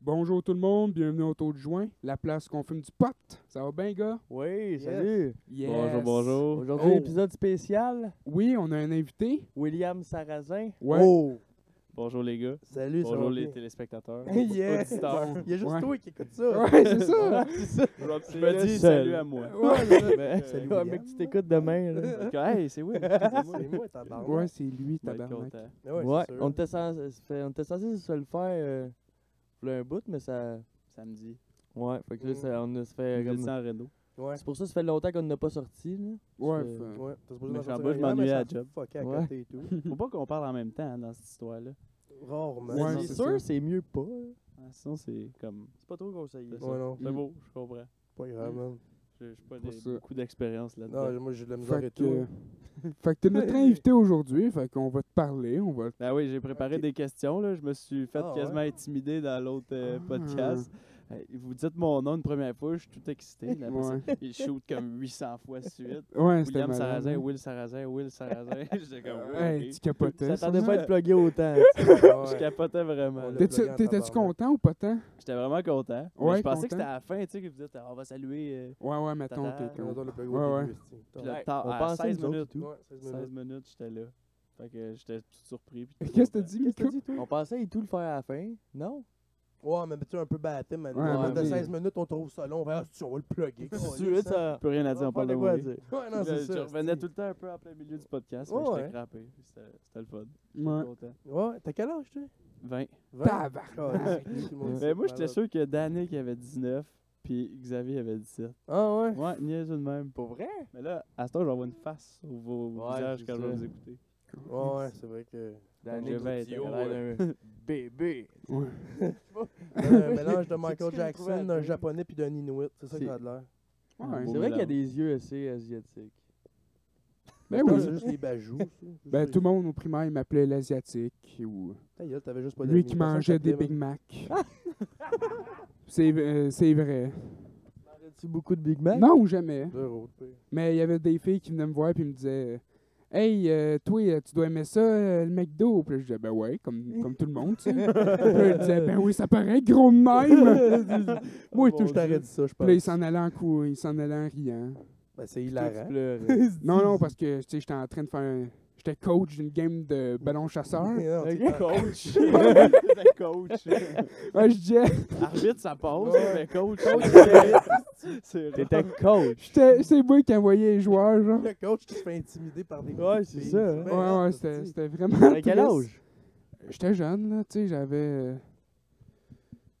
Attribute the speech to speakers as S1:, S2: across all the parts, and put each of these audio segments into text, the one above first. S1: Bonjour tout le monde, bienvenue au Taux de Juin, la place qu'on fume du pot. Ça va bien, gars?
S2: Oui,
S3: Yes.
S2: salut.
S1: Yes.
S4: Bonjour, bonjour.
S2: Aujourd'hui,
S3: Oh.
S2: épisode spécial,
S1: Oui, on a un invité.
S2: William Sarrazin.
S1: Ouais.
S3: Oh!
S4: Bonjour les gars.
S3: Salut, ça
S4: Bonjour
S3: va
S4: les
S3: bien?
S4: téléspectateurs.
S3: Yes.
S4: Auditeurs.
S3: Il y a juste
S1: Ouais.
S3: toi qui écoute ça.
S1: Ouais, c'est ça.
S3: C'est ça.
S4: Je
S2: le
S4: me dis
S2: seul.
S4: salut à moi.
S1: Ouais,
S4: Ben,
S3: Salut,
S2: Ouais,
S3: William.
S2: mais que tu t'écoutes demain. là.
S4: euh, Hey, c'est Will.
S3: C'est moi, tabarnak.
S1: Ouais, c'est lui,
S4: Ben,
S1: tabarnak.
S4: content.
S3: Ah
S2: ouais,
S3: ouais, c'est sûr.
S2: on était censé, ça fait- on était censé se le faire euh, là, un bout, mais ça.
S4: Samedi.
S2: Ouais, fait que là,
S3: Mm.
S2: ça, on a- ça fait.
S4: Je
S2: comme-
S4: descends à Renault.
S3: Ouais.
S2: C'est pour ça que ça fait longtemps qu'on n'a pas sorti. Là.
S1: Ouais,
S2: C'est-
S1: fin-
S3: Ouais, t'as supposé
S4: Mais
S3: d'en
S4: j'en
S3: sortir
S4: bats, je
S3: un, mais
S4: m'ennuyais
S3: ça
S4: à la job.
S3: fuckait à
S2: Ouais.
S3: côté et tout.
S4: Faut pas qu'on parle en même temps hein, dans cette histoire-là.
S3: Rarement.
S1: Ouais,
S2: Mais
S1: c'est
S2: c'est
S1: ça.
S2: sûr, c'est mieux pas. là.
S4: Ah, Sinon, c'est comme.
S2: C'est pas trop conseillé.
S4: C'est ça.
S3: Ouais, non.
S4: C'est beau, je comprends.
S3: Pas grave, man.
S4: Je n'ai pas
S1: Pour
S4: des-
S1: ça.
S4: beaucoup d'expérience là-dedans.
S3: Non, moi, j'ai de la misère et
S1: Fait que,
S3: tout. hein.
S1: fait que t'es notre invité aujourd'hui, fait qu'on va te parler, on va...
S4: Ben oui, j'ai préparé
S3: Ok.
S4: des questions. Là. Je me suis fait
S3: Ah, ouais?
S4: quasiment intimider dans l'autre euh,
S1: Ah.
S4: podcast. Euh, Vous dites mon nom une première fois, je suis tout excité. Là, après ça, Il shoot comme 800 fois de suite.
S1: Ouais, c'était
S4: William
S1: malade,
S4: Sarrazin,
S1: hein.
S4: Will Sarrazin, Will Sarrazin. J'étais comme.
S1: Euh,
S4: wow,
S1: Hey,
S4: ok.
S1: tu capotais.
S2: Ça
S1: ça.
S2: tardait pas à être plugué autant. tu sais.
S4: Je capotais vraiment.
S3: On
S4: là.
S3: l'a-
S1: T'étais-
S3: le blogueur
S1: T'étais-tu
S3: tabarnak.
S1: content ou pas tant?
S4: J'étais vraiment content. Mais
S1: Ouais,
S4: je pensais que
S1: content.
S4: c'était à la fin, tu sais, que vous dites, Ah, on va saluer. euh,
S1: Ouais, ouais, mettons,
S4: Tata.
S1: t'es
S3: On
S1: content.
S3: doit le plugger
S1: Ouais,
S3: au
S1: ouais.
S3: début, c'est-tu.
S4: Puis
S3: Ouais,
S4: le temps,
S2: on
S4: à
S2: pensait,
S4: 16
S2: nous autres,
S4: minutes.
S2: et tout.
S3: 16 minutes.
S4: 16 minutes, j'étais là. Fait que j'étais tout surpris. puis tout
S1: Qu'est-ce que t'as
S4: content.
S1: dit, Mika?
S2: On pensait et tout le faire à la fin. Non?
S3: Ouais, mais tu es un peu batté, man.
S1: Ouais,
S3: Ouais,
S2: mais
S3: de
S2: oui.
S3: 16 minutes, on trouve ça long. On va ah, c'est-tu, on va le plugger.
S2: Tu veux, ça.
S4: Plus rien à dire, on parle de moi.
S2: dire.
S3: Ouais, Ah non, c'est
S4: Je
S3: ça.
S4: revenais
S3: c'est-tu.
S4: tout le temps un peu en plein milieu du podcast. mais
S3: Ouais,
S4: J'étais
S3: ouais.
S4: crampé. C'était c'était le fun.
S1: Ouais.
S4: Content.
S3: Ouais, t'as quel âge, tu
S4: 20.
S3: 20?
S1: Tabarnak.
S3: Caliste, tout le monde
S4: Mais
S3: dit,
S4: moi, j'étais
S3: malade.
S4: sûr que Danny qui avait 19, puis Xavier avait 17.
S3: Ah ouais?
S4: Ouais, niaiseux de même.
S2: Pour vrai?
S4: Mais là, à ce temps, j'envoie une face au vos
S2: Ouais,
S4: visages
S2: c'est
S4: quand je
S2: ça.
S4: vais vous écouter.
S3: Ouais, ouais, c'est vrai que.
S4: J'ai vingt ans.
S2: euh, bébé.
S1: Ouais.
S3: Un mélange de
S2: C'est-tu
S3: Michael
S2: que j'ai trouvé
S3: Jackson,
S2: à
S3: d'un
S2: toi?
S3: japonais puis d'un inuit. C'est ça que
S2: C'est-
S3: ça a de l'air.
S1: Ouais.
S4: Beau
S2: C'est vrai qu'il y
S4: mélange.
S2: a des yeux assez asiatiques.
S1: Ben
S3: Non,
S1: oui.
S3: C'est juste les bajoux. ça.
S1: Ben,
S3: Juste
S1: tout le monde au primaire, il m'appelait l'Asiatique. Ou...
S3: les- Ta gueule, t'avais juste pas
S1: Lui
S3: d'amis.
S1: qui
S3: Personne
S1: mangeait des
S3: t'appelait,
S1: Big Mac. c'est, euh, c'est vrai.
S2: As-tu beaucoup de Big Mac?
S1: Non, jamais.
S3: man. Deux autres, puis-
S1: Mais il y avait des filles qui venaient me voir et me disaient Hey, euh, toi, euh, tu dois aimer ça, euh, le McDo. Puis là, je disais Ben ouais, comme, comme tout le monde, tu sais. Puis là, ils disaient Ben oui, ça paraît gros de même. Moi, et tout,
S3: Je
S1: je
S3: t'aurais dit ça, je
S1: Puis là, il
S3: pense.
S1: s'en allait en cou, il s'en allait en riant.
S3: Ben, c'est
S2: Toi, tu
S3: hilarant.
S2: pleurais.
S1: Non, non, parce que, tu sais, j'étais en train de faire. un- J'étais coach d'une game de ballon chasseur.
S3: Non, t'es-
S2: Ok.
S4: Coach! Le coach!
S1: Ouais, je disais
S4: Arbitre, ça passe,
S3: Ouais.
S4: mais coach!
S3: Coach,
S4: c'est- c'est rare.
S2: T'étais coach.
S1: j'étais- C'est moi qui envoyais les joueurs, genre.
S3: Le coach qui se fait intimider par des.
S2: Ouais, c'est
S3: filles.
S2: ça,
S3: Ben,
S2: hein.
S1: Ouais,
S3: non,
S1: ouais,
S3: c'est
S1: c'était
S3: petit.
S1: c'était vraiment.
S2: T'avais quel
S1: triste.
S2: âge?
S1: J'étais jeune, là, tu sais, j'avais. euh,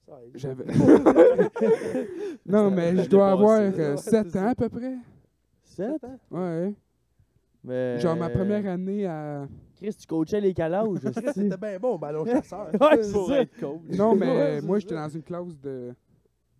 S3: Ça arrive.
S1: J'avais. non, mais je dois avoir
S4: dépassé,
S3: là, ouais,
S1: 7
S3: c'est
S1: ans
S3: ça.
S1: à peu près.
S2: 7?
S1: Ouais.
S2: Mais... euh,
S1: Genre ma première année à.
S2: Chris, tu coachais les calauges,
S3: Chris,
S2: c'est
S3: C'était bien bon, ballon chasseur.
S2: Ouais, c'est
S4: Pour
S2: ça.
S4: être coach.
S1: Non,
S2: Ouais,
S1: mais euh,
S2: c'est
S1: moi,
S2: ça.
S1: j'étais dans une classe de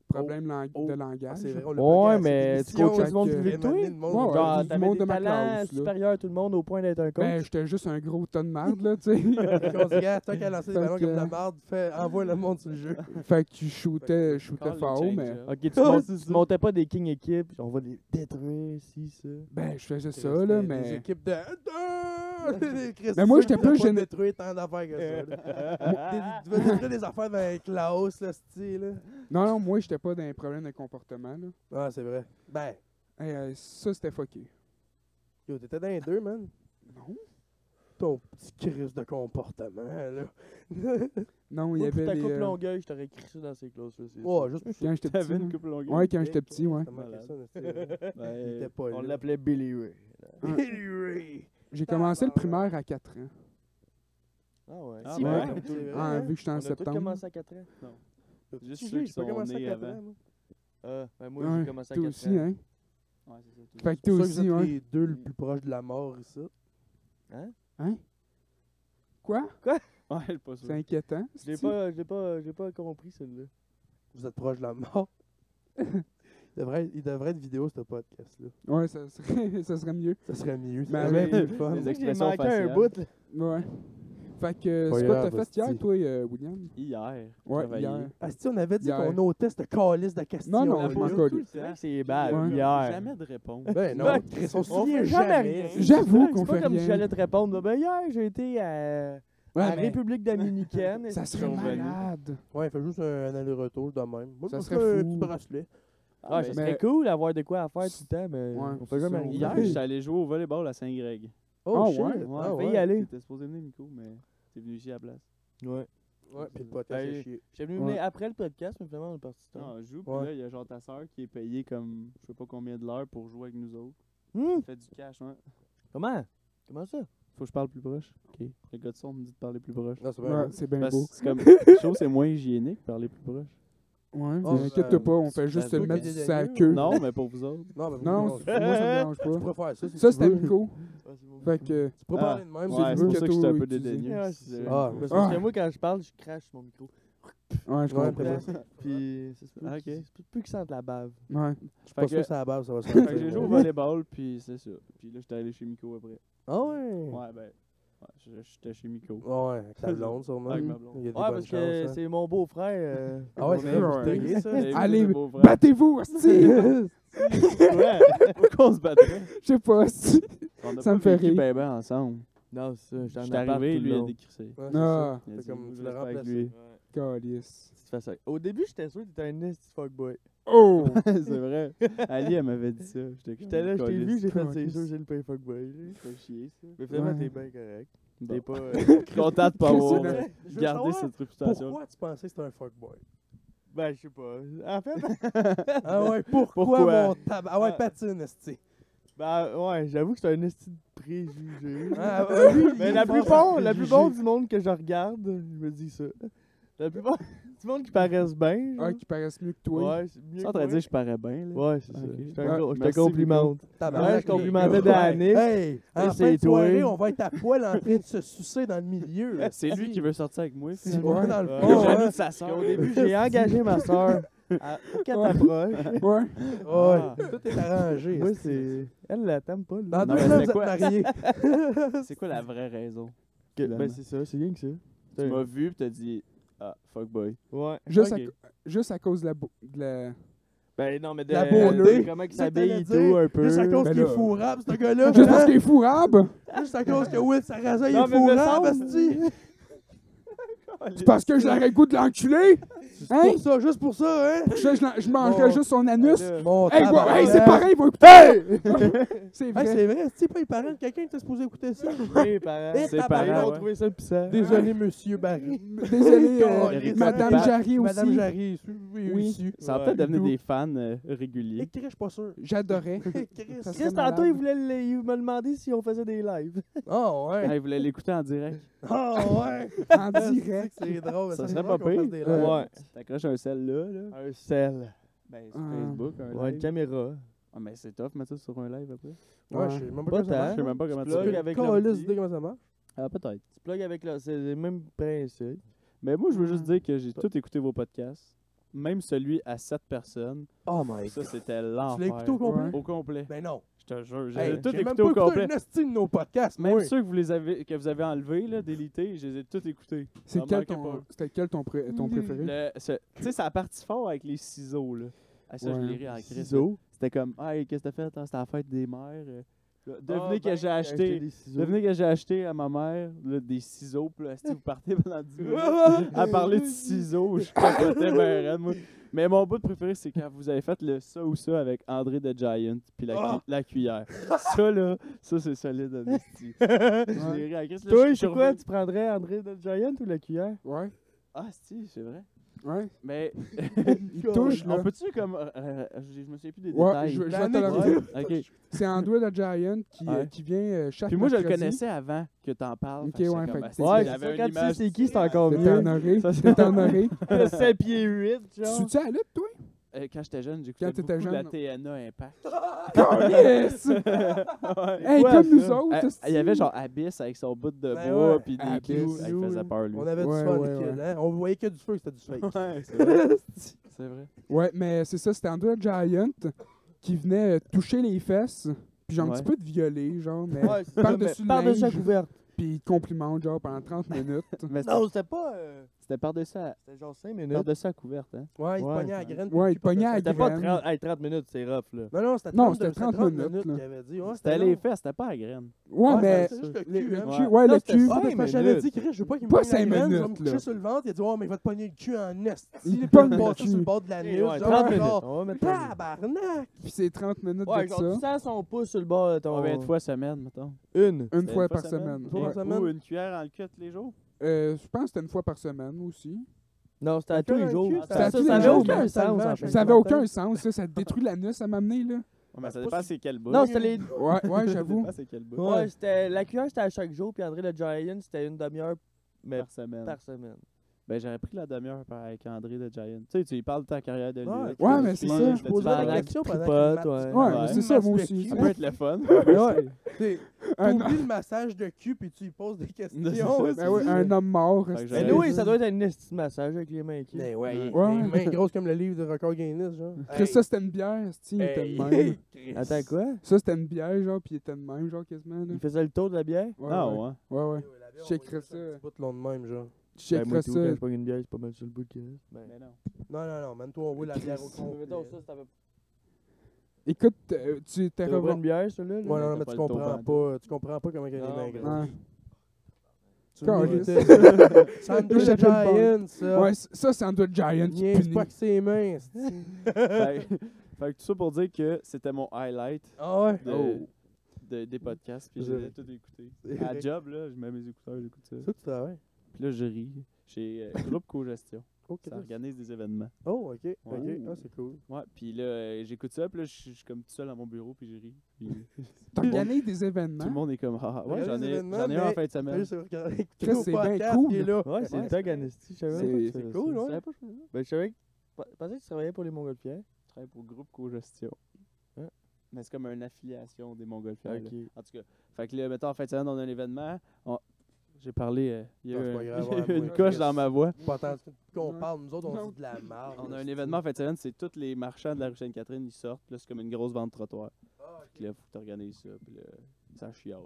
S1: problèmes lang-
S3: oh.
S1: de
S3: Ah,
S1: langage.
S3: c'est vrai, on l'a
S2: Ouais,
S3: plugué à
S2: mais
S3: cette
S2: tu
S3: émission,
S1: coaches
S3: fait
S1: le monde
S3: que-
S1: plus vite
S2: que toi? hein.
S3: Amener le
S1: Ouais,
S3: monde. Genre,
S2: Genre,
S1: du
S2: t'avais
S1: monde de
S2: des
S1: ma
S2: talents
S1: classe, là.
S2: supérieurs à tout le monde au point d'être un
S1: ben,
S2: coach?
S1: j'étais juste un gros tas de marde, là, tu sais.
S3: Quand on se regarde, tant qu'à lancer des
S1: Fait
S3: ballons
S1: que-
S3: comme de la marde, fais- envoie le monde sur le jeu.
S1: fait que je shootais, je shootais
S4: Call
S1: fort,
S4: change
S1: mais.
S4: up.
S2: Ok, tu,
S3: Ouais,
S2: mont-
S3: c'est
S2: tu
S3: ça.
S2: montais pas des king équipes, on va les détruire, si, ça.
S1: Ben, je faisais ça,
S3: C'était
S1: là,
S3: Des
S1: mais.
S3: équipes de. Des Christ-
S1: Mais moi, j'étais
S3: t'as
S1: plus
S3: pas
S1: gêné-
S3: détruire tant d'affaires que ça. là. Des- Tu veux détruire des affaires avec Klaus, le style.
S1: Non, non, moi, j'étais pas dans un problème de comportement, là.
S3: Ah, c'est vrai. Ben,
S1: Hey, euh, ça, c'était fucké.
S3: yo, t'étais dans les deux, man.
S1: Non.
S3: Ton petit crise de comportement, là.
S1: Non, il y
S2: Moi, pour
S1: avait
S2: ta
S1: les.
S2: coupe
S1: euh,
S2: longueuil, je t'aurais écrit ça dans ces clauses-là, c'est
S3: Ouais, juste pour ça.
S1: Quand j'étais petit.
S4: T'avais une
S1: là.
S4: coupe longue.
S1: Ouais, quand j'étais petit, ouais.
S3: Comment
S4: malade.
S3: ça, le style, là.
S4: Ben,
S3: Il était pas
S2: sûr. On
S3: là.
S2: l'appelait Billy Ray.
S3: Billy Ray.
S1: J'ai commencé le
S3: Tabarnak.
S1: primaire à 4 ans.
S2: Ah ouais.
S4: Ah
S2: Si,
S4: ouais.
S2: ouais.
S4: comme
S3: C'est vrai,
S1: Ah,
S3: hein?
S1: vu que j'étais
S2: On
S1: en
S2: a tous
S1: septembre.
S2: commencé à 4 ans.
S4: Juste
S3: Tu
S4: ceux
S3: sais,
S4: qui
S3: j'ai pas
S4: sont
S3: commencé à
S4: nés
S3: quatre
S4: avant.
S3: ans, moi.
S2: Ah, ben moi,
S1: Ouais,
S2: j'ai commencé à
S1: Toi
S2: 4
S1: aussi,
S2: ans.
S1: hein.
S4: Ouais, c'est ça, tout
S1: Fait
S4: ça.
S1: que toi
S3: C'est sûr
S1: aussi,
S3: que vous êtes
S1: ouais.
S3: les deux le plus proche de la mort ici.
S1: Hein? Quoi?
S4: Ouais, je suis pas sûr.
S1: C'est inquiétant.
S2: Je l'ai
S1: c'est-tu?
S2: pas, je l'ai pas, je l'ai pas compris, celle-là.
S3: Vous êtes proche de la mort. il, devrait, il devrait être vidéo, ce podcast-là.
S1: Ouais, ça serait, ça serait mieux.
S3: Ça serait mieux.
S1: Ben, Mais
S3: ça serait
S1: avec-
S3: plus le fun.
S4: Les
S2: J'ai
S4: expressions
S2: manqué
S4: faciales.
S2: un bout, là.
S1: Ouais. Fait que
S3: Pas
S1: c'est quoi que
S3: grave,
S1: t'as fait hier,
S3: hostie.
S1: toi, euh, William?
S4: Hier.
S1: Ouais,
S4: travailler.
S1: hier.
S3: Ah, si, on avait dit
S1: Hier.
S3: qu'on ôtait cette calice de questions.
S1: Non, non,
S4: On
S1: je
S3: là.
S1: m'en
S4: pose
S1: colle.
S4: tout le
S2: C'est vrai
S4: temps.
S2: que c'est bad,
S1: Ouais.
S2: hier.
S4: Jamais de réponse.
S3: Ben non,
S2: Ben,
S3: Chris, on se
S2: on
S3: souvient
S2: fait
S3: jamais.
S2: jamais
S3: hein.
S2: rien.
S1: J'avoue
S2: C'est
S1: qu'on
S2: pas
S1: fait
S2: comme si
S1: rien.
S2: j'allais te répondre. Ben hier, j'ai été à
S1: Ouais,
S2: la
S1: mais
S2: République dominicaine.
S1: ça
S2: est-ce
S1: serait
S2: qu'on va-
S1: malade.
S3: Ouais, il fait juste un, un aller-retour de même. Moi,
S1: Ça
S3: je
S1: serait
S3: ferais un
S1: fou.
S3: petit bracelet.
S2: Ah,
S4: Ouais,
S2: ça
S4: mais-
S2: serait cool d'avoir de quoi à faire tout le temps, mais
S1: Ouais, c'est
S2: on fait jamais
S1: ça, on-
S2: rien.
S4: Hier, j'étais allé jouer au volleyball à Saint-Greg.
S1: Oh, ouais,
S3: shit!
S4: ouais,
S3: Ah,
S2: fait y aller.
S4: T'étais supposé venir, Nico, mais t'es venu ici à la place.
S2: Ouais.
S3: Ouais, puis le podcast,
S2: Ben,
S3: c'est chier.
S2: J'étais venu
S1: Ouais.
S2: venir après le podcast, mais finalement, on est parti tard.
S4: Non, on joue, puis
S3: Ouais.
S4: là, il y a genre ta soeur qui est payée comme je sais pas combien de l'heure pour jouer avec nous autres.
S2: Hmm,
S4: Elle fait du cash, ouais.
S2: Comment? Comment ça?
S4: Faut que je parle plus proche. Ok. Le gars de son me dit de parler plus proche.
S3: Non, c'est
S1: Ouais,
S3: bien.
S1: c'est bien
S4: Parce
S1: beau.
S4: que c'est comme. Je trouve que c'est moins hygiénique de parler plus proche.
S1: Ouais,
S3: Oh,
S1: mais inquiète-toi
S3: euh,
S1: pas, on fait
S4: c'est
S1: juste
S4: la
S1: se
S4: joke
S1: mettre
S3: des
S1: sur sa
S3: dégueux.
S1: queue.
S4: Non, mais pour vous autres.
S3: Non, mais
S1: Non, c'est- moi ça me dérange
S3: Tu
S1: pas.
S3: pourrais faire ça. si
S1: Ça,
S3: tu
S1: c'était
S3: veux.
S1: Nico. Fait que.
S3: Tu pourrais
S4: Ah.
S3: parler de même.
S1: Ouais,
S3: si tu
S4: Ouais,
S3: veux.
S4: c'est pour ça que j'étais un
S1: Kato
S4: peu
S1: utilisé.
S4: dédaigneux.
S2: Ouais,
S4: si
S2: c'est
S4: c'est-
S3: Ah,
S2: Parce
S1: Ah.
S2: que moi, quand je parle, je crache mon micro.
S1: Ouais, je
S3: Ouais,
S1: comprends.
S3: c'est
S1: Ouais.
S3: ça.
S2: Puis, ça se peut-
S4: Ah, ok.
S2: ça se peut plus que ça de la bave.
S3: Je
S4: Fait
S3: pense
S4: que-
S3: que c'est à la base, ça va se
S4: Fait
S3: faire.
S4: que j'ai joué au volleyball, puis c'est ça. Puis là, j'étais allé chez Miko après.
S3: Ah ouais?
S4: Ouais, ben. Ouais, je- j'étais chez Miko.
S3: Ouais, avec ta blonde, sûrement.
S4: Avec ma blonde.
S3: Il y a des
S2: Ouais,
S3: bonnes
S2: parce que
S3: chances, hein.
S2: c'est mon beau-frère. euh,
S3: Ah ouais, c'est
S1: Ouais.
S3: vrai, c'est ça.
S4: T'avais vu
S1: Allez,
S4: le beau-frère?
S1: Battez-vous, hostie!
S4: Ouais! Pourquoi on se battrait?
S1: Je sais pas, hostie.
S4: On a
S1: Ça
S4: pas
S1: me fait
S4: vécu
S1: rire.
S4: ben ben ensemble.
S2: Non, c'est ça.
S4: J'étais
S2: J'étais
S4: arrivé, lui, il a
S2: il
S4: décrissé.
S3: Ouais, c'est ça.
S1: Ah,
S4: Il a
S3: C'est
S4: dit,
S3: comme,
S4: je
S3: tu l'as
S4: reste pas avec
S3: remplacé.
S4: lui.
S1: calice.
S2: Au début, j'étais sûr que t'étais un nasty fuckboy.
S1: Oh!
S4: c'est vrai. Ali, elle m'avait dit ça. J'étais comme,
S2: J'étais là, je t'ai
S4: Colin,
S2: vu, j'ai fait,
S1: Colin.
S2: c'est sûr, j'ai le pain fuckboy.
S4: c'est pas chier, ça.
S2: Mais finalement,
S1: Ouais.
S2: t'es bien correct.
S4: Bon.
S2: T'es pas. euh,
S4: Content de pas avoir
S1: Impressionnant.
S3: Je veux
S4: gardé
S3: savoir
S4: cette réputation.
S3: Pourquoi tu pensais que c'était un fuckboy?
S2: ben, je sais pas. En fait,
S3: Ah ouais, pourquoi,
S4: Pourquoi?
S3: mon tab... Ah ouais,
S2: Ah.
S3: patine, esti.
S2: ben, ouais, j'avoue que c'est un nasty de préjugé.
S3: Ah, ouais, lui, il
S2: Mais
S3: est
S2: la
S3: fort.
S2: plupart, la plupart du monde que je regarde, je me dis ça. La plupart du monde qui paraissent bien. genre.
S1: Ah, qui paraissent mieux que toi.
S2: Ouais, c'est
S4: Tu
S2: mieux.
S4: es
S2: que
S4: en train de
S2: moi.
S4: dire, je parais bien, là.
S2: Ouais, c'est
S4: Ah,
S2: ça.
S4: ok.
S2: Je te
S1: Ouais,
S2: co- je te
S4: merci,
S2: complimente.
S3: Tabarnak,
S2: Ouais, je
S3: les
S2: complimentais
S3: gars.
S2: Danick.
S3: Hey, en
S2: c'est
S3: fin de
S2: toi.
S3: soirée, on va être à poil en train de se sucer dans le milieu.
S4: C'est lui qui veut sortir avec moi.
S3: Si
S4: finalement.
S3: on est dans le
S2: Ouais.
S3: fond,
S4: Jaloux
S3: hein.
S4: de sa sœur.
S2: Au début, j'ai engagé ma soeur pour qu'elle t'approche.
S1: Ouais.
S3: Ouais, tout est arrangé.
S2: Moi,
S3: esti.
S2: c'est. Elle la t'aime pas, là.
S3: Dans
S4: Non,
S3: deux
S4: mais c'est
S3: ans, vous êtes
S4: quoi?
S3: mariés.
S4: C'est quoi la vraie raison?
S2: Que-
S4: Finalement.
S2: Ben, c'est ça, c'est rien que ça.
S4: Tu m'as vu pis t'as dit Ah, fuckboy.
S2: Ouais.
S1: Juste,
S2: Ok.
S1: à, juste à cause de la, bou- de la-
S2: Ben, non, mais de
S3: La beauté.
S2: Comment qu'il
S3: Ça,
S2: s'habille
S3: t'allais
S2: et
S3: dire,
S2: tout, un peu.
S3: Juste à cause
S1: Ben
S3: qu'il est
S1: là.
S3: fourrable, ce gars-là.
S1: Juste parce
S3: hein.
S1: qu'il est fourrable!
S3: Juste à cause que Will Sarrazin il
S2: Non,
S3: est
S2: mais me
S3: fourrable,
S2: semble.
S3: esti.
S1: C'est parce que j'aurais le goût de l'enculer! Hein?
S3: Pour ça, juste pour ça, hein.
S1: Pour ça, je, l'en- je mangerais
S3: Bon.
S1: juste son anus!
S3: Mon
S1: Hey, ouais,
S3: tabarnak.
S1: hey, c'est pareil, ils vont écouter! c'est
S3: Hey,
S1: vrai!
S3: c'est vrai, c'est pas les parents de quelqu'un qui était supposé écouter ça.
S2: Ses parents.
S3: Eh,
S4: Ses
S3: tabarnak,
S4: parents,
S2: Ils ont
S4: ouais.
S2: trouvé ça puissant.
S3: Désolé, monsieur Barry.
S1: Désolé, euh,
S3: Colin,
S1: Madame
S4: Madame
S1: Jarry aussi.
S3: Madame Jarry, su- oui,
S1: Oui.
S3: su.
S4: Ça va
S2: Ouais.
S4: peut-être devenir
S1: D'où-
S4: des fans euh, réguliers.
S3: Écris, je suis pas sûr.
S1: J'adorais.
S3: Écris.
S1: Ça serait
S2: Chris, tantôt,
S1: malade.
S2: il voulait le- il me demander si on faisait des lives.
S3: Oh, ouais.
S4: Ah, ils voulaient l'écouter en direct.
S3: Ah ouais!
S1: En direct.
S3: C'est drôle.
S4: Ça
S3: c'est
S4: serait
S3: drôle
S4: pas
S3: qu'on fasse
S4: pire.
S3: des lives.
S4: Euh, T'accroches un sel là, là.
S2: Un sel.
S4: Ben, sur
S1: Ah.
S4: Facebook, un
S2: Ouais, une
S4: live.
S2: caméra.
S4: Ah, mais c'est tough, mettre ça sur un live après.
S3: Ouais, je sais même pas
S2: Pas
S3: comment ça
S2: tant.
S4: Je
S3: marche.
S4: sais même pas comment
S2: Tu
S4: tu
S2: plugues
S4: fais.
S2: avec
S3: Câlisse
S2: l'ordi.
S3: d'idée comment ça marche.
S4: Ah, peut-être.
S2: Tu plugues avec là, c'est le même principe.
S4: Mais moi, je veux juste
S1: Ouais.
S4: dire que j'ai tout écouté vos podcasts. Même celui à 7 personnes.
S3: Oh my
S4: Ça,
S3: god.
S4: c'était
S3: Tu l'as écouté
S4: l'enfer.
S3: au complet?
S1: Ouais.
S4: Au complet.
S3: Ben non.
S4: Je te jure, j'ai
S3: Hey,
S4: tout
S3: j'ai même
S4: écouté
S3: pas
S4: au
S3: écouté
S4: complet.
S3: un esti de nos podcasts,
S4: Même
S3: moi.
S4: ceux que vous, les avez, que vous avez enlevés, là, délités, je les ai tous écoutés.
S1: C'est
S4: Ça
S1: quel
S4: manquait
S1: ton,
S4: pas.
S1: c'était quel ton, pré- ton préféré?
S4: Le- ce- Tu sais, ça a parti fort avec les ciseaux, là. Ah, ça, je
S1: Ouais.
S4: l'ai ri en crise. là.
S2: Ciseaux.
S4: C'était comme, hey, qu'est-ce que t'as fait? Ah, C'était la fête des mères. euh. Là, Devenez
S2: Ah,
S4: que
S2: ben,
S4: j'ai acheté.
S2: des ciseaux.
S4: Devenez que j'ai acheté à ma mère là, des ciseaux. Puis là, si vous partez pendant 10 minutes à
S3: À
S4: parler de ciseaux, je capotais ben raide, moi. Mais mon bout préféré, c'est quand vous avez fait le ça ou ça avec André the Giant. Puis la, cu-
S3: Ah!
S4: la cuillère. ça, là, ça, c'est solide, en esti. Je l'ai ri en crise, là, je
S2: Toi,
S4: suis
S2: c'est quoi?
S4: revenu-
S2: Tu prendrais André the Giant ou la cuillère?
S1: Ouais,
S4: Ah, si, c'est vrai.
S1: ouais.
S4: Mais.
S1: Il touche, là.
S4: On peut-tu comme. euh, euh, je je me souviens plus des
S1: Ouais,
S4: détails.
S1: je- je vais
S4: Ouais,
S1: te le
S4: ok.
S1: C'est Andrew the Giant qui, euh,
S4: Ouais.
S1: qui vient euh, chaque
S4: Puis moi, je le
S1: mercredi.
S4: connaissais avant que t'en parles.
S1: Ok,
S4: fait que j'étais
S1: ouais,
S4: comme,
S1: fait que
S4: ah,
S1: c'est-
S4: si,
S2: Ouais,
S4: j'avais
S2: c'est
S4: une
S2: ça, quand tu sais
S4: image-
S2: c'est qui, c'est encore
S1: T'étais
S2: mieux.
S1: honoré.
S4: Ça, c'est-
S1: T'étais honoré.
S2: Le 7 pieds 8,
S1: Tu
S2: genre.
S1: suis-tu à la lutte, toi?
S4: Euh, Quand j'étais jeune,
S1: Quand
S4: j'écoutais beaucoup
S1: t'étais
S4: de la
S1: jeune.
S4: TNA Impact.
S1: Yes!
S4: Ouais.
S1: Hey,
S2: quoi,
S1: comme nous
S2: ça?
S1: autres.
S4: Euh,
S1: hostie.
S4: Il y avait genre Abyss avec son bout de
S3: Ben
S4: bois,
S3: ouais.
S4: puis des
S1: Abyss.
S4: clous. Ah, Il faisait peur, lui.
S3: On avait
S1: Ouais,
S3: du fun,
S1: ouais,
S3: kid,
S1: ouais.
S3: hein. On voyait que du feu, c'était du fake.
S4: Ouais, c'est vrai. C'est vrai.
S1: Ouais, mais c'est ça, c'était Andrew the Giant qui venait euh, toucher les fesses, puis genre un petit
S4: Ouais.
S1: peu de violer, genre, mais
S2: Ouais, c'est ça,
S1: par-dessus
S2: mais
S1: le
S2: Par-dessus la
S1: linge.
S2: couverte.
S1: puis il te complimente, genre, pendant 30 minutes.
S4: Mais c'est-
S2: Non, c'était pas. euh,
S4: C'était par-dessus à,
S2: C'était genre 5 minutes.
S4: par-dessus à couverte, hein?
S3: Ouais, il se
S4: Ouais,
S3: pognait à la
S4: ouais.
S3: graine. puis
S1: Ouais,
S3: il
S1: il pognait à
S3: cul-
S2: C'était pas
S1: graine.
S2: 30, hey, 30 minutes, c'est rough, là.
S3: Non, non, c'était
S1: Non,
S3: 30,
S1: c'était
S3: c'était 30,
S1: 30
S3: minutes
S1: là.
S3: qu'il avait dit. Ouais,
S4: C'était
S3: long.
S4: les fesses, c'était pas la graine.
S1: Ouais,
S3: Ouais,
S1: mais.
S3: c'était juste
S1: Le
S3: le cul, hein.
S1: cul, ouais,
S3: Là,
S1: le
S3: c'était
S1: cul.
S3: ça, parce que J'avais
S2: minutes.
S3: dit, Chris, je veux pas qu'il me
S1: Pas
S3: pogne la
S1: cinq
S3: graine, je vais me
S1: minutes, là.
S3: coucher sur le ventre. Il a dit, ouais, mais il va te pogner le cul en est.
S1: Il
S3: Il
S1: pogne
S3: pogne
S1: le
S3: le
S1: cul.
S3: sur le bord de la nuque.
S2: Ouais,
S3: genre,
S2: 30 minutes.
S3: genre,
S2: On va mettre 30 minutes.
S3: Tabarnak!
S1: Puis c'est 30 minutes
S2: Ouais,
S1: Bah, de
S2: genre, tu
S1: ça.
S2: sens son pouce sur le bord de ton.
S3: Oh.
S4: Combien de fois semaine, mettons?
S2: Une.
S1: Une fois par semaine.
S3: Une fois par
S1: ouais.
S3: semaine.
S4: Ou une cuillère en le cul tous les jours?
S1: Euh, Je pense que c'était une fois par semaine aussi.
S2: Non, c'était à tous les jours.
S3: C'était
S1: à
S2: Ça,
S1: tous
S2: ça
S1: les
S2: avait
S1: jours,
S2: aucun
S3: mais ça
S2: sens.
S3: va,
S2: en
S3: je
S2: fait.
S1: Ça avait aucun sens, ça. Ça détruit l'anus à m'amener, là.
S4: Ouais, mais ça
S3: c'est
S4: dépend
S3: Ben, pas
S4: c'est quel bout.
S2: Non, c'était les.
S1: Ouais, ouais,
S4: Ça
S1: j'avoue.
S4: dépend c'est quel bout.
S2: Ouais, c'était. La cuillère, c'était à chaque jour, puis André le Giant, c'était une demi-heure
S4: Par semaine.
S2: par semaine.
S4: Ben, j'aurais pris la demi-heure par- avec André de Giant. Tu sais, tu lui parles de ta carrière de lui.
S3: Ouais.
S4: là, tu
S1: Ouais,
S4: fais
S1: mais
S4: du
S1: c'est
S4: sport,
S1: ça,
S4: tu
S3: Je
S4: fais du
S3: posais
S4: paddle.
S3: la
S2: balance,
S3: question
S2: tu
S3: pendant
S2: tripotes,
S3: qu'il me-
S2: ouais.
S1: Ouais,
S4: Ouais.
S1: mais c'est ça, moi aussi.
S4: Ça
S1: ça.
S4: peut être le fun.
S3: Ouais. T'sais,
S1: Un,
S3: T'oublies le massage de cul, puis tu lui poses des
S4: Non, c'est
S3: questions.
S4: ça,
S1: ben oui, un homme mort.
S4: Fait que
S1: c'est-
S2: Mais
S4: j'aurais-
S2: nous, ça doit être Ben, un esti de massage avec les mains qui.
S3: Mais ouais, il-
S1: Ouais.
S3: il est grosse comme le livre de record Guinness, genre.
S1: Chris, ça, c'était une bière, c'ti, il était de
S3: Hey.
S1: même.
S3: Chris.
S2: Attends, quoi
S1: Ça, c'était une bière, genre, puis il était de même, genre, quasiment, là.
S2: Il faisait le tour de la bière
S1: Ouais,
S4: Ah
S1: ouais.
S4: ouais.
S1: Ouais, ouais.
S3: Ouais, la bière, on
S1: Checkerais
S3: va y
S1: ça.
S3: mettre un petit bout de long de même, genre.
S1: Je
S2: Ben, moi,
S1: checkerais
S2: tout, quand je
S1: ça.
S2: prends une bière, c'est pas mal sur le bout qui reste.
S4: Mais non.
S3: Non, non, non, man, toi, on roule la bière au
S2: Ben,
S3: complet.
S1: Écoute, euh, tu t'es
S2: T'as pas
S1: revu.
S2: une bière, celui-là là?
S3: Ouais, non,
S4: T'as
S3: mais
S4: pas
S3: tu
S4: le tour
S3: comprends
S4: pendant.
S3: pas, tu comprends pas comment il y a
S2: Non,
S3: des
S2: mais-
S3: mains grosses.
S1: Ouais.
S3: Tu
S1: Caliste.
S3: méritais. Ça me
S1: Je
S3: donne le
S1: sais pas le
S3: Giant, ça.
S1: Ouais, c- ça, c'est Android Giant qui
S3: Niaise
S1: punit.
S3: pas que ses mains. c'est-
S4: fait, que- fait que tout ça pour dire que c'était mon highlight
S3: Ah ouais.
S4: de, de- des podcasts. Puis
S3: C'est
S4: j'ai
S3: vrai.
S4: tout écouté.
S3: C'est
S4: À
S3: vrai.
S4: job, là, je mets mes écouteurs, j'écoute ça.
S3: Ça, tu travailles.
S4: Puis là, je ris. J'ai euh, groupe co-gestion.
S3: Oh,
S4: Ça
S3: Chris.
S4: organise des événements.
S3: Oh, ok. Ok,
S4: Ouais.
S3: ah, c'est cool.
S4: Ouais, puis là, euh, j'écoute ça, puis là, je suis je suis comme tout seul à mon bureau, puis je ris. Puis
S1: T'organises des
S3: Hein?
S4: tout le
S1: événements.
S4: monde est comme, ah, ah, ouais,
S3: Regarde
S4: j'en
S3: les
S4: ai,
S3: événements,
S4: j'en ai un en
S3: mais-
S4: fin de
S3: T'as
S4: semaine.
S3: juste à regarder
S1: Chris,
S3: au
S1: c'est bien
S3: podcast,
S1: cool.
S3: il est là.
S2: Ouais, c'est
S3: Ouais,
S2: le Doug Anesti, je savais
S1: C'est-
S2: même pas que tu
S1: c'est
S2: faisais
S3: cool,
S2: ça.
S3: ouais.
S2: Je savais pas que je faisais ça. Ben, je savais que. Je pensais que tu travaillais pour les Montgolfières.
S4: Je travaille pour groupe co-gestion.
S2: Hein?
S4: Mais c'est comme une affiliation des Montgolfières. là.
S2: Ok.
S4: En tout cas, fait que là, mettons, en fin de semaine, on a un événement. On- J'ai parlé, euh, il y a
S3: Non,
S4: eu
S3: c'est pas
S4: un- il
S3: grave,
S4: y a eu
S3: ouais,
S4: une
S3: moi,
S4: coche
S3: Chris.
S4: dans ma voix.
S3: Pas tant qu'on
S1: Non.
S3: parle, nous autres, on
S1: Non.
S3: dit de la merde.
S4: On a un événement en fin de semaine, c'est tous les marchands de la rue Sainte-Catherine, ils sortent. puis Là, c'est comme une grosse vente de trottoir.
S1: Ah,
S4: Fait que là, faut que t'organises ça, puis là, ça chiale.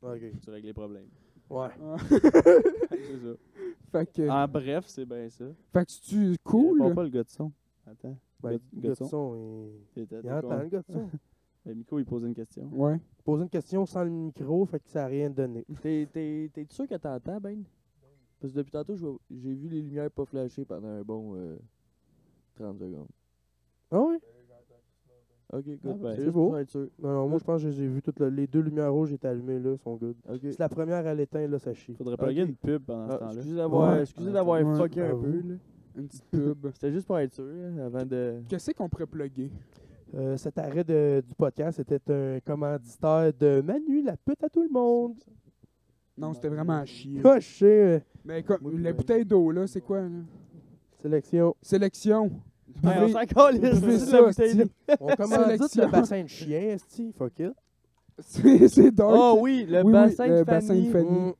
S3: Ok.
S4: Tu règles les problèmes.
S3: Ouais.
S1: Ah,
S4: Fait que c'est ça.
S1: fait, que,
S2: Ah.
S4: En bref, c'est bien ça.
S1: fait que tu
S4: Il répond
S1: cool.
S4: pas le gars de son. Attends. Got-
S3: Ben, le gars de
S4: Gotson.
S3: son, il-
S4: Il était
S3: il entend le
S4: con.
S3: gars de son.
S4: Le micro, il pose une question.
S1: Ouais.
S3: Poser une question sans le micro, fait que ça a rien donné.
S2: T'es- T'es t'es sûr que t'entends, Ben Parce que depuis tantôt, je vois- j'ai vu les lumières pas flasher pendant un bon euh, 30 secondes.
S3: Ah ouais?
S2: Ok, good.
S4: ben,
S2: Ah, C'est
S3: c'est
S2: juste
S3: beau.
S2: pour être sûr.
S3: Non, non, moi je pense que j'ai vu toutes le- les deux lumières rouges étaient allumées là, sont good.
S2: Ok.
S3: C'est la première à l'éteint là, ça chie.
S4: Faudrait plugger
S2: Ok.
S4: une pub pendant ce
S2: Ah,
S4: temps-là.
S2: excusez d'avoir
S3: Ouais.
S2: excusez d'avoir
S1: Ouais. Ben
S2: fucké un
S3: Bravo.
S2: peu. là.
S1: Une petite pub.
S2: C'était juste pour être sûr hein, avant de.
S1: Qu'est-ce qu'on pourrait plugger?
S3: Euh, cet arrêt de- du podcast était un commanditaire de Manu, la pute à tout le monde.
S1: Non, c'était vraiment à chier.
S3: Ah, je sais, euh,
S1: Mais comme,
S3: Moi,
S1: la
S2: ben-
S3: puis-
S1: bouteille d'eau, là, c'est quoi? Là?
S3: sélection.
S1: Sélection.
S2: Hey, Ah, Ben, on
S1: Buvez-
S2: s'en calisse,
S1: buvez
S2: c'est
S1: ça,
S2: la bouteille
S1: hostie.
S2: de-
S3: On commandite
S1: Sélection.
S3: le bassin de chien, esti, fuck it.
S1: C'est c'est dark.
S2: Oh oui, le
S1: Ah Oui, oui,
S2: bassin
S1: le
S2: de
S1: bassin de
S2: famille.
S1: Fanny.
S3: Mm.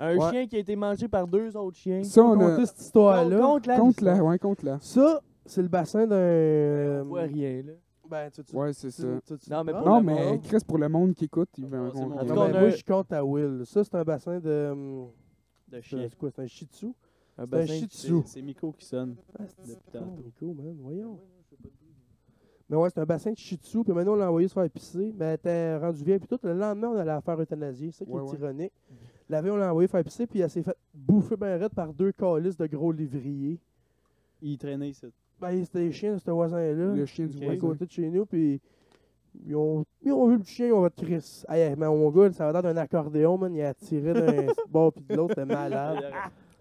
S2: Un
S3: Ouais.
S2: chien qui a été mangé par deux autres chiens.
S1: Ça, on a...
S3: Comptez cette histoire-là.
S2: Contre la
S1: Compte là, ouais, compte là.
S3: Ça, c'est le bassin d'un.
S2: On voit rien, là.
S3: ben, tu, tu,
S1: Ouais, c'est ça.
S3: tu- tu- tu-
S2: Non, mais
S3: Ah,
S2: pour
S1: Non,
S2: le
S1: mais
S2: monde.
S1: Chris, pour le monde qui écoute, ils
S4: Ah,
S1: vont
S4: c'est mon
S1: comprendre.
S3: Attends,
S2: on a
S3: moi,
S2: un-
S3: je compte à Will. Ça, c'est un bassin de. hum,
S4: De
S3: C'est
S4: chien.
S3: c'est quoi, c'est un shih tzu?
S2: Un
S3: C'est un
S2: bassin.
S3: shih
S4: C'est-
S3: tzu.
S4: C'est Miko qui sonne.
S1: Ah,
S4: Depuis
S3: Oh,
S4: tantôt.
S3: Nico, man, voyons. Mais ouais, c'est un bassin de shih tzu, puis maintenant on l'a envoyé se faire épicer, mais elle était rendue vieille, puis tout le lendemain on allait la faire euthanasier, c'est ça qui
S1: Ouais,
S3: est
S1: ouais.
S3: ironique. La veille on l'a envoyé faire épicer, puis elle s'est fait bouffer ben raide par deux calices de gros livriers.
S4: Il traînait ici.
S3: Ben c'était des chiens de ce voisin-là,
S1: Le chien du
S4: Ok.
S3: à
S1: voisin.
S3: côté de chez nous, puis ils ont, ils ont vu le chien, ils ont fait Chris. Hey, mais mon gars, ça va l'air d'un accordéon, man, il a tiré d'un bord puis de l'autre, c'était malade.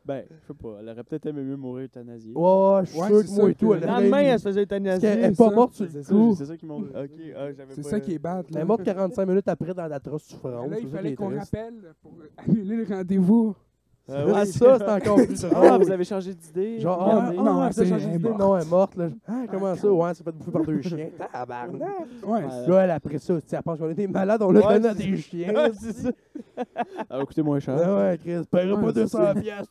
S4: Ben, je sais pas. Elle aurait peut-être aimé mieux mourir euthanasiée.
S3: Ouais, ouais, je suis
S1: Ouais,
S3: sûr
S1: c'est
S3: que moi
S1: ça,
S3: et tout,
S1: puis
S3: elle
S2: Le
S1: la
S3: aurait
S2: lendemain,
S3: aimé.
S2: elle se faisait
S3: Parce qu'elle
S2: euthanasier.
S3: est pas
S1: ça.
S3: morte sur
S4: C'est
S3: le
S4: ça,
S3: coup.
S4: c'est ça qui m'ont. Ok, ah, j'avais
S1: C'est
S4: pas-
S1: ça qui est bad,
S3: Elle
S1: là.
S3: est morte 45 minutes après dans l'atroce souffrance.
S1: Là, il
S3: C'est ça
S1: fallait
S3: qui est
S1: qu'on
S3: triste.
S1: rappelle pour annuler le rendez-vous.
S4: Ah
S3: Ah,
S4: oui.
S3: ça, c'est encore plus
S4: Ah, vous
S3: drôle.
S4: avez changé d'idée.
S3: Genre,
S1: Non,
S3: ah,
S1: mais-
S3: ah,
S1: non,
S3: ah,
S1: elle
S3: ça
S1: s'est-
S3: change
S1: elle est
S3: d'idée.
S1: morte.
S3: Non, elle est morte. Là. Ah, comment ça? Ouais, c'est pas bouffée par deux chiens. Tabarnak.
S1: Ouais,
S4: Ah,
S3: Là, elle après ça, tu sais, elle pense qu'on est des malades, on le
S2: Ouais,
S3: donne à
S2: c'est-
S3: des chiens.
S2: Ah, c'est ça.
S4: Ah, coûté moins cher.
S3: Ah ouais, Chris, paieras
S1: Ouais,
S3: pas
S1: c'est
S3: 200 piastres,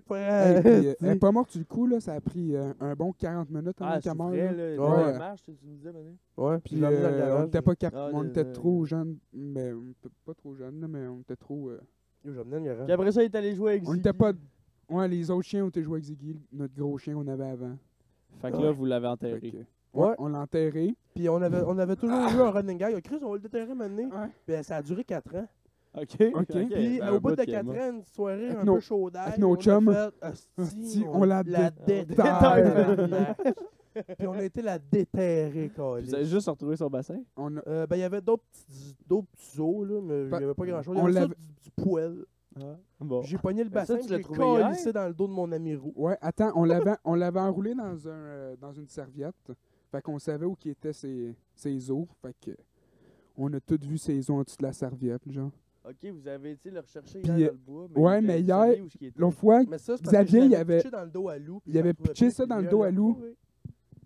S1: Hey, puis, euh,
S3: frère.
S1: elle est pas morte du coup, là, ça a pris euh, un bon 40 minutes
S2: Ah,
S1: en
S2: c'est
S1: cameur.
S2: vrai,
S1: là.
S2: là.
S3: Ouais.
S2: Dans la marche, tu me disais, Mané.
S3: Ouais,
S1: Puis
S3: puis je l'ai mis dans le
S1: euh, on
S3: garage.
S1: était pas cap-
S2: Ah,
S1: on
S2: le-
S1: était
S2: le-
S1: trop jeunes, mais on était pas trop jeunes, là, mais on était trop euh,
S3: Yo, je l'ai mis dans le garage.
S2: Puis après ça, il est allé jouer avec
S1: on
S2: Ziggy.
S1: était pas Ouais, les autres chiens ont été joués avec Ziggy, notre gros chien qu'on avait avant.
S4: Fait que là, vous l'avez enterré.
S1: Fait que-
S3: Ouais.
S1: On l'a enterré.
S3: Puis on avait, on avait toujours eu un running gag. Chris, on va le déterrer maintenant.
S1: Ouais.
S3: Puis euh, ça a duré 4 ans.
S4: OK.
S1: Ok.
S3: Puis
S4: ben,
S3: au
S4: un
S3: bout de
S4: qu'il est
S3: 4
S4: mort.
S3: ans, une soirée
S1: Avec
S3: un
S1: nos-
S3: peu chaude d'ail.
S1: avec nos chums.
S3: Hostie,
S1: Hostie, on la
S2: déterre.
S3: déterre. Puis on a été la déterrer, quoi.
S4: Puis Vous avez juste retrouvé son bassin?
S1: On a-
S3: Euh, ben, il y avait d'autres petits, d'autres petits os, là, mais il n'y
S1: Ben,
S3: avait pas grand-chose.
S1: on
S3: Il y avait ça,
S1: l'avait-
S3: du, du poêle.
S4: Bon.
S3: J'ai pogné le
S2: Ben, ça,
S3: bassin,
S2: tu
S3: je
S2: l'as
S3: l'ai
S2: trouvé hier?
S3: collissé dans le dos de mon ami roux.
S1: Ouais, attends, on l'avait, on l'avait enroulé dans, un, euh, dans une serviette. Fait qu'on savait où qui étaient ses, ses os. Fait que on a tous vu ses os en dessous de la serviette, genre.
S2: Ok, vous avez été le rechercher
S1: Puis,
S2: hier dans le bois. Mais
S1: ouais,
S2: vous
S1: mais
S2: avez-
S1: hier,
S2: vous saviez où est-ce qu'il était.
S1: L'autre fois,
S3: Mais ça, c'est parce
S1: Xavier,
S3: que je
S1: il
S3: l'avais
S1: avait-
S3: pitché dans le dos à loup. puis
S1: il
S3: je
S1: avait
S3: le trouvais
S1: pitché
S3: plus,
S1: ça
S3: puis
S1: dans
S3: lui,
S1: le
S3: on
S1: dos
S3: l'a
S1: à loup.
S3: retrouvé.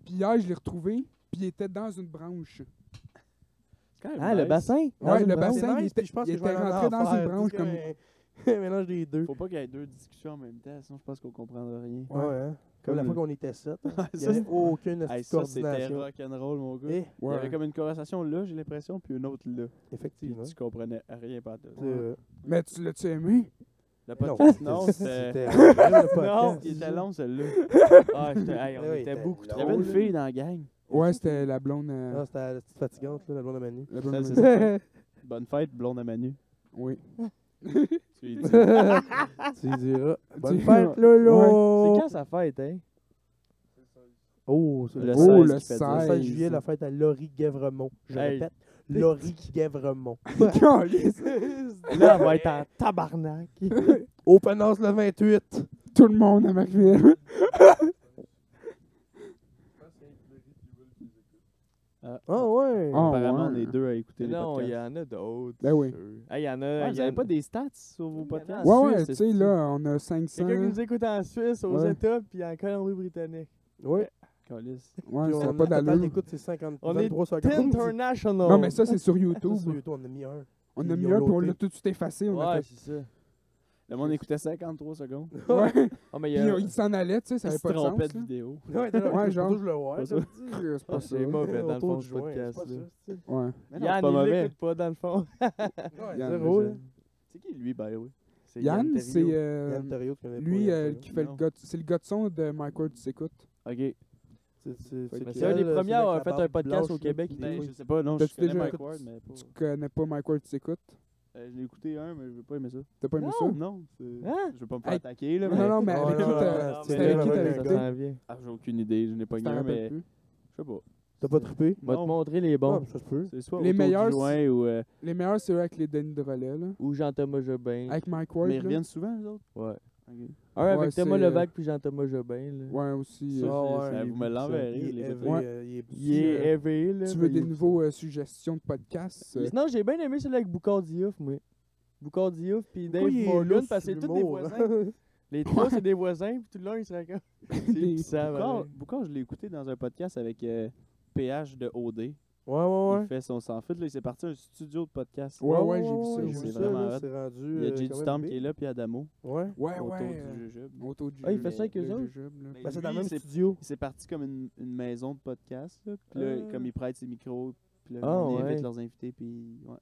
S1: puis hier, je l'ai retrouvé, puis il était dans une branche.
S4: C'est quand même
S2: Ah, le
S4: nice.
S2: bassin?
S1: Ouais,
S3: Dans
S1: le
S3: une branche.
S1: bassin,
S3: Ben, C'est
S1: il
S3: nice,
S1: était-
S3: puis je pense
S1: Ben, il
S3: que je vais
S1: était
S3: aller en
S1: rentré dans une
S3: enfer,
S1: branche
S3: c'est un mélange des deux.
S4: Faut pas qu'il y ait deux discussions en même temps, sinon je pense qu'on comprendra rien.
S3: Ouais, hein. Comme la
S4: Comme
S3: fois qu'on était sept. hein. Il n'y
S4: ça,
S3: avait
S4: c'est- hein,
S3: aucune
S4: Hey,
S3: astuce de
S4: ça, c'était
S3: coordination.
S4: rock'n'roll, mon gars.
S3: Eh,
S4: Il y
S1: Ouais.
S4: avait comme une conversation là, j'ai l'impression, puis une autre là. Puis
S3: effectivement.
S4: tu comprenais rien par
S3: C'est, euh,
S1: Mais tu l'as-tu aimé?
S4: Le
S3: Non,
S4: podcast,
S3: non,
S4: euh, non, c'était...
S3: c'était le
S4: Non,
S3: podcast.
S4: il était long, celui-là. Ah, j'étais- hey, on
S3: Ouais, il
S4: était
S3: était
S4: beaucoup
S3: long,
S4: trop. Il y avait une
S3: là.
S4: fille dans la gang.
S1: Ouais, c'était la blonde. euh,
S3: Non, c'était la petite fatigante, là, la blonde à Manu.
S1: la
S4: Ça,
S1: blonde
S4: c'est
S1: euh,
S4: ça. Bonne fête, blonde à Manu.
S1: oui.
S4: Tu lui dis. Ah,
S3: tu lui diras. Bonne fête,
S2: C'est
S3: Lolo!
S2: quand sa fête, hein?
S3: Oh, c'est
S4: Le
S3: le
S1: Oh,
S4: 16
S1: le
S4: qui
S1: 16.
S4: fait dire.
S3: Le 16
S1: 16.
S3: juillet, la fête à Laurie Guévremont. Je
S4: Hey.
S3: répète, Laurie Guévremont.
S1: Calisse.
S2: Là, elle va être en tabarnak.
S3: Open House le 28.
S1: Tout le monde à Marqueville.
S3: Ah ouais.
S1: Ah,
S4: Apparemment, on
S1: ouais.
S4: est deux à écouter les
S2: Non, il y
S4: podcasts.
S2: en a d'autres.
S1: Ben oui.
S2: c'est sûr. Hey, il y en a.
S4: Ouais,
S2: il
S4: vous
S2: y en
S4: avez
S2: a-
S4: pas des stats sur vos podcasts?
S1: Ouais, ouais,
S2: Suisse,
S1: tu sais,
S2: c'est-
S1: là, on a
S2: Quelqu'un qui
S1: 500.
S2: nous écoute en Suisse, aux
S1: Ouais.
S2: États, puis en Colombie-Britannique.
S3: Ouais.
S4: Calisse.
S1: Ouais,
S3: Puis on
S1: ça
S3: a
S1: n'a Ah, pas
S3: total
S1: d'allure.
S3: d'écoute, c'est 50
S2: On est
S3: 23 secondes.
S2: International.
S1: Non, mais ça, c'est sur
S3: Ça, sur
S1: YouTube.
S3: YouTube, on a mis un.
S1: On a
S3: Ils
S1: mis
S3: ont
S1: un, puis on
S3: loté.
S1: l'a tout de suite effacé. On a
S2: Ouais,
S1: fait...
S2: c'est ça.
S4: Le monde écoutait 53 secondes.
S1: Ouais.
S2: Ah, mais il
S1: Puis
S2: y a.
S1: euh, il s'en allait, tu sais, ça
S4: Il
S1: n'avait
S4: se
S1: pas de sens.
S4: trompait de
S1: là.
S4: vidéo.
S3: Ouais, t'es là,
S1: Ouais,
S3: faut
S1: genre.
S3: que je le vois.
S4: Pas
S3: ça,
S4: ça.
S3: tu dis.
S1: C'est
S2: Ah,
S1: pas ça.
S2: c'est mauvais dans le
S3: Autour
S2: fond
S3: du
S2: du
S3: joint, c'est
S2: podcast.
S3: pas ça,
S2: là.
S3: c'est-
S1: Ouais.
S4: Mais non, c'est
S2: Yann,
S4: pas
S2: il
S4: mauvais.
S2: l'écoute pas dans le fond.
S3: Ouais,
S1: Yann,
S3: zéro,
S1: je-
S4: hein.
S3: là.
S4: C'est qui lui, by the way? C'est
S1: Yann,
S4: Terriot.
S1: c'est. euh,
S3: Yann Terriot, tu connais pas
S1: Lui,
S3: Yann
S1: euh,
S3: Terriot.
S1: qui fait le
S4: Non.
S1: gars, c'est le gars de son de Mike Ward, tu s'écoutes.
S4: Ok.
S3: C'est- c'est-
S1: Mais
S3: lequel,
S2: C'est un des
S3: euh,
S2: premiers
S3: celui
S2: à
S3: avec
S2: avoir
S3: la
S2: fait un
S3: barbe
S2: podcast au
S3: blanche, là,
S2: Québec.
S3: qui-
S4: Ben, je sais pas, non, je
S1: T'as-tu
S4: connais
S1: déjà-
S4: Mike Ward, mais pas...
S1: Tu connais pas Mike Ward, tu s'écoutes.
S4: Euh, je l'ai écouté un, mais je veux pas aimer ça.
S1: T'as pas aimé ça?
S4: Non, non. c'est-
S2: Hein?
S4: Je veux pas me faire
S1: Hey.
S4: attaquer, là,
S1: Non,
S4: mais...
S1: non, non, mais
S3: Oh,
S1: avec qui
S3: non, non,
S1: t'as-
S3: non,
S1: c'était
S3: c'est
S1: avec qui
S3: vrai,
S1: t'as
S3: ouais,
S2: Ça
S1: écouté?
S2: s'en vient.
S4: Ah, j'ai aucune idée, je n'ai pas
S1: Tu
S4: eu
S1: t'en
S4: un,
S1: rappelles
S4: mais...
S1: plus?
S4: Je sais pas.
S3: T'as pas trippé?
S2: On va te
S4: Non.
S2: montrer les
S3: Bon,
S2: bons.
S3: ça se peut.
S4: C'est soit
S1: Les
S4: autour du
S1: meilleurs,
S4: joint ou... euh,
S1: Les meilleurs, c'est eux avec les Denis de relais, là.
S2: Ou Jean-Thomas Jobin.
S1: Avec Mike Ward.
S4: Mais ils
S1: là.
S4: reviennent souvent, les autres?
S2: Ouais.
S4: Ok.
S2: Un
S1: Ouais,
S2: avec
S1: c'est,
S2: Thomas
S1: euh,
S2: Levac puis Jean-Thomas Jobin. là.
S1: Ouais, aussi.
S4: Ça,
S1: euh,
S3: Ah,
S4: c'est-
S3: ouais.
S4: ça, vous me l'enverrez,
S3: Il
S4: les
S3: est
S4: écoutes.
S1: Ouais.
S3: éveillé, euh, il est-
S2: Il est éveillé, là.
S1: Tu veux
S2: mais
S1: des
S2: il-
S1: nouveaux euh, suggestions de podcasts? euh,
S2: Mais Sinon, j'ai bien aimé celui avec Boucard Diouf, moi. Boucard Diouf puis Dave
S3: Pourquoi il est
S2: Morgan,
S3: lousse,
S2: parce que c'est tous des
S3: l'humour, hein?
S2: voisins. Les trois, c'est des voisins, puis tout le long, ils se racontent. C'est
S1: Des-
S2: puissant,
S4: Boucard,
S2: ouais.
S4: Boucard, je l'ai écouté dans un podcast avec euh, PH de OD.
S3: Ouais, ouais, ouais.
S4: Il fait son sans filtre. là, Il s'est parti à un studio de podcast.
S1: Ouais, ouais, j'ai vu ça, j'ai
S3: j'ai
S1: vu
S3: vu
S1: ça,
S3: ça.
S4: là,
S3: là,
S4: c'est
S3: C'est rendu. euh,
S4: Il y a Jay du Temple qui est là, puis Adamo.
S3: Ouais.
S1: Ouais,
S4: autour
S1: ouais.
S4: du
S1: euh,
S4: jujube.
S1: Autour du
S2: Ah, il fait ça avec
S1: le
S2: eux autres?
S1: jujube, là.
S4: Mais
S3: Ben, c'est dans
S4: lui,
S3: le même
S4: c'est-
S3: studio.
S4: C'est parti comme une, une maison de podcast. Là, puis là,
S2: Ah.
S4: comme ils prêtent ses micros, puis là,
S2: Ah,
S4: ils invitent
S2: ouais.
S4: leurs invités. Puis, ouais.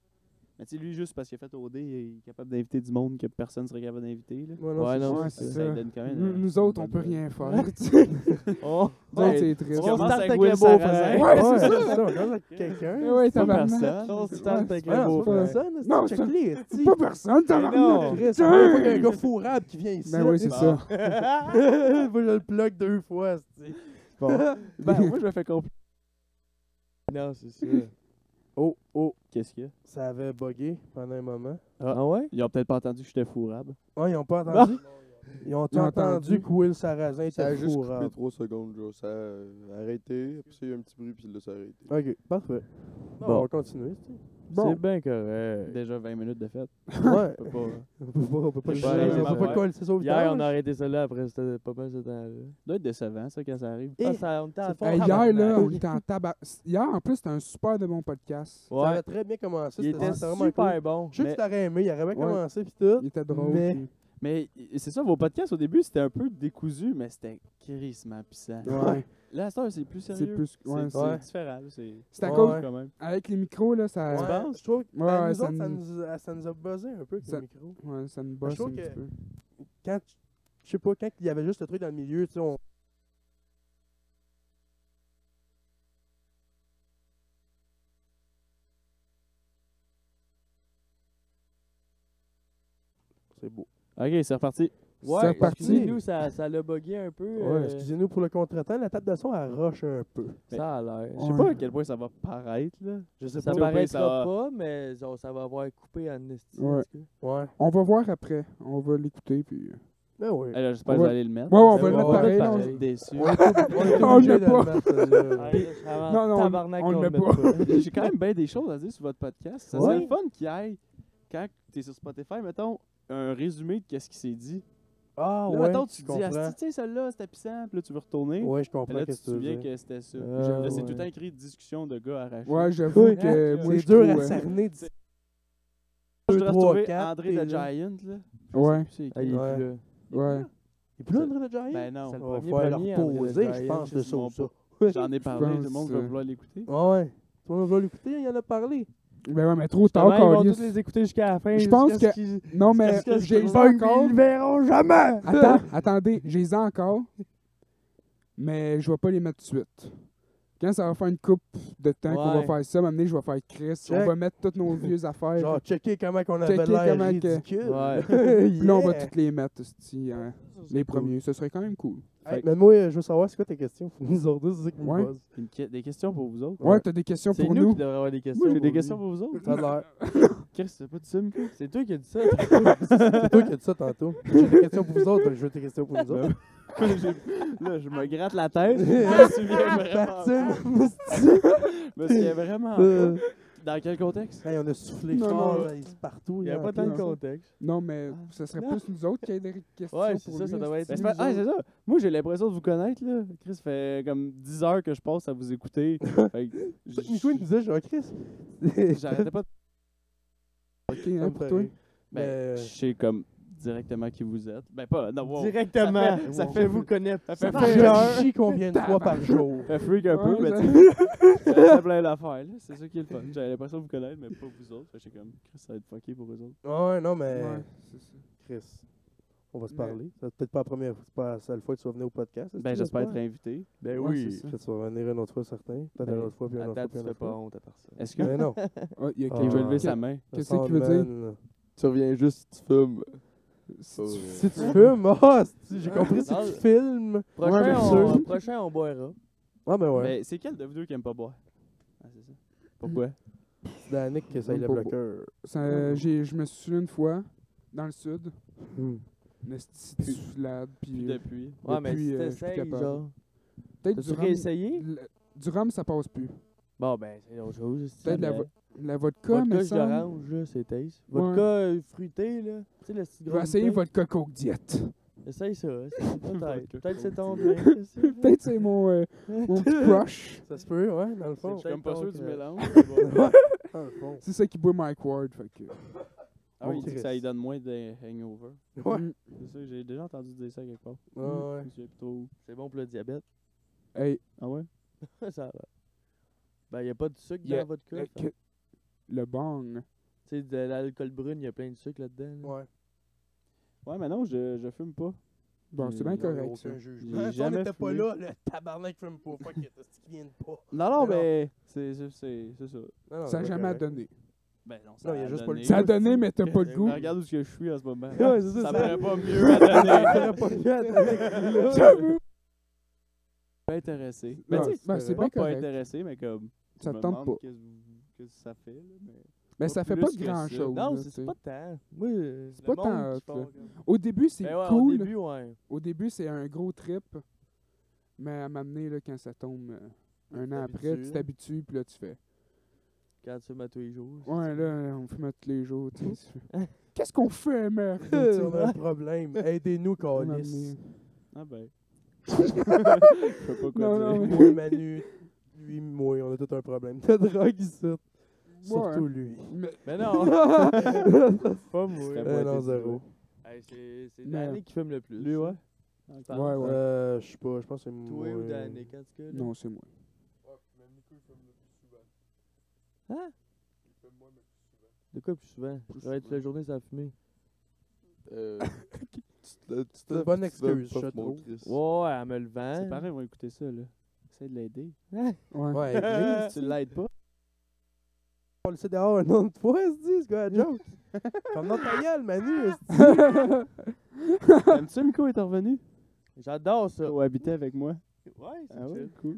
S4: Mais tu sais, lui, juste parce qu'il a fait OD, il est capable d'inviter du monde que personne serait capable d'inviter. là.
S3: Ouais, non,
S2: Ouais,
S3: c'est
S2: non,
S3: ça.
S1: ouais,
S4: Ça,
S1: c'est
S4: ça
S1: ça.
S4: donne quand même.
S1: Nous,
S4: euh,
S1: nous autres,
S4: une
S1: on peut
S4: bonne-
S1: rien faire. tu sais. Nous
S2: Oh,
S1: autres,
S3: ben,
S4: Ouais,
S1: c'est
S4: tu
S1: triste.
S2: On
S4: commences
S2: start
S4: avec
S2: avec
S4: Will
S2: le beau-frère.
S1: Ouais,
S4: Sarrazin.
S3: Ouais,
S1: c'est
S3: c'est
S1: ça.
S3: ça. On lance avec quelqu'un.
S1: Eh Ouais,
S4: Pas
S1: tabarnak.
S4: personne.
S2: on se
S1: c'est-
S2: tente avec
S3: Ouais,
S2: le
S3: non,
S2: beau
S3: c'est pas
S2: frère.
S3: personne.
S1: Non,
S3: C'est
S1: c'est-
S3: clé,
S1: C'est Pas personne, tabarnak.
S2: non.
S3: Chris, on a un gars fourrable qui vient ici.
S1: Ben oui, c'est ça.
S3: Moi, je le plug deux fois, c'est
S4: Ben, moi, je me fais compliquer.
S2: Non, c'est ça.
S3: Oh, oh.
S4: Qu'est-ce qu'il y a
S3: Ça avait bugué pendant un moment.
S2: Ah ouais?
S4: Ils ont peut-être pas entendu que j'étais fourrable.
S3: Ah, ils ont pas entendu? Ils ont
S1: Ils ont entendu.
S3: entendu que Will Sarrazin
S5: Ça a
S3: était
S5: juste coupé
S3: fourrable.
S5: 3 secondes, genre. Ça a arrêté, puis ça, il y a eu un petit bruit, puis là, ça a arrêté.
S3: Ok, parfait. Bon,
S2: Bon.
S3: on va continuer. tu sais.
S2: C'est bien correct.
S4: Déjà 20 minutes de fête.
S3: Ouais.
S4: Je peux pas-
S3: on peut pas, on peut pas,
S4: C'est
S3: chier,
S4: pas la même
S3: on peut
S4: affaire.
S3: pas coller ses
S2: Hier, on a
S3: sauveteurs.
S2: arrêté ça là après c'était pas mal ce temps-là.
S4: doit être décevant, ça, quand ça arrive.
S3: Eh,
S2: Ah, ça, on était en
S3: c'est
S2: fond.
S1: Hey,
S3: fort
S1: hier, là,
S2: tabarnak.
S1: on était en tabac. Hier, en plus, c'était un super de bon podcast.
S3: Ça
S2: Ouais.
S3: avait très bien commencé.
S2: Il était
S3: c'était vraiment cool.
S2: super bon.
S3: Je sais
S4: Mais-
S3: que t'aurais aimé, il aurait bien
S1: Ouais.
S3: commencé pis tout.
S1: Il était drôle.
S3: Mais-
S1: puis-
S4: Mais y- c'est ça, vos podcasts au début, c'était un peu décousu, mais c'était crissement pissant.
S1: Ouais.
S4: Là, à cette heure, c'est plus
S1: C'est
S4: sérieux.
S1: plus- ouais,
S4: c'est
S3: ouais.
S4: différent. là, C'est
S1: C'est à
S3: Ouais.
S1: cause.
S4: quand même.
S1: Avec les micros, là, ça.
S3: Ouais,
S4: penses?
S3: Je trouve que ben,
S1: Ouais, ouais,
S3: nous
S1: ça
S3: autres, ça
S1: nous-
S3: nous... a- ça nous a buzzé un peu avec
S1: Ça-
S3: le micro.
S1: Ouais, ça me bosse un
S3: trouve
S1: petit
S3: que-
S1: peu.
S3: Quand tu- je sais pas, quand il y avait juste le truc dans le milieu, tu sais, on. C'est beau.
S4: Ok, c'est reparti.
S1: C'est
S2: Ouais,
S1: reparti.
S2: excusez-nous, ça, ça l'a bugué un peu.
S3: Ouais,
S2: euh,
S3: excusez-nous pour le contretemps, la table de son, elle roche un peu.
S2: Ça a l'air.
S4: Je sais pas à quel point ça va paraître, là.
S3: Je sais
S4: pas,
S2: Ça
S4: au pire, ça
S2: paraîtra
S4: va-
S2: pas, mais ça, ça va avoir coupé en esti, en
S1: Ouais.
S2: tout cas.
S3: Ouais.
S1: On va voir après. On va l'écouter. Puis... euh,
S3: Ben oui.
S4: Eh, là, J'espère
S1: On
S4: que vous
S1: va-
S4: allez le mettre.
S1: Ouais, ouais, on
S3: va le
S4: On
S3: mettre
S4: va
S3: pareil,
S1: on-
S4: pareil. déçu.
S3: On est
S1: On
S3: obligé
S1: le
S3: de
S1: pas.
S3: mettre, euh, celle-là.
S1: Non, non, on-
S2: Tabarnak,
S1: on le met
S2: le
S1: pas.
S2: met
S4: J'ai quand même bien des choses à dire sur votre podcast. Ça serait
S3: Ouais.
S4: le fun qu'il y ait, quand t'es sur Spotify, mettons, un résumé de qu'est-ce qui s'est dit.
S3: Ah
S4: là,
S3: ouais.
S4: mettons, tu
S3: je
S4: te dis,
S3: comprends.
S4: ah, tu sais, celle-là, c'était pissant, puis là, tu veux retourner.
S3: Ouais, je
S4: Puis
S3: comprends.
S4: là, tu
S3: qu'est-ce
S4: te souviens
S3: veux dire.
S4: que c'était ça.
S2: Ah,
S4: Là, c'est
S2: ouais.
S4: tout le temps écrit discussion de gars arrachés.
S1: Ouais, j'avoue
S3: Ouais,
S1: que moi, je
S3: C'est dur à
S1: trouve, euh,
S3: cerner. dis-
S4: Je
S3: deux,
S4: voudrais
S3: trois,
S4: retrouver
S3: quatre, euh,
S4: André
S3: t'es
S4: the
S3: là.
S4: Giant, là.
S1: Ouais,
S4: Je sais plus
S2: Ah,
S4: c'est qui.
S2: il est
S3: Ouais.
S2: plus là.
S1: ouais.
S3: Et puis là, André de
S4: Ben non.
S2: C'est
S3: On
S2: le
S3: va
S2: premier
S3: falloir
S2: premier, André
S3: poser,
S2: Giant,
S3: je pense,
S4: c'est
S3: de ça
S4: mon
S3: ou ça.
S4: J'en ai parlé, tout le monde
S1: pense,
S4: va
S1: euh,
S4: vouloir l'écouter.
S3: Ah Ouais. Toi, on va l'écouter, il en a parlé.
S1: Ben ouais, mais trop tard,
S2: Justement, Ils vont tous
S1: câlisse.
S2: les écouter jusqu'à la fin.
S1: Je pense
S2: jusqu'à ce
S1: que-
S2: qu'ils-
S1: Non, mais
S2: jusqu'à ce
S1: j'ai
S2: qu'ils
S1: les
S2: buguent, puis
S1: encore.
S2: Ils le verront jamais.
S1: Attends, attendez, j'ai les ai encore. Mais je vais pas les mettre tout de suite. Quand ça va faire une coupe de temps qu'on va
S2: Ouais.
S1: faire ça, m'amener, je vais faire Chris. On
S3: Check.
S1: va mettre toutes nos vieilles affaires.
S3: Genre, checker comment qu'on
S1: Checker
S3: avait l'air
S1: comment que-
S3: ridicule.
S2: Ouais.
S1: Puis là, on va toutes les mettre, hostie, hein, les premiers. Ce serait quand même cool.
S3: Hey, mais moi, euh, je veux savoir, c'est quoi tes questions? Faut nous ordonner, c'est ça qui
S1: Ouais.
S3: me buzz.
S4: Une que- Des questions pour vous autres.
S1: Ouais, t'as des questions
S2: C'est
S1: pour
S2: nous
S1: nous?
S2: qui devrions avoir des questions.
S4: Moi, j'ai
S2: pour
S4: des
S2: lui.
S4: questions pour vous autres.
S3: Ça a l'air.
S4: Chris, c'est pas de somme, quoi.
S2: C'est toi qui as dit ça.
S3: C'est toi qui as dit ça tantôt. J'ai des questions pour vous autres, ben, je veux tes questions pour nous autres.
S4: J'ai- là, je me gratte la tête. Je me souviens
S3: Ah,
S4: vraiment. pas. Je me souviens vraiment.
S3: Euh,
S4: pas. Dans quel contexte
S3: hey, on a soufflé
S1: Non,
S3: fort,
S1: non.
S3: là, il- partout.
S2: Il n'y
S3: là,
S2: a pas
S3: en
S2: tant de
S3: plus.
S2: contexte.
S1: Non, mais ce serait plus nous autres qui aient des questions
S2: Ah. Ouais, c'est
S1: pour
S2: ça,
S1: lui,
S2: ça devrait
S1: hostie.
S2: être-
S4: Ben, c'est pas- ah, c'est ça. Moi, j'ai l'impression de vous connaître, là. Chris, ça fait comme 10 heures que je passe à vous écouter. Fait que j-
S3: Nico, il nous disait, genre, Chris.
S4: J'arrêtais pas de.
S1: Ok, hein, pour toi?
S4: Ben,
S3: Mais-
S4: je sais comme directement qui vous êtes. Ben, pas. Non, wow.
S2: Directement. Ça fait,
S4: Ça fait-
S2: vous connaître.
S4: Ça
S3: Ça
S4: fait
S3: fait
S4: freak,
S3: je chie combien de fois par jour?
S4: ça fait freak un peu,
S1: Ouais,
S4: mais
S1: ça-
S4: tu sais, ça fait plein d'affaires, là. C'est ça qui est le fun. J'avais l'impression de vous connaître, mais pas vous autres. Fait que j'étais comme, Chris, ça va être fucké pour eux autres.
S3: Ouais, non, mais.
S2: Euh,
S1: Ouais, c'est ça.
S3: Chris, on va se
S1: Mais-
S3: parler. C'est peut-être pas la première c'est pas la seule fois que tu vas venir au podcast. est-ce
S4: Ben,
S3: que
S4: j'espère être
S3: j'espère?
S4: invité.
S2: Ben
S1: Ouais,
S2: oui.
S1: c'est ça.
S3: Chris, tu vas venir une autre fois, certain. Peut-être
S2: Ben,
S3: une autre fois, puis une autre
S2: Attends,
S3: fois,
S2: tu
S3: puis une
S2: fais
S3: autre
S2: pas
S3: fois.
S2: honte à personne.
S4: Est-ce que.
S3: Mais non.
S1: Ah, il y a
S3: Ah,
S4: Il veut lever
S1: quelqu'un.
S4: sa main.
S1: Qu'est-ce qu'il veut dire?
S3: dire?
S5: Tu reviens juste, tu fumes.
S1: Si
S5: Oh,
S1: tu-
S5: ouais.
S1: si
S3: Si
S1: tu-
S3: tu fumes, ah, si- j'ai compris, si
S2: Non.
S3: tu filmes.
S2: Prochain,
S1: bien
S2: on,
S3: sûr.
S2: prochain, on boira.
S3: Ouais, ben ouais.
S4: Mais c'est quel de vous deux qui aime pas boire Ah, c'est ça. Pourquoi
S3: C'est Danick qui essaye
S1: Même
S3: le
S1: pas
S3: bloqueur.
S1: ça- j'ai- Je me suis une fois, dans le sud, mais c'était soulade,
S4: Puis
S1: puis euh,
S4: depuis.
S2: Ouais, mais
S1: Depuis,
S2: si
S1: euh, je suis
S2: t'essayes,
S1: capable.
S2: genre.
S1: peut-être
S2: T'as-tu
S1: du rhum,
S2: réessayé?
S1: le- du rhum, ça passe plus.
S2: Bon, ben, c'est autre chose.
S1: Peut-être la,
S2: mais-
S1: vo- la vodka,
S2: Vodka
S1: mais
S2: jus
S1: ça.
S2: d'orange, là, c'est taste.
S1: Ouais.
S2: Vodka euh, fruité, là. Tu sais, la petite
S1: Je vais
S2: grosse
S1: essayer
S2: bouteille.
S1: votre coco diète.
S2: Essaye ça. hein, c'est- Peut-être.
S4: Vodka
S2: Peut-être c'est ton
S4: fruité.
S2: bien. c'est ça.
S1: Peut-être c'est mon, euh, mon petit crush.
S3: Ça se peut, ouais, dans le
S4: Je
S3: fond.
S4: suis comme
S2: peut-être
S4: pas sûr du
S2: ton
S4: mélange.
S3: Dans le fond.
S1: C'est ça qui boit Mike Ward. Fait que,
S4: Ah oui, il dit que
S3: Chris.
S4: ça lui donne moins de hangover.
S3: Ouais.
S1: Mm.
S4: C'est ça, j'ai déjà entendu dire ça quelque part.
S3: Ouais, ouais.
S4: Je me souviens plus trop où.
S2: C'est bon pour le diabète.
S1: Hey,
S4: Ah ouais
S2: ça va. Ben, y a pas de sucre
S1: Y a-
S2: dans votre
S1: le,
S2: vodka. fait-
S1: euh, que- le bang.
S2: Tu sais, de l'alcool brune, y a plein de sucre là-dedans. là.
S3: Ouais.
S4: Ouais, mais non, je, je fume pas.
S1: Bon, c'est
S4: Mm,
S1: bien
S2: Hmm,
S4: non,
S1: correct. ça.
S4: J'ai
S3: Ah,
S4: jamais fumé.
S3: le tabarnak fume pas. Fuck it, est-ce qu'il vient de pas?
S4: Non, non,
S3: Mais non.
S4: mais c'est c'est- c'est- c'est ça.
S3: Non, non,
S1: Ça n'a
S3: c'est
S1: jamais
S3: correct.
S1: donné.
S4: Ben non, ça
S3: Non, il y a juste pas le
S4: donné.
S1: Ça a
S3: aussi,
S1: donné, mais t'as pas le
S3: euh,
S1: goût.
S4: Mais regarde où est-ce que je suis en ce moment.
S3: Ouais, c'est
S4: ça
S3: ça, ça-
S4: pourrait pas mieux à donner.
S3: Ça aurait pas mieux à donner que là.
S4: pas intéressé.
S1: Ben,
S4: Mais
S1: ben,
S4: tu sais,
S1: c'est
S3: c'est
S1: bien
S4: pas pas
S1: correct.
S4: intéressé, mais comme.
S1: Ça
S4: je me
S1: te tente
S4: demande
S1: pas.
S4: Qu'est-ce que vous- qu'est-ce que ça fait, là, mais-
S1: Mais
S4: pas
S1: ça fait
S4: plus
S1: pas
S4: que ça.
S1: grand-chose.
S2: Non,
S1: là, tu
S2: c'est-
S1: sais.
S2: c'est pas tant. Moi, euh,
S1: C'est
S2: le
S1: pas
S2: monde
S1: tant
S2: qui
S1: hot, là.
S2: part, comme-
S1: Au début, c'est
S2: Ben ouais,
S1: cool.
S2: Au début, ouais.
S1: Au début, c'est un gros trip. Mais à m'amener, là, quand ça tombe euh, un an après, tu
S3: t'habitues.
S1: t'habitues, puis là, tu fais.
S2: Quand tu fumes à tous les jours. c'est-
S1: Ouais, là, on fume à tous les jours. tu sais, tu fais, Qu'est-ce qu'on fait, merde? tu sais,
S3: On a un problème. Aidez-nous,
S1: à un moment
S3: Calis.
S1: donné.
S4: Ah ben. je sais pas quoi
S1: Non, non,
S4: dire.
S1: mais-
S3: Moi, Manu, lui, moi, on a tout un problème de drogue ici. Surtout
S1: Ouais.
S3: lui.
S1: Mais-
S2: Mais non! pas
S4: serait
S2: moi.
S5: Eh
S4: pas-
S3: Euh,
S4: Ouais,
S3: non,
S4: t'es sûr.
S3: zéro.
S2: Hey, c'est c'est
S1: Mais-
S2: Danick qui fume le plus.
S4: Lui,
S2: ça.
S4: ouais.
S1: Ouais, ouais.
S3: Euh, je sais pas, je pense que c'est
S2: Toi
S3: moi.
S2: ou Danick, en tout cas.
S3: Euh,
S2: là.
S1: Non, c'est moi.
S2: Hein? De quoi plus souvent? Je travaille toute la journée sans fumer.
S5: Euh, Tu te- tu te
S3: une
S5: lèves,
S3: bonne
S5: puis tu te lèves,
S3: excuse,
S5: pof,
S3: je
S5: mon
S3: trouve.
S5: Christ.
S2: Ouais, elle me le vend.
S4: Ses parents vont écouter ça, là. Essaye de l'aider.
S2: Hein?
S1: Ouais.
S3: Ouais, mais
S4: tu l'aides pas.
S3: on le sait dehors un autre fois, se dit, c'est quoi la joke? Comme dans ta gueule, Manu. esti.
S4: Aimes-tu Miko est revenu?
S2: J'adore ça.
S4: Cohabiter avec moi.
S2: Ouais, c'est
S4: Ah ouais,
S2: chill.
S4: cool.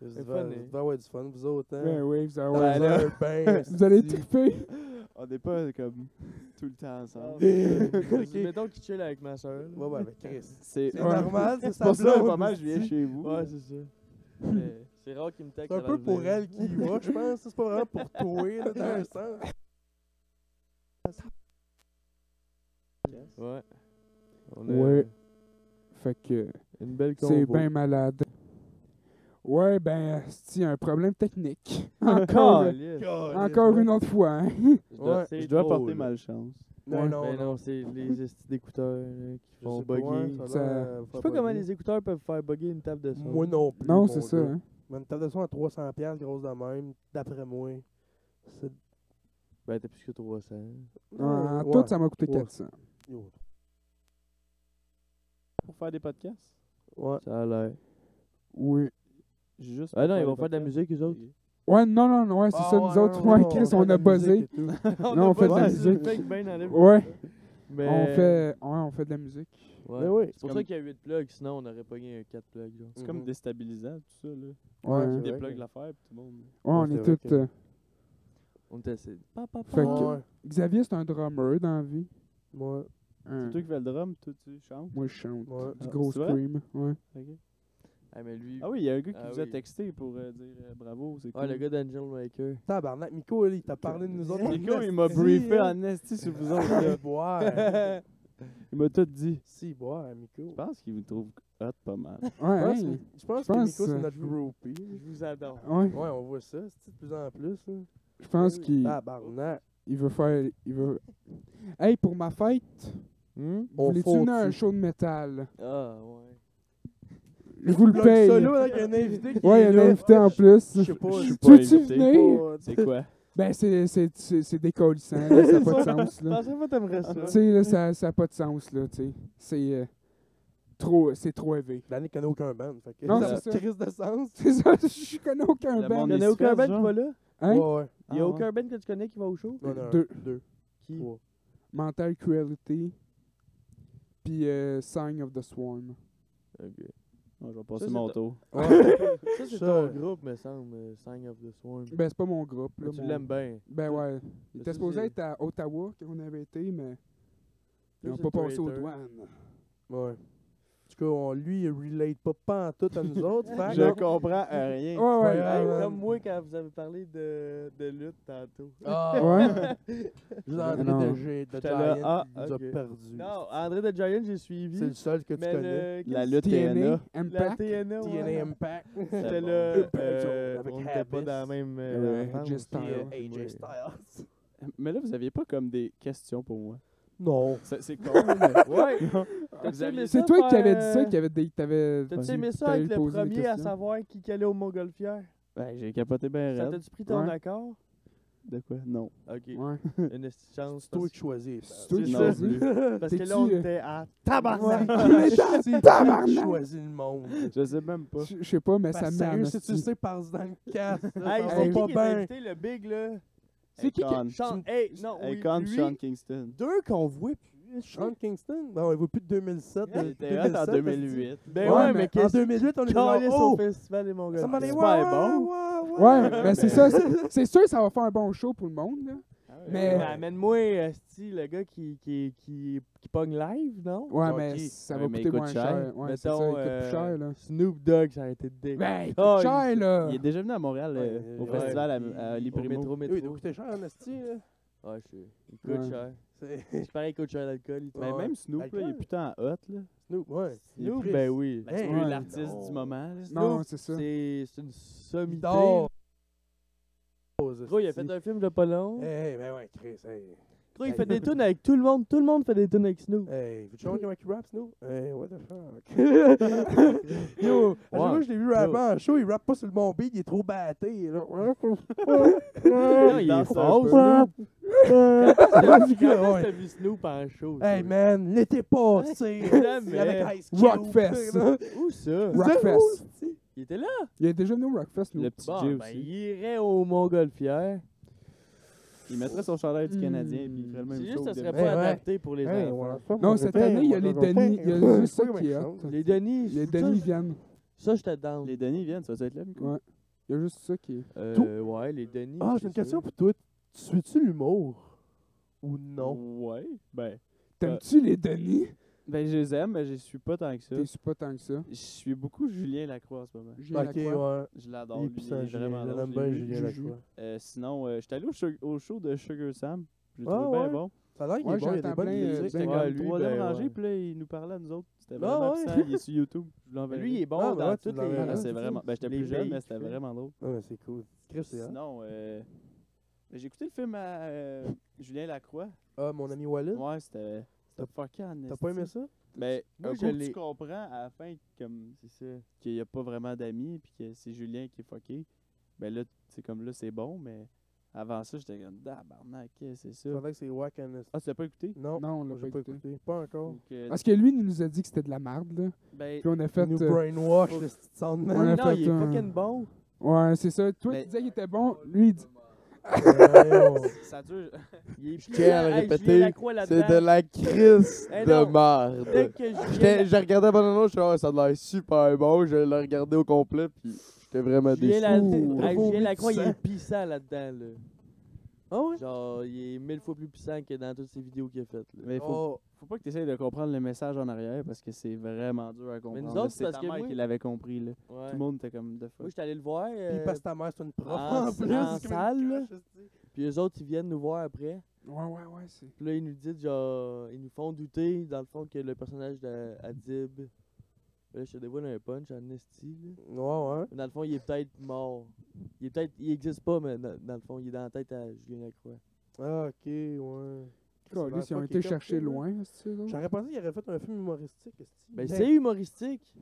S3: Vous
S2: C'est
S3: devez-
S2: funny.
S3: vous devez avoir du fun, vous autres, hein?
S1: Ben oui, vous allez,
S3: Dans
S1: avoir-
S4: là.
S3: un bain, esti.
S1: vous allez triper.
S4: On n'est pas euh, comme tout le temps ensemble.
S2: Ok. Mettons qu'il chill avec ma soeur.
S3: Ouais, ouais, mais Chris.
S4: C'est
S3: C'est
S1: Ouais.
S3: normal, c'est
S4: C'est
S3: sa
S4: pour ça,
S3: blonde,
S4: pas mal, je viens
S3: esti.
S4: chez vous.
S2: Ouais, c'est ça. Mais C'est rare qu'il me texte.
S3: C'est un
S2: avant
S3: peu
S2: de
S3: pour
S2: venir.
S3: elle qui y va, je pense. C'est pas vraiment pour toi, là, dans un sens.
S2: Ouais. On a
S1: Ouais. Fait que
S2: Une belle combo.
S1: c'est bien malade. Ouais, ben, c'est un problème technique. Encore, encore une autre fois. hein.
S2: Je dois,
S3: Ouais.
S2: c'est
S4: Je dois
S2: trop,
S4: porter
S2: là.
S4: malchance.
S3: Non,
S1: Ouais.
S3: non,
S2: Ben
S3: non.
S2: non, c'est les estis d'écouteurs là, qui
S3: Je
S2: font
S3: sais pas, ouais,
S2: bugger.
S3: ça a
S1: Ça-
S3: l'air,
S1: Je
S3: euh,
S2: Je sais
S3: pas
S2: pas comment
S3: bugger.
S2: les écouteurs peuvent faire bugger une table de son.
S3: Moi non plus.
S1: Non,
S3: mon
S1: c'est ça.
S3: gars.
S1: hein.
S3: Mais une table de son à 300$, piastres, grosse de même, d'après moi. C'est.
S2: Ben t'as plus que 300.
S1: En
S3: Ouais.
S1: tout, ça m'a coûté
S3: Ouais.
S1: 400.
S3: Yo.
S4: Pour faire des podcasts?
S3: Ouais.
S2: Ça a l'air.
S1: Oui.
S4: J'ai Juste
S2: Ah non, ils
S4: pour
S2: vont faire de la
S4: des
S2: musique eux autres.
S4: podcasts.
S1: Ouais, non, non, non, ouais, c'est
S3: Ah,
S1: ça,
S3: ouais,
S1: nous autres.
S3: ouais,
S1: Ouais,
S3: ouais,
S1: Chris, on
S3: on fait
S1: a
S3: de la
S1: buzzé.
S3: musique et tout.
S1: Non, on fait de la musique.
S4: ben
S1: Ouais,
S2: Mais...
S1: on fait, ouais, on fait de la musique.
S2: Ouais.
S3: Ben oui.
S2: C'est pour
S4: Comme-
S2: ça qu'il y a 8 plugs, sinon on aurait pogné un 4 plugs. genre.
S4: C'est
S3: Mhm.
S4: comme déstabilisant, tout ça, là.
S1: Ouais, hein.
S3: Ouais,
S4: Tu
S3: c'est vrai
S4: déplugues
S3: que-
S4: l'affaire, puis tout le monde...
S1: Ouais, on
S3: c'est
S1: est
S3: vrai
S1: tous.
S3: que-
S1: euh,
S2: On était assez. Pa, pa, pa.
S1: Fait que-
S3: Ouais,
S1: Xavier, c'est un drummer dans la vie.
S3: ouais.
S1: Hein.
S4: C'est
S2: Hmm.
S4: toi qui fais le drum, toi, tu chantes.
S1: Moi, je chante.
S3: Ouais.
S1: Du
S4: Ah,
S1: gros
S4: c'est vrai?
S1: scream. Ouais.
S4: Ok.
S2: Ah, mais lui.
S4: Ah oui, il y a un gars qui
S2: Ah
S4: vous a
S2: oui.
S4: texté pour euh, dire euh, bravo, c'est cool.
S2: Ah, le gars d'Angel Maker.
S3: Tabarnak, Miko, il t'a parlé de nous autres.
S4: Nico, il m'a
S3: esti,
S4: briefé
S2: hein.
S3: là.
S4: en esti sur vous autres,
S3: Ah,
S4: là.
S3: il boit.
S4: Il m'a tout dit.
S3: Si, boire, Miko.
S4: Je pense qu'il vous trouve hot pas mal.
S1: Ouais,
S3: Je pense
S1: hein.
S3: que- Je pense
S1: Je
S3: que Miko,
S1: pense,
S3: c'est
S1: euh,
S3: notre groupie.
S2: Je vous adore.
S1: Ouais.
S3: Ouais, on voit ça, c'est de plus en plus. hein.
S1: Je pense qu'il
S3: Ah. Tabarnak.
S1: il veut faire. Il veut... Hey, pour ma fête,
S3: On
S1: voulez-tu
S3: fond
S1: venir à un
S3: dessus.
S1: show de métal?
S2: Ah, ouais.
S1: Je vous le
S3: Plug
S1: paye.
S3: solo avec un invité qui
S1: Ouais,
S3: est
S1: il y a
S3: là.
S1: un invité en plus.
S3: Je sais pas.
S4: Je suis
S1: Tu
S4: pas
S1: veux-tu
S4: invité.
S1: venir?
S3: Oh,
S4: C'est quoi?
S1: Ben, c'est- c'est c'est- c'est décollissant, là, ça n'a pas de sens, là.
S2: pensais pas
S3: Ah,
S2: t'aimerais
S1: Tu sais, là, ça n'a pas de sens, là, tu sais. C'est euh, trop, c'est trop élevé.
S3: L'année qu'on n'a aucun band. Fait que
S1: Non,
S3: ça
S1: c'est
S3: a
S1: ça.
S3: crise Euh, de sens.
S1: C'est ça, je connais aucun
S4: Le
S1: band.
S4: monde
S2: Il y en
S4: est-
S2: a aucun
S4: Espèce,
S2: band qui
S4: genre.
S2: va là
S1: Hein?
S3: Ouais, ouais.
S2: Il y a
S4: Ah,
S2: aucun band que tu connais qui va au show
S3: On a un,
S1: Deux.
S3: Deux.
S2: Qui
S3: Trois.
S1: Mental Cruelty, puis euh, Sign of the Swarm.
S2: Ok.
S4: ouais. Ouais, je vais
S2: Ça,
S4: passer
S2: c'est
S4: mon
S2: ta-
S4: tour.
S2: Ça, c'est
S3: Ça.
S2: ton groupe, me semble, euh, Sign of the Swarm.
S1: Ben, c'est pas mon groupe, là.
S2: Ah, tu
S1: mon-
S2: l'aimes bien.
S1: Ben ouais. Il
S2: Ça,
S1: était supposé
S2: c'est-
S1: être à Ottawa quand on avait été, mais ils n'ont
S2: c'est
S1: pas
S2: toi,
S1: passé aux
S2: hater.
S1: douanes.
S3: Ouais. En tout cas, on, lui, il relate pas pantoute à nous autres. fait
S4: Je
S3: que-
S4: comprends euh, rien.
S1: Ouais, ouais.
S3: grave.
S2: Hey,
S3: Ah,
S2: comme
S3: man.
S2: moi quand vous avez parlé de, de lutte tantôt.
S3: Ah,
S1: Ouais.
S3: Je vous en prie,
S1: Non.
S3: de G- de
S4: J'étais
S3: Giant,
S4: là, ah,
S3: il nous a
S2: ok.
S3: perdu.
S2: Non, André de Giant, j'ai suivi.
S3: C'est le seul que tu
S2: mais
S3: connais.
S2: le,
S4: La
S2: qu'est-ce
S4: lutte
S1: TNA,
S4: TNA.
S2: que- la
S1: Impact.
S2: TNA. ouais.
S3: TNA Impact.
S2: J'étais
S4: bon.
S2: là.
S3: Impact,
S2: euh,
S3: avec
S2: on n'était pas
S3: Habis.
S2: dans la même.
S1: Ouais,
S2: euh, enfance.
S1: AJ Styles.
S2: Puis, euh,
S1: Ouais.
S2: AJ Styles.
S3: Styles.
S4: Mais là, vous aviez pas comme des questions pour moi.
S3: Non.
S4: C'est c'est con, mais...
S2: Ouais.
S4: Vous aviez-
S1: C'est toi qui avais dit ça, qui avait des. T'avais,
S2: euh, T'as-tu
S1: dit-
S2: aimé ça
S1: t'avais
S2: avec le
S1: posé des
S2: premier à
S1: questions?
S2: savoir qui allait au Montgolfière?
S4: Ben, j'ai capoté bien
S2: Ça
S4: raide.
S2: t'a-tu pris ton
S1: Ouais.
S2: accord?
S4: De quoi? Non.
S2: Ok,
S1: Ouais.
S2: une petite chance.
S3: C'est toi
S2: parce-
S3: qui choisis.
S1: C'est toi
S2: C'est
S1: qui
S2: ça.
S1: choisis.
S2: Parce que
S1: T'es-tu,
S2: là, on
S1: euh,
S2: était à
S3: Tabarnak.
S1: Ouais.
S3: C'est toi qui choisis le monde.
S4: Je sais même pas.
S1: Je je sais pas, mais ça
S3: Parce que
S1: mène.
S3: sérieux, si tu
S1: hostie.
S3: le sais, passe dans le casque. là,
S2: Hey,
S3: ça
S1: c'est
S2: c'est Ah,
S3: va
S2: qui
S3: pas
S2: qui t'a
S3: bien.
S2: invité, le big, là?
S4: C'est qui qui-
S2: Sean, hey, non,
S4: Hey,
S2: oui,
S4: con,
S2: lui,
S4: Sean Kingston.
S3: Deux qu'on voit plus. Sean Kingston? Ben, on ne voit plus de 2007.
S4: Il était hot en 2008.
S2: Ben
S3: ouais,
S2: ouais,
S3: mais
S2: mais
S3: en
S2: qu'est-ce
S3: 2008, on est genre,
S2: qu'il
S3: oh,
S2: au festival des Mongols?
S3: ça m'a l'air
S4: Super
S3: ouais,
S4: bon.
S3: ouais, ouais,
S1: Ouais, mais c'est ça. c'est- C'est sûr que ça va faire un bon show pour le monde, là.
S3: Ah
S2: Mais
S1: Mais-
S2: Ben, amène-moi, esti, le gars qui, qui, qui, qui pogne live, non?
S1: Ouais,
S3: Ok.
S1: mais ça va
S4: Ouais, mais
S1: coûter
S4: il coûte
S1: moins cher.
S4: cher.
S1: Ouais, c'est ça, il
S2: Mettons,
S1: coûte
S2: euh,
S1: plus cher, là.
S2: Snoop Dogg, ça a été dé.
S1: Ben, il
S2: oh,
S1: coûte cher,
S2: il-
S1: là.
S4: Il est déjà venu à Montréal euh,
S3: Ouais,
S4: au
S3: ouais.
S4: festival
S2: puis
S4: à, à
S2: au
S4: Liprimau.
S2: métro,
S3: Oui,
S2: métro.
S3: il doit coûter cher en esti, là.
S2: Ouais, je sais. Il coûte
S1: Ouais.
S2: cher.
S3: C'est...
S2: C'est pareil, il coûte cher l'alcool. il-
S3: Ouais.
S4: Mais même Snoop, là, il est
S3: Alcool.
S4: putain hot. Là.
S3: Snoop, ouais. il est
S2: Snoop,
S3: triste.
S2: ben oui.
S3: Hey,
S4: C'est
S1: ouais.
S4: l'artiste
S3: non.
S4: du moment. là.
S1: Non, c'est ça.
S2: C'est c'est une sommité.
S3: Il dort.
S2: Gros, il a fait un film de pas long.
S3: Eh, hey, ben ouais, Chris, hey.
S2: Gros, Toi, il fait des tunes avec tout le monde. Tout le monde fait des tunes avec Snoop.
S3: Hey, veux-tu voir comment il rappe, Snoop? Hey, what the fuck? Yo, à chaque
S2: Ouais.
S3: fois que je l'ai vu rapper en show, il rappe pas sur le bon beat, il est trop batté. Là.
S4: Non, il est
S2: danse
S4: fort,
S2: un peu.
S4: Snoop.
S2: Quand est-ce
S3: Ouais.
S2: que t'as vu Snoop en show?
S3: hey
S2: toi?
S3: man, l'été passé,
S2: Jamais.
S3: avec Ice Cube.
S1: Rockfest.
S3: là.
S2: Où ça?
S1: Rockfest.
S2: Il était là?
S1: Il est déjà venu au Rockfest, nous.
S4: Le petit J
S2: Bon, ben, il
S4: aussi.
S2: irait au Montgolfière.
S4: Il mettrait son chandail du
S1: Hmm.
S4: Canadien et il ferait le même
S2: C'est juste
S4: show
S2: que ça
S4: que
S2: serait
S4: demain.
S2: pas
S3: Ouais, ouais.
S2: adapté pour les
S3: Hey,
S2: enfants.
S3: ouais.
S1: Non, cette année, il y a les Denis. Il y a juste ça qui est hot.
S2: Les Denis,
S1: Les
S2: ça,
S1: Denis
S2: je-
S1: viennent.
S2: Ça, j'étais down.
S4: Les Denis viennent, ça va être là, Nico?
S1: Ouais. Il y a juste ça qui est.
S2: Euh,
S3: Tout-
S2: ouais, les Denis.
S3: Ah, j'ai
S2: c'est
S3: une
S2: ça.
S3: question pour toi. Tu Suis-tu l'humour? Ou non?
S4: Ouais. Ben,
S3: Euh,
S1: T'aimes-tu les Denis
S4: ben, je les aime, mais je les suis pas tant que ça.
S1: T'es pas tant que ça.
S4: Je suis beaucoup Julien Lacroix en ce moment.
S1: J'ai
S3: Ok, ouais.
S4: Je l'adore.
S3: Et
S4: lui,
S3: puis
S4: Il
S3: ça,
S4: est
S3: Julien,
S4: vraiment
S3: je
S4: drôle,
S3: l'aime
S4: je l'ai
S3: bien,
S4: vu.
S3: Julien
S1: Juju.
S3: Lacroix.
S4: Euh, sinon, euh, j'étais allé au, show- au show de Sugar Sam. Je l'ai
S3: Ah,
S4: trouvé
S3: ouais.
S4: bien bon.
S3: Ça a l'air qu'il
S1: Ouais,
S3: est bon, il y a des
S1: j'entends
S3: bonnes
S1: plein, euh,
S3: musiques.
S4: J'étais
S2: ouais,
S4: comme
S2: lui,
S4: troisième
S2: ben,
S4: rangée,
S2: ouais.
S4: puis là, il nous parlait à nous autres. C'était
S3: Ah,
S4: vraiment
S3: ouais.
S4: puissant, Il est sur YouTube. Je l'enverrai.
S2: Lui, il est bon
S3: Ah, ben
S2: dans
S3: ouais, tu
S2: toutes
S3: l'avais-
S2: les.
S3: Ah,
S4: Ah, c'est
S3: c'est
S4: vraiment. Ben, j'étais
S2: les
S4: plus jeune,
S2: pays
S4: mais
S2: qu'il
S4: c'était
S2: fait.
S4: vraiment drôle.
S3: Ah, mais c'est cool. Chris, c'est hot.
S4: Sinon, euh, j'ai écouté le film à euh, Julien Lacroix.
S3: Ah, mon ami Walid,
S4: Ouais, c'était. C'était fucking.
S3: t'as pas aimé ça?
S4: Ben,
S2: Moi,
S4: un
S2: je
S4: coup, que
S2: l'ai-
S4: tu comprends à la fin comme c'est ça, qu'il n'y a pas vraiment d'amis puis que c'est Julien qui est fucké. Ben là, c'est comme là, c'est bon, mais avant ça, j'étais comme tabarnak, qu'est-ce que c'est
S3: Je
S4: ça.
S3: pensais que c'est Wack and Est-
S4: Ah, tu l'as pas écouté?
S3: Non,
S1: Non, on
S3: moi,
S1: l'a
S3: j'ai
S1: pas écouté.
S3: Pas encore.
S4: Donc, euh,
S1: Parce que lui, il nous a dit que c'était de la merde, là.
S4: ben,
S1: Puis on a fait.
S3: nous
S1: euh,
S3: brainwash,
S4: faut-
S3: le petit
S1: on
S3: soundman.
S1: a
S2: Non,
S1: fait
S2: il est
S1: un-
S2: fucking bon.
S1: Ouais, c'est ça. Toi,
S4: Mais-
S1: tu disais qu'il était bon. Lui, il dit.
S3: Voyons.
S4: ça dure.
S2: Il est
S5: Je tiens à le répéter, C'est de la crise
S2: Ah, ben. Eh
S5: de
S2: non. Dès
S5: merde.
S2: que Julien
S5: J'étais- J'ai regardé la bande annonce, je suis ah, ça a l'air super bon. Je l'ai regardé au complet, puis j'étais vraiment
S2: Julien
S5: déçu.
S2: La-
S3: Ouh.
S2: Hey,
S3: Trop
S2: Julien Lacroix, il
S3: puissant.
S2: est pissant là-dedans. Là.
S3: Ah ouais?
S2: Genre, il est mille fois plus puissant que dans toutes ses vidéos qu'il a faites. là.
S4: Mais faut,
S3: Oh,
S4: faut pas que tu essayes de comprendre le message en arrière parce que c'est vraiment dur à comprendre.
S2: nous
S4: là.
S2: autres,
S4: c'est
S2: parce
S4: ta
S2: que
S4: mère
S2: moi-
S4: qui l'avait compris. Là.
S2: Ouais.
S4: Tout le monde était comme de
S2: Moi,
S4: fuck.
S2: j'étais allé le voir.
S3: Puis
S2: euh, ah,
S3: parce que ta mère, c'est une prof
S2: en- en
S3: en, plus. c'est comme une
S2: salle, là.
S3: coche, esti.
S2: Puis eux autres, ils viennent nous voir après.
S1: Ouais, ouais, ouais. c'est-
S2: Puis là, ils nous disent, genre, ils nous font douter, dans le fond, que le personnage de Adib. Ben Là, je te dévoile un punch en esti, là.
S3: Ouais, ouais.
S2: Mais Dans le fond, il est peut-être mort. Il est peut-être. Il existe pas, mais dans, dans le fond, il est dans la tête à Julien Lacroix.
S3: Ah, ok,
S1: Caliste,
S3: ouais. Ça a l'air
S1: Ils ont
S3: fucking
S1: été
S3: cool,
S1: chercher
S3: là.
S1: loin, c'est ça, là.
S3: hein. J'aurais pensé qu'il aurait fait un film humoristique. esti.
S2: Ben,
S3: Mais-
S2: c'est humoristique.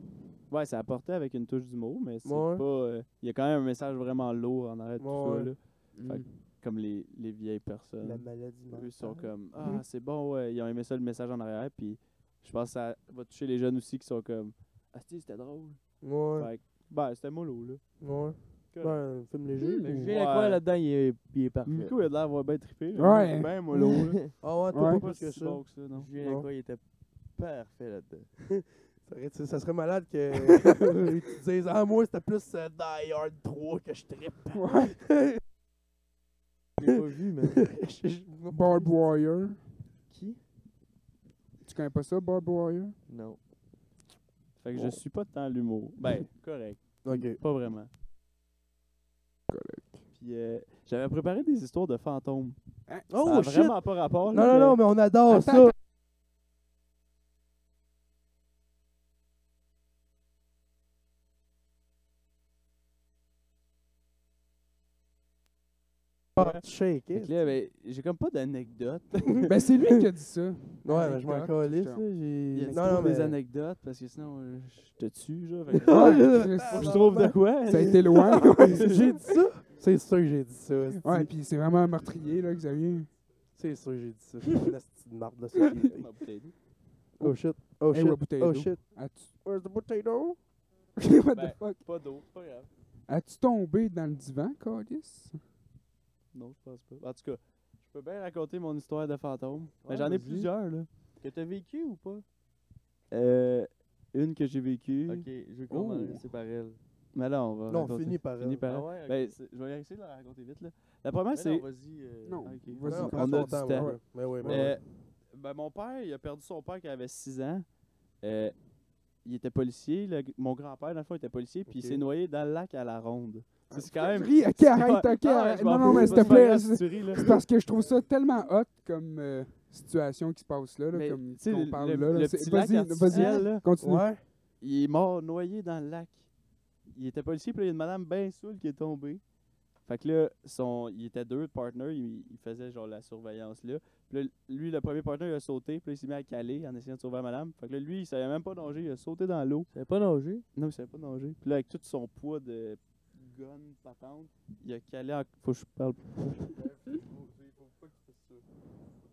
S4: Ouais, ça apportait avec une touche d'humour, mais c'est
S3: Ouais.
S4: pas. euh, Il y a quand même un message vraiment lourd en arrière de tout
S3: Ouais.
S4: ça. Là.
S1: Mm.
S4: Fait- Comme les, les vieilles personnes.
S3: La maladie
S4: Eux sont
S3: mentale.
S4: comme Ah, c'est bon, ouais. Ils ont aimé ça le message en arrière. Puis je pense que ça va toucher les jeunes aussi qui sont comme Ah, si, c'était drôle.
S3: Ouais,
S4: Fait que, ben, c'était mollo, là.
S3: ouais. Ben, un film léger.
S2: Mais
S3: ou-
S2: Julien Lacroix, là-dedans, il est, il est parfait.
S4: Nico, il a l'air d'avoir bien trippé. là.
S1: Ouais.
S4: Il est bien mollo, là.
S3: Ah ouais,
S1: Ouais.
S3: toi, pas
S4: Pas
S3: plus que
S4: si
S3: ça.
S4: bon que ça, non.
S2: Julien
S3: Non.
S2: Lacroix, il était parfait là-dedans.
S3: Ça aurait- Ça serait malade que tu te dises Ah, moi, c'était plus euh, Die Hard 3 que je trippe.
S1: Ouais.
S2: Je l'ai pas vu, mais.
S3: Je- je-
S1: Barb Wire.
S2: Qui
S1: Tu connais pas ça, Barb Wire?
S2: Non.
S4: Fait que je suis pas tant l'humour. Ben, correct.
S3: Ok.
S4: Pas vraiment. Correct. Puis euh, j'avais préparé des histoires de fantômes. ça
S3: Oh,
S4: a
S3: shit!
S4: vraiment pas rapport.
S3: Non, non, non, mais on adore
S1: Attends,
S3: ça. Ah, tu shake,
S4: Fait
S3: hein?
S4: que là, ben, j'ai comme pas d'anecdote.
S1: Ben, c'est lui qui a dit ça.
S3: Ouais, mais je m'en
S1: Anecdote,
S3: calisse, là.
S1: genre.
S3: j'ai-
S4: Il y
S3: Non, non, mais.
S4: des anecdotes parce que sinon euh, je te tue, genre. Fait que-
S1: Ouais, Chris,
S4: Faut que je trouve de quoi.
S1: Ça a été loin. ouais.
S3: j'ai dit ça? C'est sûr que j'ai dit ça. esti.
S1: Ouais, puis c'est vraiment un meurtrier, là, Xavier.
S3: C'est sûr que j'ai dit ça. Je suis une esti de marde de société.
S4: Ah, peut-être.
S3: Oh shit. Oh
S1: Hey,
S3: shit.
S1: what potato?
S3: Oh shit.
S1: As-tu
S3: Where's the potato?
S1: What
S4: Ben.
S1: the fuck?
S4: Pas d'eau, c'est pas grave.
S1: As-tu tombé dans le divan, Calis?
S4: Non, je pense pas. En tout cas, je peux bien raconter mon histoire de fantôme.
S2: Ouais,
S4: mais j'en ai
S2: vas-y.
S4: plusieurs, là.
S2: Que t'as vécu ou pas
S4: Euh, une que j'ai vécue.
S2: Ok, je vais
S4: Oh.
S2: commencer par elle.
S4: Mais là, on va.
S3: Non,
S4: raconter.
S3: finis par
S4: Finis
S3: elle.
S4: par
S2: Ah
S4: là.
S2: ouais, ok.
S4: Ben, c'est- je vais essayer de la raconter vite, là. La première,
S2: Mais Ah, non,
S4: c'est.
S2: vas-y. euh,
S1: Non.
S4: ok.
S1: Vas-y.
S3: Non,
S1: on
S3: prends
S4: a
S3: ton
S4: du
S3: temps,
S4: temps.
S3: ouais, ouais. Mais oui, mais
S4: Euh,
S3: ouais.
S4: ben, mon père, il a perdu son père quand il avait 6 ans. Euh, il était policier. le- mon grand-père, dans le fond, était policier. Puis
S3: Ok.
S4: il s'est noyé dans le lac à la ronde. Ça, Ah, C'est quand même.
S1: Ris, ok, arrête, ok,
S4: Ah,
S1: arrête.
S4: je
S1: Non,
S4: m'en
S1: non,
S4: fous,
S1: mais
S4: c'est
S1: s'il
S4: pas
S1: te plaît,
S4: grave
S2: Ah,
S4: si
S1: c'est
S4: tu ris, là.
S1: c'est parce que je trouve ça tellement hot comme euh, situation qui se passe là, là
S4: Mais,
S1: comme
S4: tu sais,
S1: qu'on
S4: le-
S1: parle
S4: le-
S1: là. là,
S4: le
S1: c'est-
S4: petit lac
S1: vas-y,
S4: artificiel,
S1: vas-y,
S4: là.
S1: continue.
S3: Ouais.
S4: Il est mort noyé dans le lac. Il était policier, puis là, il y a une madame bien saoule qui est tombée. Fait que là, son, il était deux partners, il, il faisait genre la surveillance là. Puis là, lui, le premier partner, il a sauté, puis là, il s'est mis à caler en essayant de sauver madame. Fait que là, lui, il savait même pas nager, il a sauté dans l'eau.
S2: savais pas nager.
S4: Non, il savait pas nager. Puis là, avec tout son poids de gun, patente, il a calé en... Faut que je parle.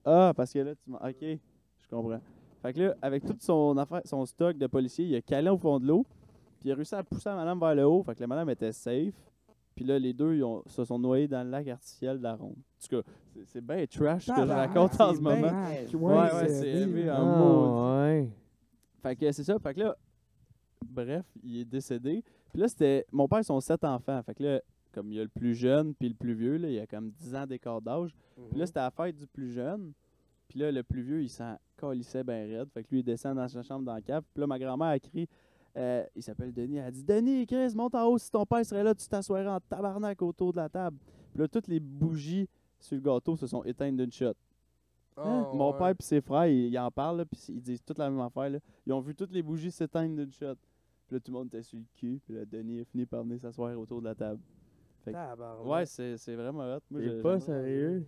S4: ah, parce que là, tu m'en... OK, je comprends. Fait que là, avec tout son, affaire, son stock de policiers, il a calé au fond de l'eau. Puis il a réussi à pousser la madame vers le haut. Fait que la madame était safe. Puis là, les deux ils ont- se sont noyés dans le lac artificiel de la ronde. En tout cas, c'est, c'est bien trash ce que je
S3: Tabarnak,
S1: Ah,
S4: raconte en
S3: c'est
S4: ce
S3: bien
S4: moment.
S1: Ouais,
S4: Ouais, ouais, c'est
S2: Ah,
S4: hein. élevé en mode.
S2: ouais.
S4: Fait que c'est ça. Fait que là, bref, il est décédé. Puis là, c'était. Mon père, ils ont sept enfants. Fait que là, comme il y a le plus jeune, puis le plus vieux, là, il y a comme 10 ans d'écart d'âge. Puis là, c'était la fête du plus jeune. Puis là, le plus vieux, il s'en calissait bien raide. Fait que lui, il descend dans sa chambre dans le cave. Puis là, ma grand-mère a crié. euh, il s'appelle Denis. Elle a dit Denis, Chris, monte en haut. Si ton père serait là, tu t'assoirais en tabarnak autour de la table. Puis là, toutes les bougies sur le gâteau se sont éteintes d'une shot.
S3: Ah,
S4: Hein?
S3: Mm-hmm.
S4: Mon père et ses frères, ils, ils en parlent, là, puis ils disent toute la même affaire. là. Ils ont vu toutes les bougies s'éteindre d'une shot. Puis là, tout le monde était sur le cul, puis là, Denis a fini par venir s'asseoir autour de la table. Fait que-
S3: Ah
S4: Ouais, c'est c'est vraiment hot. Moi, je-
S2: C'est pas
S4: j'aime-
S2: sérieux.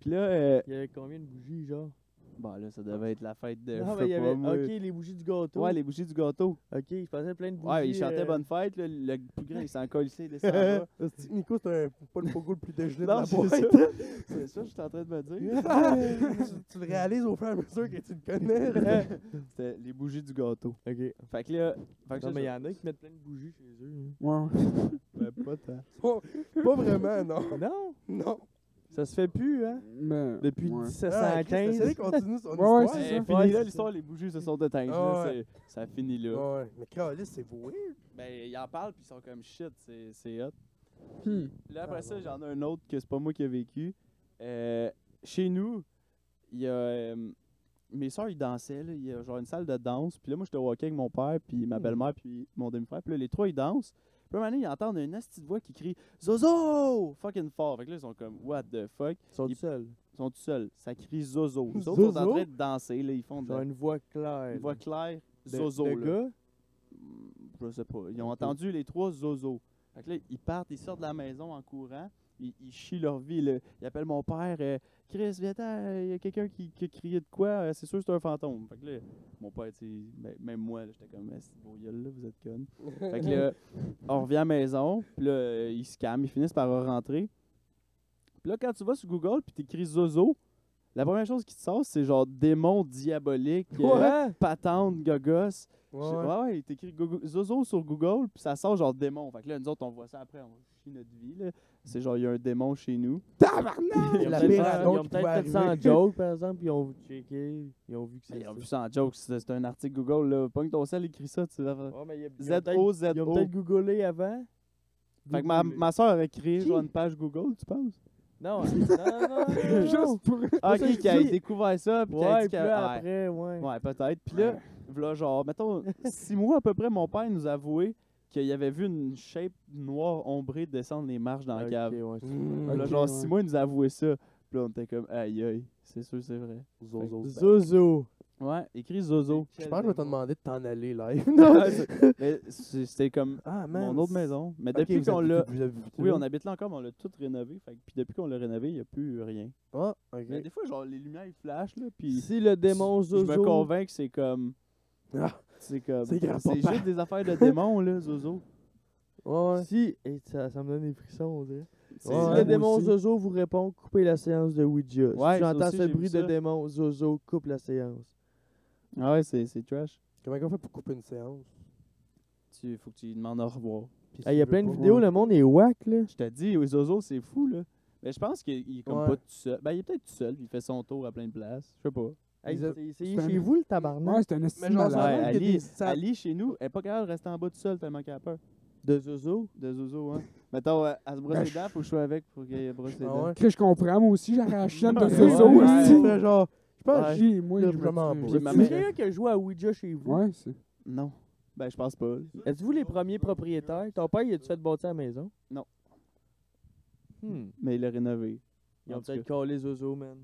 S4: Puis là, euh,
S2: Il y avait combien de bougies, genre
S4: bon, là, ça devait être la fête de.
S2: Non,
S4: je
S2: mais il y
S4: sais pas,
S2: avait.
S4: moi.
S2: Ok, les bougies du gâteau.
S4: Ouais, les bougies du gâteau.
S2: Ok, il se passait plein de bougies.
S4: Ouais, ils chantaient
S2: euh,
S4: Bonne fête, là, le plus grand, il s'en colissait, il descendait.
S3: Asti que Nico, c'est un- pas le pogo le plus dégelé de
S4: Non,
S3: la
S4: c'est
S3: boîte.
S4: ça. C'est ça, que je suis en train de me dire.
S3: tu, tu le réalises au fur et à mesure que tu le connais.
S4: C'était les bougies du gâteau.
S2: Ok.
S4: Fait que là. Fait que
S2: Non,
S4: c'est
S2: mais il y
S4: ça.
S2: en a qui mettent plein de bougies chez eux. hein.
S1: Ouais.
S4: Ben, pas tant.
S3: pas vraiment, non.
S2: Non,
S3: Non.
S2: ça se fait plus, hein.
S1: Mais-
S2: Depuis
S1: ouais.
S2: 1715.
S3: C'est continue son
S1: Ouais, ouais,
S3: histoire.
S1: c'est
S4: Eh,
S1: ça.
S4: fini
S2: Ouais,
S4: là
S2: c'est
S4: l'histoire, les bougies se sont éteintes. là,
S3: Ah ouais.
S4: c'est- Ça finit là.
S3: Ouais, mais Calis, c'est weird.
S4: Ben, ils en parlent puis ils sont comme shit, c'est c'est hot.
S1: Hmm.
S4: Là, après
S3: Ah,
S4: ça,
S3: ouais.
S4: j'en ai un autre que c'est pas moi qui ai vécu. Euh, chez nous, il y a. euh, mes soeurs, ils dansaient, là. Il y a genre une salle de danse. Puis là, moi, j'étais au hockey avec mon père, puis ma
S2: Hmm.
S4: belle-mère, puis mon demi-frère. Puis là, les trois, ils dansent. Puis à un moment donné, ils entendent une asti de voix qui crie Zozo Fucking fort. Fait que là, ils sont comme What the fuck
S2: Ils sont
S4: Il-
S2: seuls.
S4: Ils sont tout seuls. Ça crie Zozo. Ils sont en
S3: Zozo?
S4: train de danser, là. Ils font de
S2: Ils ont
S4: la-
S2: une voix claire.
S4: une voix claire,
S2: De-
S4: Zozo.
S2: de
S4: là.
S2: gars.
S4: Mm, je sais pas. Ils ont
S2: Ok.
S4: entendu les trois zozos. Fait que là, ils partent, ils sortent de la maison en courant, ils, ils chient leur vie. là. Ils appellent mon père, euh, Chris, viens il y a quelqu'un qui, qui a crié de quoi, euh, c'est sûr que c'est un fantôme. Fait que là, mon père, tu sais, ben, même moi, là, j'étais comme, Ah, c'est vos gueules, là, vous êtes connes. Fait que là, on revient à la maison, puis là, euh, ils se calment, ils finissent par rentrer. Puis là, quand tu vas sur Google, puis t'écris zozo, la première chose qui te sort, c'est genre démon diabolique, euh,
S2: Ouais.
S4: patente, gogos.
S3: Ouais,
S4: Ouais, ouais, il t'écrit Gogo- Zozo sur Google, puis ça sort genre démon. Fait que là, nous autres, on voit ça après, on chie notre vie. là. C'est genre, il y a un démon chez nous.
S3: ouais. La
S2: Ils ont
S3: pire
S2: peut-être-
S3: annonce
S2: Ils ont
S3: qui
S2: peut-être fait
S3: pouvait
S2: ça en
S3: arriver.
S2: joke, par exemple, puis ils ont checké. Ils ont vu que c'est.
S4: Ils ont
S2: ça.
S4: vu ça en joke, c'est c'est un article Google. Là. Pogne ton sel, écris ça. Tu vas faire
S2: Ouais, mais ils ont- ils ont peut-être- Ils ont
S4: Z-O-Z-O.
S2: peut-être googlé avant.
S4: Fait que ma,
S2: Googlé.
S4: ma soeur a créé
S2: Qui?
S4: genre une page Google, tu penses
S2: Non, non, non, non, non, non.
S1: Juste pour.
S4: Ah,
S2: ça
S4: ok,
S2: que
S4: qui
S2: je
S4: a
S2: dis.
S4: découvert ça, puis qui a
S2: Ouais,
S4: dit
S2: puis
S4: qu'elle-
S2: là,
S4: ouais.
S2: après, ouais.
S4: Ouais, peut-être. Puis là, v'là genre, mettons, six mois à peu près, mon père nous a avoué qu'il avait vu une shape noire ombrée descendre les marches dans la
S2: Ok,
S4: cave.
S2: ouais, c'est-
S3: Mmh.
S4: Puis là,
S1: Ok,
S4: genre,
S1: ouais.
S4: six mois, il nous a avoué ça. Puis là, on était comme, aïe aïe, c'est sûr, c'est vrai.
S2: Zozo.
S3: Zozo.
S4: Ouais, écris Zozo.
S3: Je pense que je vais te demander de t'en aller live.
S4: Ah, c'est- mais c'est- C'était comme
S3: Ah,
S4: mon autre maison. Mais depuis qu'on l'a. Oui, on habite là encore, mais on l'a tout rénové. Fait, que- puis depuis qu'on l'a rénové, il n'y a plus rien.
S3: Ah,
S4: Mais
S3: ok.
S4: des fois, genre, les lumières, ils flashent, là. Puis
S2: Si le démon
S4: je me
S2: Zozo.
S4: convainc que c'est comme.
S3: Ah,
S4: C'est comme.
S3: c'est grand-papa.
S4: C'est juste des affaires de démons, là, Zozo.
S3: Ouais.
S2: Si, et ça, ça me donne des frissons, on dirait.
S4: C'est-
S3: Ouais,
S2: si
S3: moi
S2: le démon
S3: aussi.
S2: Zozo vous répond, coupez la séance de Ouija.
S4: Ouais,
S2: si
S4: ça
S2: j'entends
S4: aussi,
S2: ce
S4: j'ai vu
S2: bruit de
S4: ça.
S2: démon Zozo, coupe la séance.
S4: Ah ouais, c'est c'est trash.
S3: Comment on fait pour couper une séance?
S4: Tu, faut que tu lui demandes au revoir.
S3: Puis
S2: Il
S3: s'il
S2: y a
S3: veut
S2: plein de
S3: pas-
S2: vidéos, le monde est whack, là.
S4: Je te dis, oui, Zozo, c'est fou, là. Mais je pense qu'il il est comme
S3: Ouais.
S4: pas tout seul. Ben, il est peut-être tout seul, puis il fait son tour à plein de places. Je sais pas.
S2: Hey,
S3: Ils a-
S2: c'est- essayez
S1: c'est un-
S2: chez vous, le tabarnak.
S1: Ouais, c'est un estime
S3: Mais genre, ça
S4: malade.
S3: montre
S4: Ouais,
S3: que
S4: Ali-
S3: des- ça-
S4: Ali, chez nous, elle est pas capable de rester en bas tout seul tellement qu'elle a peur.
S2: De Zozo.
S4: De Zozo, hein. Mettons, euh, elle se brosse
S1: Ben,
S4: les dents, faut que je sois avec pour qu'elle brosse les
S3: Ah
S4: dents.
S3: ouais.
S1: Que je comprends, moi aussi, j'arrache la chaîne de
S4: Ouais,
S1: Zozo
S4: ouais.
S1: aussi.
S3: Ouais, genre, je pense que j'ai-
S1: J'ai- Moi, je
S3: Là,
S1: me
S3: vraiment
S1: tue.
S3: pas.
S1: Je me
S4: Ma
S2: Si
S1: tue.
S4: mère-
S2: quelqu'un qui a joué à Ouija chez vous,
S1: Ouais, c'est.
S4: Non. Ben, je pense pas. là.
S2: êtes-vous les premiers propriétaires? Ton père, il a-tu fait bâtir la maison?
S4: Non.
S2: Hmm.
S4: Mais il l'a rénové.
S2: Ils
S4: En
S2: ont
S4: tout
S2: peut-être collé Zozo, man.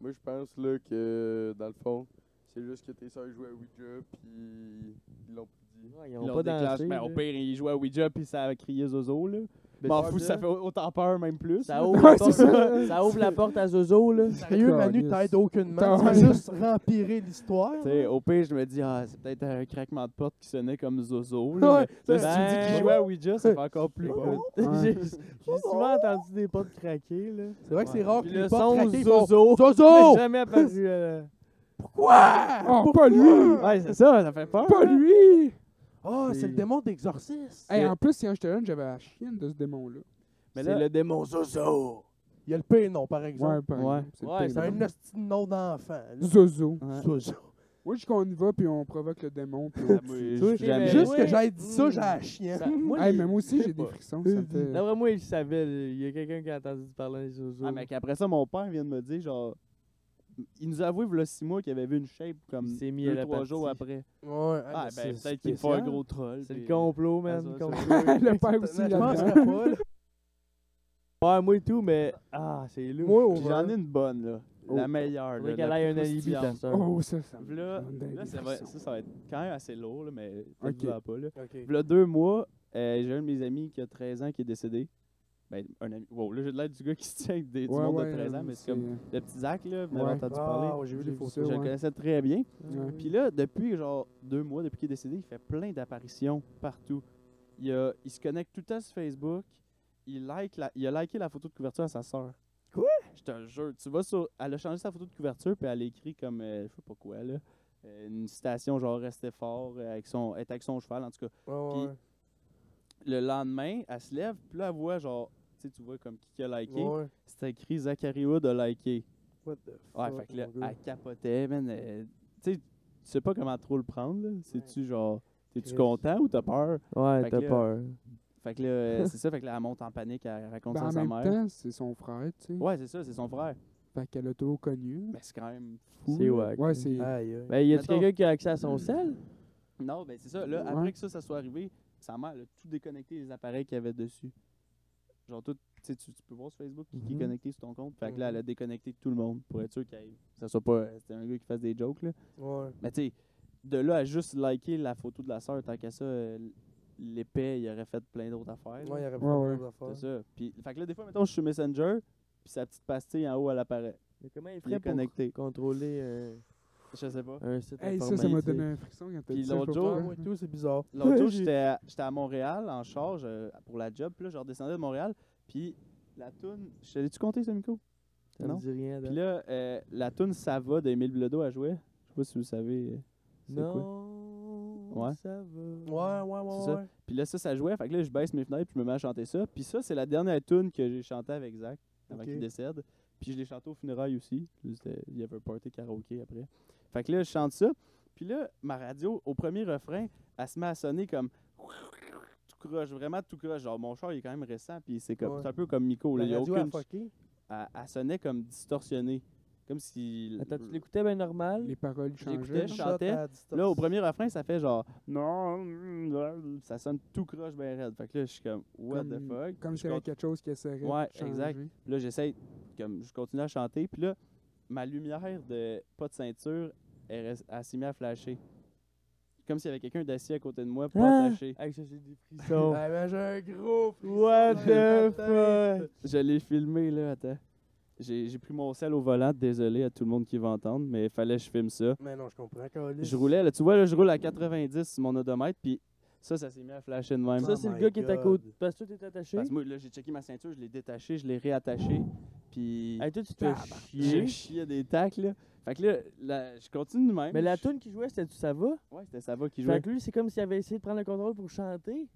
S5: Moi, je pense là que, dans le fond, c'est juste que tes soeurs jouaient à Ouija, puis ils l'ont plus dit.
S2: Ouais, ils
S4: Ils
S2: ont
S4: l'ont
S2: pas
S4: déclenché.
S2: dansé.
S4: Ben, au
S2: là.
S4: pire, il jouait à Ouija, puis ça a crié Zozo, là. M'en fous, ça fait autant peur, même plus.
S2: Ça ouvre, la
S1: Ouais, c'est
S2: porte,
S1: ça.
S2: ça ouvre la porte à Zozo, là.
S3: Sérieux, Manu,
S1: Calisse.
S3: t'aides aucunement.
S1: T'as-
S3: Tu vas juste rempirer l'histoire.
S4: Tu sais, au pire, je me dis, ah, c'est peut-être un craquement de porte qui sonnait comme Zozo.
S3: Ouais,
S4: Là, mais
S3: c'est-
S4: là, si tu me dis
S2: ben-
S4: qu'il jouait à Ouija, ça fait encore plus bon.
S2: J'ai j'ai souvent entendu des portes craquer, là.
S3: C'est vrai que c'est rare que
S2: Puis
S3: les
S2: le
S3: portes
S2: son
S3: craquées font
S2: Zozo.
S3: Zozo!
S2: n'est jamais apparu euh, à la-
S1: Oh, pas lui!
S4: Ouais, c'est ça, ça fait peur.
S1: Pas lui!
S3: Ah, c'est
S4: C'est-
S3: le démon d'exorciste.
S1: Hey, en plus, quand j'étais jeune, j'avais la chienne de ce démon-là.
S4: Mais
S2: C'est
S4: là-
S2: le démon Zozo.
S3: Zozo. Il y a le pire nom, par exemple.
S1: Ouais, par
S4: Ouais.
S1: exemple, c'est le
S2: Ouais,
S1: pire
S3: c'est
S1: exemple.
S3: un hostie de nom d'enfant. là.
S1: Zozo.
S4: Ouais.
S3: Zozo.
S1: Moi, je qu'on y va, puis on provoque le démon. Puis...
S4: Ah, moi, je
S2: Oui,
S4: suis jamais-
S2: mais-
S3: Juste
S2: oui.
S3: que j'aille dit ça,
S2: Mm.
S3: j'ai la chienne.
S2: Ça- moi,
S1: Hey,
S2: je-
S1: mais moi aussi,
S2: je sais
S1: j'ai des
S2: pas.
S1: frissons. Ça me fait...
S2: D'après moi, il savait. là. Il y a quelqu'un qui a entendu parler de Zozo.
S4: Ah, mais qu'après ça, mon père vient de me dire, genre, il nous a avoué, il y a six mois, qu'il avait vu une shape comme
S2: Il s'est mis à
S4: deux,
S2: la
S4: trois
S2: partie.
S4: jours après.
S3: Ouais,
S4: Ah, ben,
S3: c'est
S4: peut-être qu'il me fait un
S3: spécial.
S4: gros troll.
S2: C'est le
S4: puis-
S2: complot,
S4: Ah,
S2: man.
S4: ça,
S2: complot.
S1: le père aussi,
S3: Je pense
S1: là-dedans.
S3: que pas. là.
S2: Ouais, moi et tout, mais. Ah, c'est lourd.
S3: Moi,
S4: Puis
S3: au
S4: J'en ai une bonne, là. La
S2: Oh.
S4: meilleure.
S2: Faudrait
S4: là,
S2: qu'elle
S4: la
S2: aille un
S4: plus
S2: alibi,
S4: croustillante.
S2: ta sœur.
S1: Oh, ça, ça me
S4: V'là-
S1: donne des
S4: Là, ça, va,
S1: frissons.
S4: ça, ça va être quand même assez lourd, là, mais
S1: Ok.
S4: okay. pas. Là.
S3: Ok.
S4: V'là deux mois, euh, j'ai un de mes amis qui a 13 ans qui est décédé. Ben, un ami. Wow, là, j'ai l'air du gars qui se tient avec des, du
S1: Ouais,
S4: monde
S1: ouais,
S4: de 13
S1: euh,
S4: ans, mais c'est comme le petit Zach, là, vous m'avez
S1: Ouais.
S4: entendu parler.
S3: Ah, ouais, j'ai vu
S1: J'ai
S3: les
S1: vu
S3: photos.
S1: ça.
S4: Je le
S1: ouais.
S4: connaissais très bien.
S1: euh, Ouais.
S4: Puis là, depuis genre deux mois, depuis qu'il est décédé, il fait plein d'apparitions partout. Il, a- il se connecte tout le temps sur Facebook. Il, like la- il a liké la photo de couverture à sa sœur.
S3: Quoi?
S4: Je te jure. Tu vas sur. Elle a changé sa photo de couverture, puis elle a écrit comme. euh, je sais pas quoi, là. euh, Une citation genre restez fort, euh, avec son, être avec son cheval, en tout cas.
S3: Ouais, ouais.
S4: Le lendemain, elle se lève, puis là, elle voit genre. Tu sais, tu vois comme qui qui a liké.
S3: Ouais.
S4: C'était écrit Zachary Wood a liké.
S3: What the
S4: Ouais,
S3: fuck,
S4: fait que là,
S3: mon gars.
S4: elle capotait, man. euh, tu sais, tu sais pas comment trop le prendre, là. C'est-tu genre, t'es-tu
S3: Chris.
S4: content ou t'as peur?
S2: Ouais,
S4: Fait
S2: t'as
S4: que là-
S2: peur.
S4: Fait que là, euh, c'est ça, fait que là, elle monte en panique, elle raconte
S1: Ben,
S4: ça à
S1: en
S4: sa
S1: même
S4: mère.
S1: temps, c'est son frère, tu sais.
S4: Ouais, c'est ça, c'est son frère.
S1: Fait qu'elle a toujours connu.
S4: Mais c'est Ah, quand même fou.
S2: C'est
S4: là.
S2: wack.
S1: Ouais, c'est.
S3: Aïe, aïe.
S2: Ben, y a-tu
S4: Mettons-
S2: quelqu'un qui a accès à son sel?
S4: Non, ben c'est ça. Là,
S1: Ouais.
S4: après que ça, ça soit arrivé, sa mère, elle a tout déconnecté les appareils qu'il y avait dessus. Genre, tout, tu sais, tu, tu peux voir sur Facebook qui, qui est
S2: Mhm.
S4: connecté sur ton compte. Fait que là,
S3: Mhm.
S4: elle a déconnecté tout le monde pour être sûr qu'il y ait- que ça soit pas euh, c'était un gars qui fasse des jokes, là.
S3: Ouais.
S4: Mais tu sais, de là à juste liker la photo de la sœur, tant qu'à ça, euh, l'épée, il aurait fait plein d'autres affaires. là.
S3: Ouais, il y aurait
S1: Ouais,
S3: pas
S1: ouais.
S3: de
S4: C'est
S3: affaires.
S4: ça. Puis, fait que là, des fois, mettons, je suis sur Messenger, puis sa petite pastille en haut, elle apparaît.
S2: Mais comment il
S4: Il est
S2: ferait pour
S4: connecté.
S2: contrôler un,
S4: Je sais pas.
S2: un site
S1: Hey, ça, ça
S2: informatique?
S1: m'a donné un frisson quand t'as
S4: Puis
S1: dit ça.
S4: l'autre
S1: je vais
S4: jour,
S1: faire,
S3: Ouais, tout, c'est bizarre.
S4: L'autre jour, j'étais à, j'étais à Montréal en charge euh, pour la job, puis là, je redescendais de Montréal, puis la toune. Je te l'ai-tu compté, ce micro?
S2: Ça me
S4: Non.
S2: dit rien.
S4: Puis
S2: Dan.
S4: là, euh, la toune Ça va d'Émile Bledo à jouer. Je sais pas si vous savez. euh, c'est quoi.
S2: Non,
S4: Ouais.
S2: ça va.
S3: Ouais, ouais, ouais,
S4: C'est ça.
S3: ouais.
S4: Puis là, ça, ça jouait. Fait que là, je baisse mes fenêtres puis je me mets à chanter ça. Puis ça, c'est la dernière tune que j'ai chantée avec Zach avant
S3: Ok.
S4: qu'il décède. Puis je l'ai chanté au funérailles aussi. C'était- Il y avait un party karaoké après. Fait que là, je chante ça. Puis là, ma radio, au premier refrain, elle se met à sonner comme tout croche, vraiment tout croche. Genre, mon char, il est quand même récent. Puis c'est comme
S3: Ouais.
S4: c'est un peu comme Miko. Là. Il y
S3: La
S4: a
S3: radio
S4: aucune...
S3: a fucké.
S4: elle, elle sonnait comme distorsionnée. Comme si.
S2: Attends, tu l'écoutais bien normal? Ah!
S1: Les paroles changeaient.
S4: J'écoutais, je chantais.
S3: Shot à distance.
S4: Là, au premier refrain, ça fait genre non, mm, ça sonne tout croche bien raide. Fait que là, je suis comme what the
S1: Comme-
S4: fuck.
S1: Comme
S4: Je
S1: s'il y avait
S4: compte-
S1: quelque chose qui essaierait de
S4: Ouais,
S1: changer.
S4: exact. Puis là, j'essaie comme je continue à chanter. Puis là, ma lumière de pas de ceinture, elle, reste- elle s'est mise à flasher. Comme s'il y avait quelqu'un d'assis à côté de moi, pas
S2: Ah!
S4: attaché.
S2: Hey, ça, j'ai des
S4: Oh
S2: frissons.
S3: Ah, ben, j'ai un gros frisson
S2: What
S3: dans
S2: the
S3: la tête.
S2: fuck?
S4: Je l'ai filmé là, attends. J'ai j'ai pris mon sel au volant, désolé à tout le monde qui va entendre, mais fallait que je filme ça.
S3: Mais non, je comprends, câlisse.
S4: Je roulais, là, tu vois, là, je roule à 90 sur mon odomètre, puis ça, ça s'est mis à flasher de même.
S2: Ça, c'est
S3: Oh
S2: le
S3: my
S2: gars qui est à
S3: God.
S2: côté. Parce que toi, t'es attaché.
S4: Parce que moi, là, j'ai checké ma ceinture, je l'ai détachée, je l'ai réattachée. Puis.
S2: Hey, toi, Ah, tu te fais
S4: j'ai
S2: chier.
S4: chié des tacles, là. Fait que là, la- je continue de même.
S2: Mais la
S4: Je-
S2: tune qui jouait, c'était du ça va?
S4: Ouais, c'était Sava qui jouait.
S2: Fait que lui, c'est comme s'il avait essayé de prendre le contrôle pour chanter.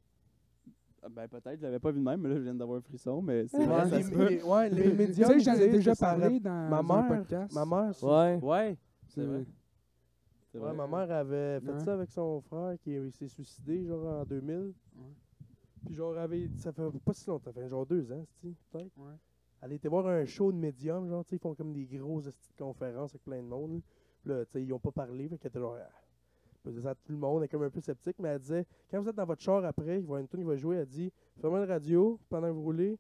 S4: Ah, Ben, peut-être, je l'avais pas vu de même, mais là, je viens d'avoir un frisson, mais c'est
S3: Ouais,
S4: vrai, ça
S3: les-
S4: se peut.
S3: les- ouais, les
S1: Tu
S3: médias.
S1: sais,
S3: ils
S1: j'en ai
S3: disent
S1: déjà
S3: que ça
S1: parlé dans
S3: ma
S1: dans un
S3: mère-
S1: podcast.
S3: Ma mère, c'est-
S2: Ouais.
S4: Ouais,
S1: C'est vrai.
S2: Hmm.
S4: c'est
S3: ouais,
S4: vrai. hein.
S3: ma mère avait fait
S1: Ouais.
S3: ça avec son frère qui il s'est suicidé genre en 2000.
S1: Ouais.
S3: Puis genre, elle avait, ça fait pas si longtemps, ça fait genre deux ans, c'ti, peut-être.
S1: Ouais.
S3: Elle était voir un show de médium, genre, tu sais, ils font comme des grosses esti de conférences avec plein de monde. là. Puis Là, tu sais, ils ont pas parlé, fait qu'elle était genre. ah. Elle faisait ça à tout le monde, elle est comme un peu sceptique, mais elle disait quand vous êtes dans votre char après, il va y a une tune qui va jouer, elle dit fermez la radio pendant que vous roulez,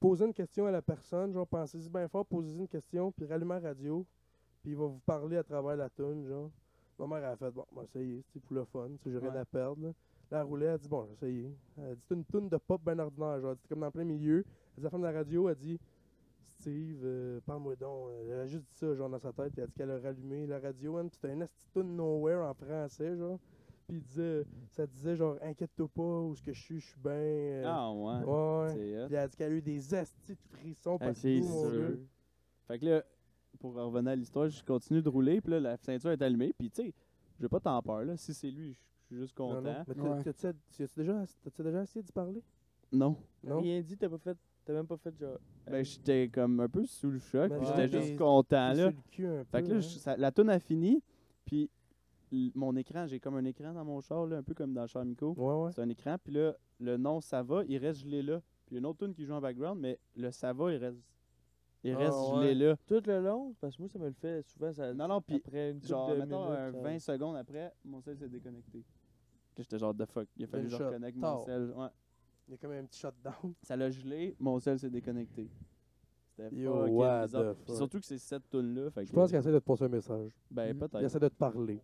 S3: posez une question à la personne, genre pensez-y bien fort, posez-y une question, puis rallumez la radio, puis il va vous parler à travers la tune, genre. Ma mère elle a fait bon, ben, ça y est, c'est pour le fun, tu sais, j'ai rien
S4: Ouais.
S3: à perdre. là. Là, elle roulait, elle dit Bon, j'ai essayé. Elle dit C'est une toune de pop bien ordinaire. Genre, c'est comme dans plein milieu. Elle dit La femme de la radio, elle dit Steve, euh, parle-moi donc. Elle a juste dit ça, genre, dans sa tête. Puis elle dit qu'elle a rallumé la radio, hein, puis c'était une esti de toune nowhere en français, genre. Puis il disait, ça disait, genre, inquiète-toi pas, où est-ce que je suis, je suis bien. euh,
S4: Ah, ouais.
S3: ouais.
S4: C'est hot.
S3: Puis elle a dit qu'elle a eu des astis de frissons
S4: Ah,
S3: partout.
S4: c'est sûr.
S3: mon gars.
S4: Fait que là, pour en revenir à l'histoire, je continue de rouler, puis là, la ceinture est allumée, puis tu sais, je vais pas t'en peur, là. Si c'est lui, je je suis juste
S3: Non, non.
S4: content.
S3: Mais
S1: Ouais.
S3: t'as- t'as- t'as- t'as-tu déjà, t'as-tu déjà essayé d'y parler?
S4: Non.
S3: Non.
S2: Rien dit, t'as pas fait. T'as même pas fait genre.
S4: Ben, j'étais comme un peu sous le choc,
S3: Mais
S4: puis
S2: ouais,
S4: j'étais
S3: mais-
S4: juste content,
S3: T'es
S4: là.
S3: sur le cul
S4: Fait
S3: un peu,
S4: que là,
S3: hein?
S4: je- ça- la toune a fini, puis l- mon écran, j'ai comme un écran dans mon char, là, un peu comme dans Charmico.
S3: Ouais, ouais.
S4: C'est un écran, puis là, le nom ça va, il reste gelé là. Puis il y a une autre tune qui joue en background, mais le ça va, il reste, il
S2: Ah,
S4: reste
S2: ouais.
S4: gelé là.
S2: Tout le long, parce que moi, ça me le fait souvent. Ça,
S4: Non, non, puis
S2: après une couple
S4: genre,
S2: de
S4: mettons,
S2: minutes,
S4: un
S2: ça-
S4: 20 secondes après, mon cell s'est déconnecté. Puis euh, J'étais genre, the fuck, il a fallu que je
S3: Une shot.
S4: reconnecte mon
S3: Tard.
S4: cell. Ouais.
S3: Il y a quand même un petit shutdown.
S4: Ça l'a gelé, mon cell s'est déconnecté. C'était
S3: Yo,
S4: fucking
S3: what
S4: bizarre.
S3: the
S4: Puis
S3: fuck.
S4: surtout que c'est cette tune là fait
S3: Je pense
S4: que...
S3: qu'elle essaie de te passer un message.
S4: Ben,
S1: Mm.
S4: peut-être.
S3: Elle essaie de te parler.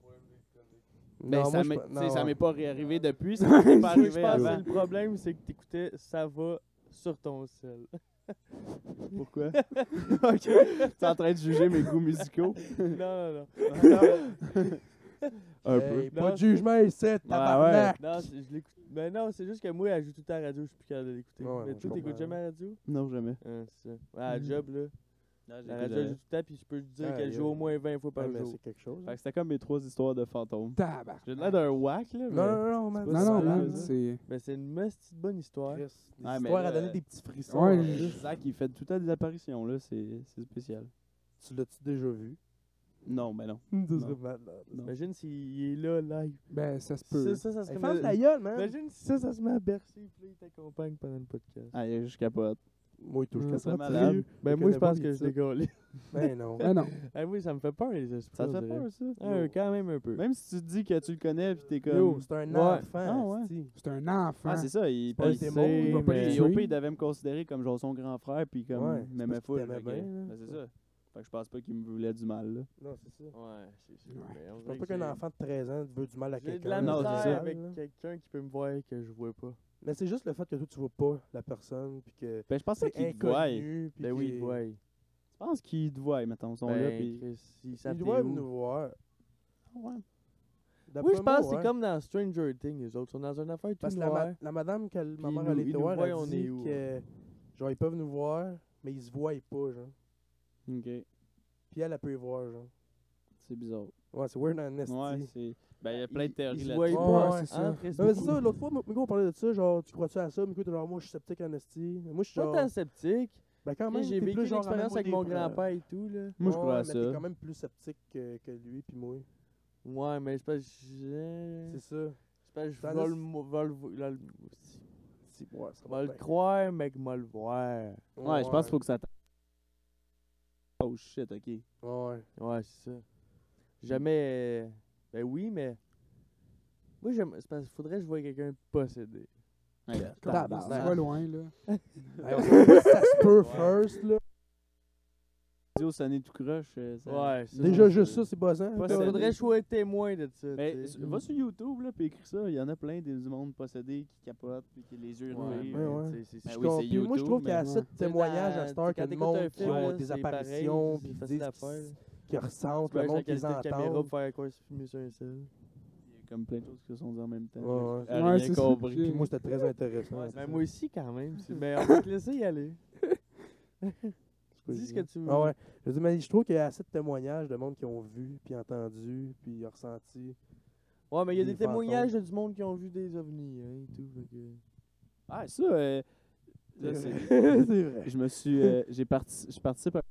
S4: Mais Ben,
S3: Non,
S4: ça
S3: moi, je
S4: m'est-
S3: pe-
S4: tu sais, ça
S3: non.
S4: m'est pas réarrivé depuis, ça m'est pas
S2: Moi, je
S4: arrivé
S2: pense que
S4: avant.
S2: le problème, c'est que t'écoutais ça va sur ton sel.
S4: Pourquoi? ok, t'es en train de juger mes goûts musicaux?
S2: non, non, non.
S4: Un
S3: Hey,
S2: peu.
S3: Pas
S2: Non.
S3: de jugement ici, tabarnak!
S2: Non, c'est- je l'écoute. Mais non, c'est juste que moi, elle joue tout le temps à la radio, je suis plus capable de l'écouter.
S3: Ouais,
S2: mais
S3: je
S2: toi, t'écoutes
S3: comprends.
S2: jamais à la radio
S4: Non, jamais.
S2: Hein, c'est ça. Ouais, à la
S4: Mm.
S1: Mhm.
S2: job, là. La radio, elle joue tout le temps, puis je peux te dire
S4: Ah,
S3: Aïe,
S2: qu'elle joue
S3: aïe.
S2: au moins 20 fois
S3: Ah,
S2: par
S3: mais
S2: jour.
S3: c'est quelque chose.
S4: Fait que c'était comme mes trois histoires de fantômes.
S1: Tabarnak.
S4: J'ai de l'air d'un whack, là, mais...
S3: Non, non, non, man.
S4: euh, pas
S1: Non,
S4: ça,
S1: non,
S4: là,
S1: man,
S4: là.
S1: c'est.
S2: Mais Ben, c'est une petite bonne histoire.
S3: Chris, des
S4: Ah, mais
S3: histoires
S4: là-
S3: à donner des petits frissons.
S1: Ouais,
S3: en
S1: je-
S3: plus.
S4: Zach, il fait tout le temps des apparitions, là, c'est c'est spécial.
S3: Tu l'as-tu déjà vu?
S4: Non, mais non.
S3: Ce
S4: Non.
S3: serait malade.
S4: Non.
S2: Imagine s'il est là, live.
S1: Ben, ça se
S2: Si
S1: peut.
S2: ça, ça se
S3: Hey,
S2: met-
S3: Ferme ta gueule, man!
S2: Imagine si ça, ça se met à bercer, puis là, il t'accompagne pendant le podcast.
S4: Ah, je capote.
S3: Moi, il touche
S1: Hum,
S3: qu'à
S4: ça
S3: ça.
S4: serait malade.
S3: sérieux.
S2: Ben, moi,
S3: Je
S2: je
S3: connais pas
S2: pense
S3: mes
S2: que je
S3: titres.
S2: décolle.
S3: Ben non.
S1: Ah non.
S2: Ah oui, ça me fait peur, les esprits.
S4: Ça te
S2: on
S4: fait
S2: dirait.
S4: peur, ça?
S2: Ah, quand même un peu.
S4: Même si tu te dis que tu le connais, puis t'es comme...
S3: Yo, c'est un
S4: Ouais. Ah,
S3: enfant,
S4: ouais.
S3: esti.
S1: C'est un enfant.
S4: Ah, c'est ça, il...
S3: pas
S4: il-
S3: un démon,
S4: c'est-
S3: il
S1: va pas
S4: mais-
S1: le
S4: et au pire,
S1: tuer.
S4: il devait me considérer comme genre son grand frère, puis comme...
S3: Ouais,
S4: mais ma
S3: c'est parce qu'il
S4: foule,
S3: t'aimait
S4: fait que-
S3: bien, là.
S4: Ben, c'est ça. Fait que je pense pas qu'il me voulait du mal, là.
S3: Non, c'est ça.
S2: Ouais, c'est sûr.
S1: Ouais.
S2: mais on
S3: Je
S2: dirait
S3: pense pas
S2: que j'ai-
S3: qu'un enfant de 13 ans veut du mal à
S2: J'ai
S3: quelqu'un.
S2: de la
S4: Non,
S2: misère
S4: c'est ça.
S2: avec quelqu'un qui peut me voir et que je vois pas.
S3: Mais c'est juste le fait que toi, tu vois pas la personne, puis que
S4: Ben, je pensais
S3: c'est
S4: qu'il te voie. Je
S3: inconnu, puis
S2: Ben oui,
S3: qu'il-
S2: ouais.
S4: pense qu'il te voie, mettons, ils sont là,
S2: Ben,
S4: puis... Ah,
S2: Chris, ils savent
S3: Ils
S2: t'es
S3: doivent
S2: où.
S3: nous voir.
S4: Ouais.
S2: Oui,
S3: D'après
S2: je
S3: moi,
S2: pense que c'est
S3: ouais.
S2: comme dans Stranger Things, les autres. Ils sont dans une affaire tout
S3: Parce que la,
S2: noire.
S3: ma- la madame que le- ma
S2: Puis
S3: mère
S2: nous-
S3: allait
S2: ils nous
S3: voir,
S2: voient,
S3: elle
S2: on
S3: dit
S2: est où, hein?
S3: que genre ils peuvent nous voir, mais ils se voient pas, genre.
S4: Ok,
S3: Puis elle, elle peut les voir, genre.
S4: c'est bizarre.
S3: Ouais, c'est weird en esti.
S4: Ouais, c'est. Ben, il y a plein de théories
S2: ils se
S4: là-dessus.
S2: voient
S3: Ouais,
S2: pas,
S3: ouais,
S1: c'est ça.
S2: hein, Chris?
S3: Non, mais c'est ça, l'autre fois, M- Miko, on parlait de ça, genre, tu crois-tu à ça? Miko, t'es genre, moi, je suis sceptique en esti. Moi, je suis
S2: Pas
S3: genre,
S2: tant sceptique.
S3: ben quand même,
S2: J'ai
S3: t'es
S2: vécu
S3: plus
S2: une
S3: genre à
S2: expérience
S3: moi
S2: avec
S3: des-
S2: mon
S3: euh,
S2: grand-père et tout, là.
S4: Moi, je
S3: ouais,
S4: crois à
S3: Mais t'es
S4: ça.
S3: quand même plus sceptique que, que lui, puis moi.
S2: Ouais, mais je pense que je...
S3: C'est ça.
S2: C'est parce que je
S3: Tandis-
S2: vais le mo- vais le vo- là, le- je
S3: C'est ouais, ça
S2: vais
S3: va
S2: le
S3: bien.
S2: croire, mais que je vais le voir.
S4: Ouais, je pense qu'il faut que ça. t'a- Oh shit, ok.
S3: Ouais.
S2: Ouais, c'est ça. Jamais. euh, Ben oui, mais. Moi, j'aime. C'est parce qu'il faudrait que je voie quelqu'un possédé.
S4: Ouais,
S1: Tabarnak.
S3: tabarnak.
S1: Ça va loin, là.
S3: Hey, on sait pas si ça se peut first, là.
S4: Audio sonné tout croche. euh, ça-
S2: Ouais, c'est
S3: Déjà,
S2: ça.
S3: juste ça, hein, c'est buzzant.
S4: Pas
S2: Il
S4: ça.
S2: faudrait que je sois témoin de ça.
S4: Ben,
S2: tu sais.
S4: s- va sur YouTube, là, puis écris ça. Il y en a plein des du monde possédé qui capotent, puis qui a les yeux
S2: Ouais,
S4: roulés.
S2: mais
S3: ouais,
S4: euh.
S3: ouais.
S2: tu sais, c'est-
S4: Ben
S2: c'est-
S4: oui, c'est
S3: Puis moi, je
S4: YouTube,
S3: trouve qu'il y a
S4: mais-
S3: assez de témoillages à cette
S2: T'sais,
S3: heure que
S2: quand
S3: le
S2: t'écoutes un
S3: monde qui
S2: film,
S3: ont
S2: là,
S3: des
S2: c'est pareil,
S3: apparitions,
S2: c'est
S3: puis qui
S2: facile
S3: disent
S2: à faire, là.
S3: qu'ils ressentent, le
S2: Ouais,
S3: monde
S2: j'ai
S3: qui les
S2: la qualité de caméra
S3: entend.
S2: pour faire quoi, se filmer sur un sel.
S4: Il y a comme plein de choses qui se sont dit en même temps.
S3: Ouais, ouais.
S4: J'ai
S1: Ouais,
S4: rien
S1: c'est ça.
S4: compris.
S1: J'ai-
S3: Puis moi, c'était très intéressant.
S4: Ouais,
S3: C'est
S2: Ben,
S3: ça.
S2: moi aussi, quand même. c'est- Mais on va te laisser y aller.
S3: quoi,
S2: Dis
S3: je
S2: ce que
S3: dis?
S2: tu veux.
S3: Ah ouais. Je dis, mais je trouve qu'il y a assez de témoignages de monde qui ont vu, puis entendu, puis ressenti.
S2: Ouais, mais il y a
S3: Des
S2: des témoignages de du monde qui ont vu des ovnis hein, et tout. fait que-
S4: Ah, ça, euh, là, c'est-
S3: c'est vrai.
S4: je me suis. euh, j'ai parti, je participe à.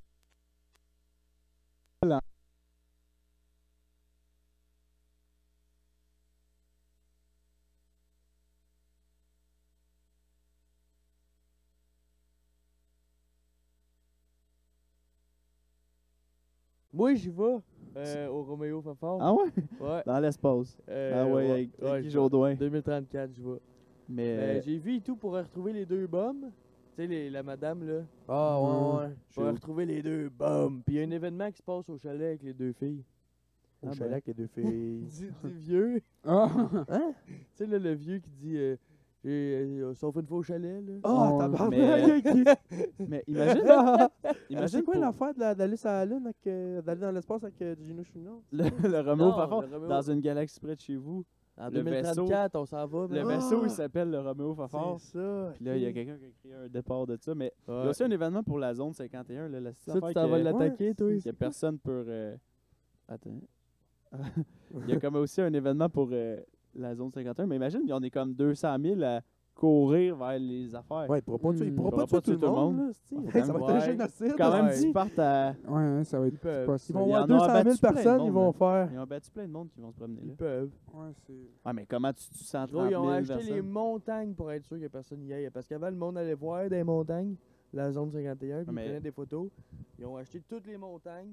S2: Moi, j'y vais euh, au Roméo Fafard.
S4: Ah ouais?
S2: Ouais.
S4: Dans l'espace.
S2: euh,
S4: ah ouais, avec
S2: ouais,
S4: Guy
S2: je-
S4: Jourdouin.
S2: 2034, je vais.
S4: Mais.
S2: Ben, j'ai vu et tout pour retrouver les deux bombes. Tu sais, les- la madame, là.
S3: Ah ouais, ouais.
S2: Pour retrouver les deux bombes. Puis il y a un événement qui se passe au chalet avec les deux filles.
S3: Au
S4: Ah,
S3: chalet
S4: ben.
S3: avec les deux filles.
S2: Du, du vieux.
S1: Ah!
S3: hein?
S2: Tu sais, là, le vieux qui dit euh, J'ai- euh, on s'en fait une fois au chalet, là.
S3: Ah,
S1: Ouais,
S3: tabarnak! ok.
S4: Mais imagine,
S2: Ah,
S3: Mais
S4: imagine
S3: C'est quoi
S4: pour
S3: l'affaire de la- d'aller sur la Lune, avec, euh, d'aller dans l'espace avec euh, Gino Chouinard?
S4: le, le Romeo
S2: Non,
S4: Fafard
S2: le Romeo-
S4: dans une galaxie près de chez vous.
S2: En
S4: le vaisseau.
S2: 2034, on s'en va.
S4: Le
S2: man.
S3: Ah!
S4: vaisseau, il s'appelle le Romeo Fafard.
S3: C'est ça.
S4: Puis là, il y a
S3: ok.
S4: quelqu'un qui a créé un départ de ça. Mais il y a
S2: Ouais.
S4: aussi un événement pour la zone 51. Là, la
S2: Ça, tu t'en vas l'attaquer, toi.
S4: Il y a personne pour. euh, Attends. Il y a comme aussi un événement pour euh, la zone 51. Mais imagine, on est comme 200 000 à courir vers les affaires.
S3: Ouais, il pourra pas tuer, il
S1: Hmm.
S3: pourra pas tuer tout le monde. là, c'est-tu.
S4: Ouais,
S3: Hey, Ça va être un
S4: ouais.
S3: génocide.
S4: Quand même,
S3: ouais.
S4: s'ils partent à.
S1: Ouais, hein, ça va être
S5: Ils peuvent.
S1: pas
S3: Ils
S1: ça.
S3: vont
S4: Il y en
S3: avoir
S4: a
S3: 200 000
S4: battu plein de
S3: personnes, ils
S4: monde,
S3: vont
S4: hein.
S3: faire.
S4: Ils ont battu plein de monde qui vont se promener là.
S2: Ils peuvent.
S1: Ouais, c'est-
S4: Ouais, mais comment tu tu sens
S2: Gros, ils ont
S4: 30 000
S2: acheté les
S4: personnes?
S2: montagnes pour être sûr que personne y aille. Parce qu'avant, le monde allait voir des montagnes, la zone 51, puis
S4: Mais-
S2: ils prenaient des photos. Ils ont acheté toutes les montagnes.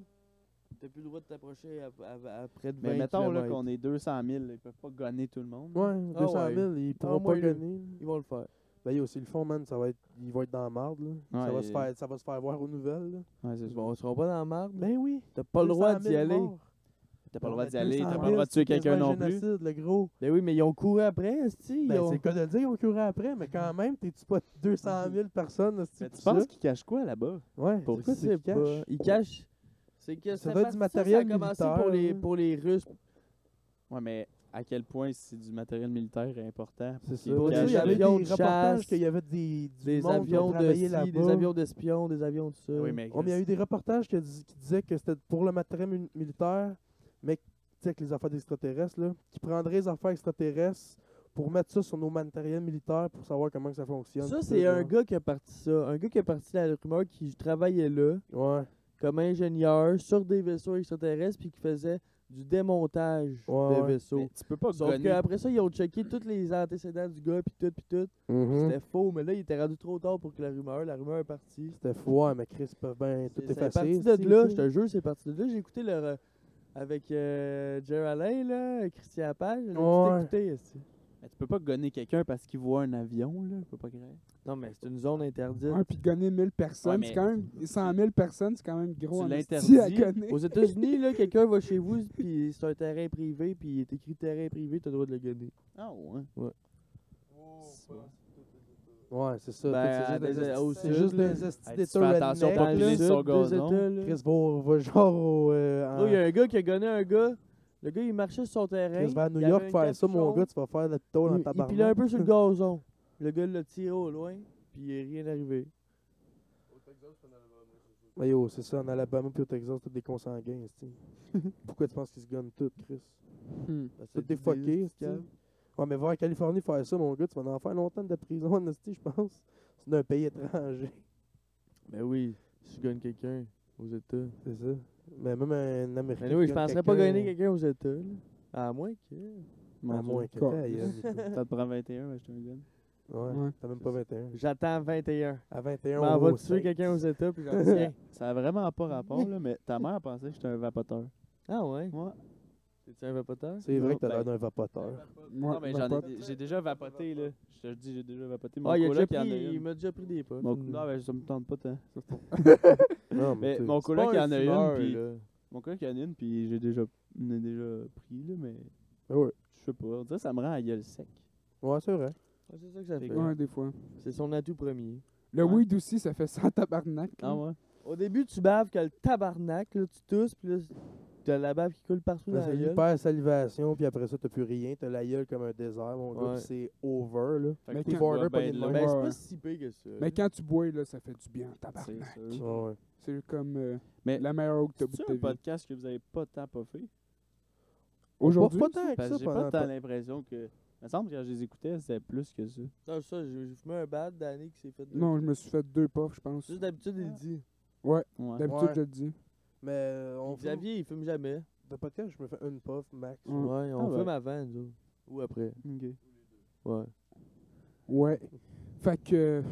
S2: T'as plus le droit de t'approcher à, à- à près de 20
S4: Mais mettons là,
S2: kilomètres.
S4: qu'on est 200 000, là, ils peuvent pas gonner tout le monde.
S3: Ouais,
S2: Ah
S3: 200 000, ils pourront pas
S2: moins le-
S3: gagner.
S2: Ils vont le faire.
S3: Ben, yo, s'ils le font, man, ça va être, ils vont être dans la marde, là. ça,
S4: Ouais,
S3: va
S4: et-
S3: se faire, ça va se faire voir aux nouvelles, là.
S4: Ouais, c'est
S2: Bon, on sera pas dans la marde. mais
S3: Ben oui.
S2: T'as pas le droit
S3: 200 000
S2: d'y aller.
S3: morts.
S4: T'as pas le
S3: Non,
S4: droit
S3: mais
S4: d'y aller, t'as
S3: 200
S4: pas le droit de tuer quelqu'un
S3: quasiment
S4: non
S3: un
S4: plus.
S3: génocide, le gros.
S2: Ben oui, mais ils ont couru après, esti, ils
S3: Ben,
S2: ont-
S3: c'est le cas de le dire, ils ont couru après, mais quand même, t'es-tu pas 200 000 personnes, c'est
S4: Mais tu penses qu'ils cachent quoi là-bas?
S3: Ouais,
S4: Pour-
S3: c'est quoi
S2: Je
S3: c'est
S2: sais
S3: qu'ils cachent?
S2: pas. Ils cachent. C'est que
S3: Ça
S2: c'est
S3: doit
S2: parce-
S3: être du
S2: ça, ça a
S3: matériel
S2: commencé
S3: militaire,
S2: pour les,
S3: là.
S2: pour les Russes.
S4: Ouais, mais à quel point c'est du matériel militaire important?
S3: C'est
S4: Ils
S3: ça. Pour
S4: cachent
S3: ça, il
S2: des
S3: y avait des
S2: avions de chasse,
S3: reportages qu'il y avait des, du
S2: Des
S3: monde qui
S2: avions, de
S3: travaillait
S2: ci,
S3: là-bas.
S2: des avions d'espions, des avions de ça.
S4: Oui, mais
S3: Oh, mais il y a eu des reportages qui, dis- qui disaient que c'était pour le matériel mi- militaire, mais tu sais, avec les affaires des extraterrestres, là, qui prendraient les affaires extraterrestres pour mettre ça sur nos matériels militaires pour savoir comment que ça fonctionne.
S2: Ça,
S3: pis
S2: c'est
S3: tout,
S2: un
S3: là.
S2: gars qui a parti ça. Un gars qui a parti la rumeur qui travaillait là
S3: Ouais,
S2: comme ingénieur sur des vaisseaux extraterrestres puis qui faisait du démontage
S3: Ouais,
S2: de
S3: ouais.
S2: vaisseaux.
S4: Mais tu peux pas
S2: Sauf
S4: gonner.
S2: qu'après ça, ils ont checké tous les antécédents du gars puis tout puis tout.
S3: Mmh.
S2: C'était faux, mais là, il était rendu trop tard pour que la rumeur, la rumeur est partie.
S3: c'était fou, ouais, mais Chris, peut bien Ben, tout
S2: C'est- C'est parti
S3: effacer.
S2: de là, je te jure, c'est parti de là. J'ai écouté leur. euh, avec euh, Jer Alain, là, Christian Page, j'ai
S3: Ouais.
S2: tout écouté. esti.
S4: Mais tu peux pas gonner quelqu'un parce qu'il voit un avion, là. Tu peux pas créer.
S2: Non, mais c'est une zone interdite.
S1: Ouais, puis gonner 1000 personnes,
S4: Ouais, mais-
S1: c'est quand même. 100 000 personnes, c'est quand même gros.
S4: Tu
S1: en esti
S4: l'interdis.
S1: à gonner.
S2: Aux États-Unis, là, quelqu'un va chez vous, puis c'est un terrain privé, puis il est écrit terrain privé, t'as le droit de le gonner.
S4: Ah ouais.
S3: Ouais, c'est ça.
S2: Ben, à
S3: tout, c'est juste
S2: des-
S3: des
S2: au sud,
S3: esti- C'est juste
S2: là.
S3: des estis
S4: Hey,
S3: des
S4: tu fais attention,
S3: rednecks,
S4: pas
S2: Dans le
S4: piler
S3: là.
S2: sud
S4: sur
S2: des
S4: gazon.
S2: États, là.
S3: Chris va, va genre au. euh,
S2: Gros, Il y
S3: en-
S2: a un gars qui a gonné un gars. Le gars, il marchait sur son terrain.
S3: Chris va à New
S2: il avait
S3: York
S2: un
S3: faire ça, mon
S2: capuchon.
S3: gars, tu vas faire le tour dans
S2: il,
S3: ta
S2: il pilait un peu sur le gazon. Le gars l'a tiré au loin, puis il est rien arrivé.
S3: Mais Ben, yo, c'est ça, en Alabama puis au Texas, t'as des consanguins, esti. Pourquoi tu penses qu'ils se gonnent tous, Chris? Ben,
S1: Hmm.
S3: Tout des fuckés, esti. Ouais, mais voir en Californie faire ça, mon gars, tu vas en faire longtemps de prison, esti, je pense. C'est un pays étranger.
S2: Ben oui, si je gagne quelqu'un aux États.
S3: C'est ça. Mais même un Américain.
S2: Ben oui, je
S3: qui gagne
S2: penserais pas
S3: quelqu'un,
S2: gagner quelqu'un aux États. là. À moins que.
S4: Mon
S3: À moins
S4: Dieu.
S3: que
S1: Quoi?
S3: t'ailles, hein.
S4: Ça te prend 21, acheter un gun.
S3: Ouais,
S1: Ouais.
S3: t'as même pas 21.
S2: J'attends 21.
S3: À 21,
S2: Ben, on va
S3: au
S2: tuer
S3: sec.
S2: quelqu'un aux États, puis j'en tiens.
S4: Ça a vraiment pas rapport, là, mais ta mère pensait que j'étais un vapoteur.
S2: Ah ouais?
S4: Moi?
S2: T'es-tu un vapoteur?
S3: C'est vrai
S4: Non,
S3: que t'as
S4: ben-
S3: l'air d'un vapoteur.
S4: Non, mais j'en
S1: ma
S4: ai,
S1: pote.
S4: j'ai déjà vapoté, là. Je te dis, j'ai déjà vapoté. Mon
S2: Ah, il, a déjà
S4: coloc, il en a
S2: pris, il
S4: une.
S2: m'a déjà pris des potes.
S4: Mon- Non, mais ça me tente pas tant.
S3: Non,
S4: Mais
S3: tu-
S4: mon
S2: C'est
S4: coloc,
S2: pas
S4: il
S2: un
S4: en a une,
S2: fumeur,
S4: puis...
S2: là.
S4: Mon coloc, il en a une, puis j'ai déjà... j'en ai déjà pris, là, mais...
S3: Ah ouais.
S4: Je sais pas. On dirait que ça me rend à gueule sec.
S3: Ouais, c'est vrai.
S2: Ah, c'est ça que ça
S4: Des
S2: fait.
S4: gars.
S1: Ouais, des fois.
S2: C'est son atout premier.
S1: Le
S4: Ouais.
S1: weed aussi, ça fait 100 tabarnak.
S4: Ah ouais?
S2: Au début, tu baves que le tabarnak, là, tu tousses, puis là, t'as la bave qui coule partout dans
S3: C'est
S2: la gueule.
S3: l'hyper salivation, puis après ça, t'as plus rien. T'as la gueule comme un désert, mon gars,
S2: Ouais.
S3: puis c'est over, là.
S4: Fait
S1: Mais
S4: que tu
S1: quand-
S4: bois ben
S3: border, pas
S4: de
S3: de
S4: l'eau.
S2: Ben, c'est
S1: Ouais, ouais.
S2: pas si pire que ça.
S1: Mais quand tu bois, là, ça fait du bien,
S4: C'est
S1: tabarnak.
S4: sûr.
S3: Ouais, ouais.
S1: C'est comme euh,
S4: Mais-
S1: la meilleure eau que t'as bu de
S4: C'est un
S1: ta vie.
S4: podcast que vous avez pas tant puffé?
S1: Aujourd'hui,
S3: Pas tant que
S4: Parce que
S3: ça
S4: j'ai pas
S3: pendant
S4: tant l'impression que... Il me semble que quand je les écoutais, c'était plus que ça.
S2: Non, ça, j'ai j'ai fumé un bad d'année qui s'est
S4: hein?
S2: fait. deux
S1: non, je me suis fait deux puffs, je pense.
S2: Juste d'habitude, il dit.
S4: Ouais.
S1: D'habitude,
S3: Ouais.
S1: je le dis.
S3: Mais euh, on fume-
S2: Xavier, il fume jamais.
S3: de podcast, je me fais une puff max.
S1: Mm.
S2: Ouais, on
S4: Ah ouais.
S2: fume avant, nous autres. Ou après.
S4: Ok.
S2: Ouais.
S1: Ouais. Fait que.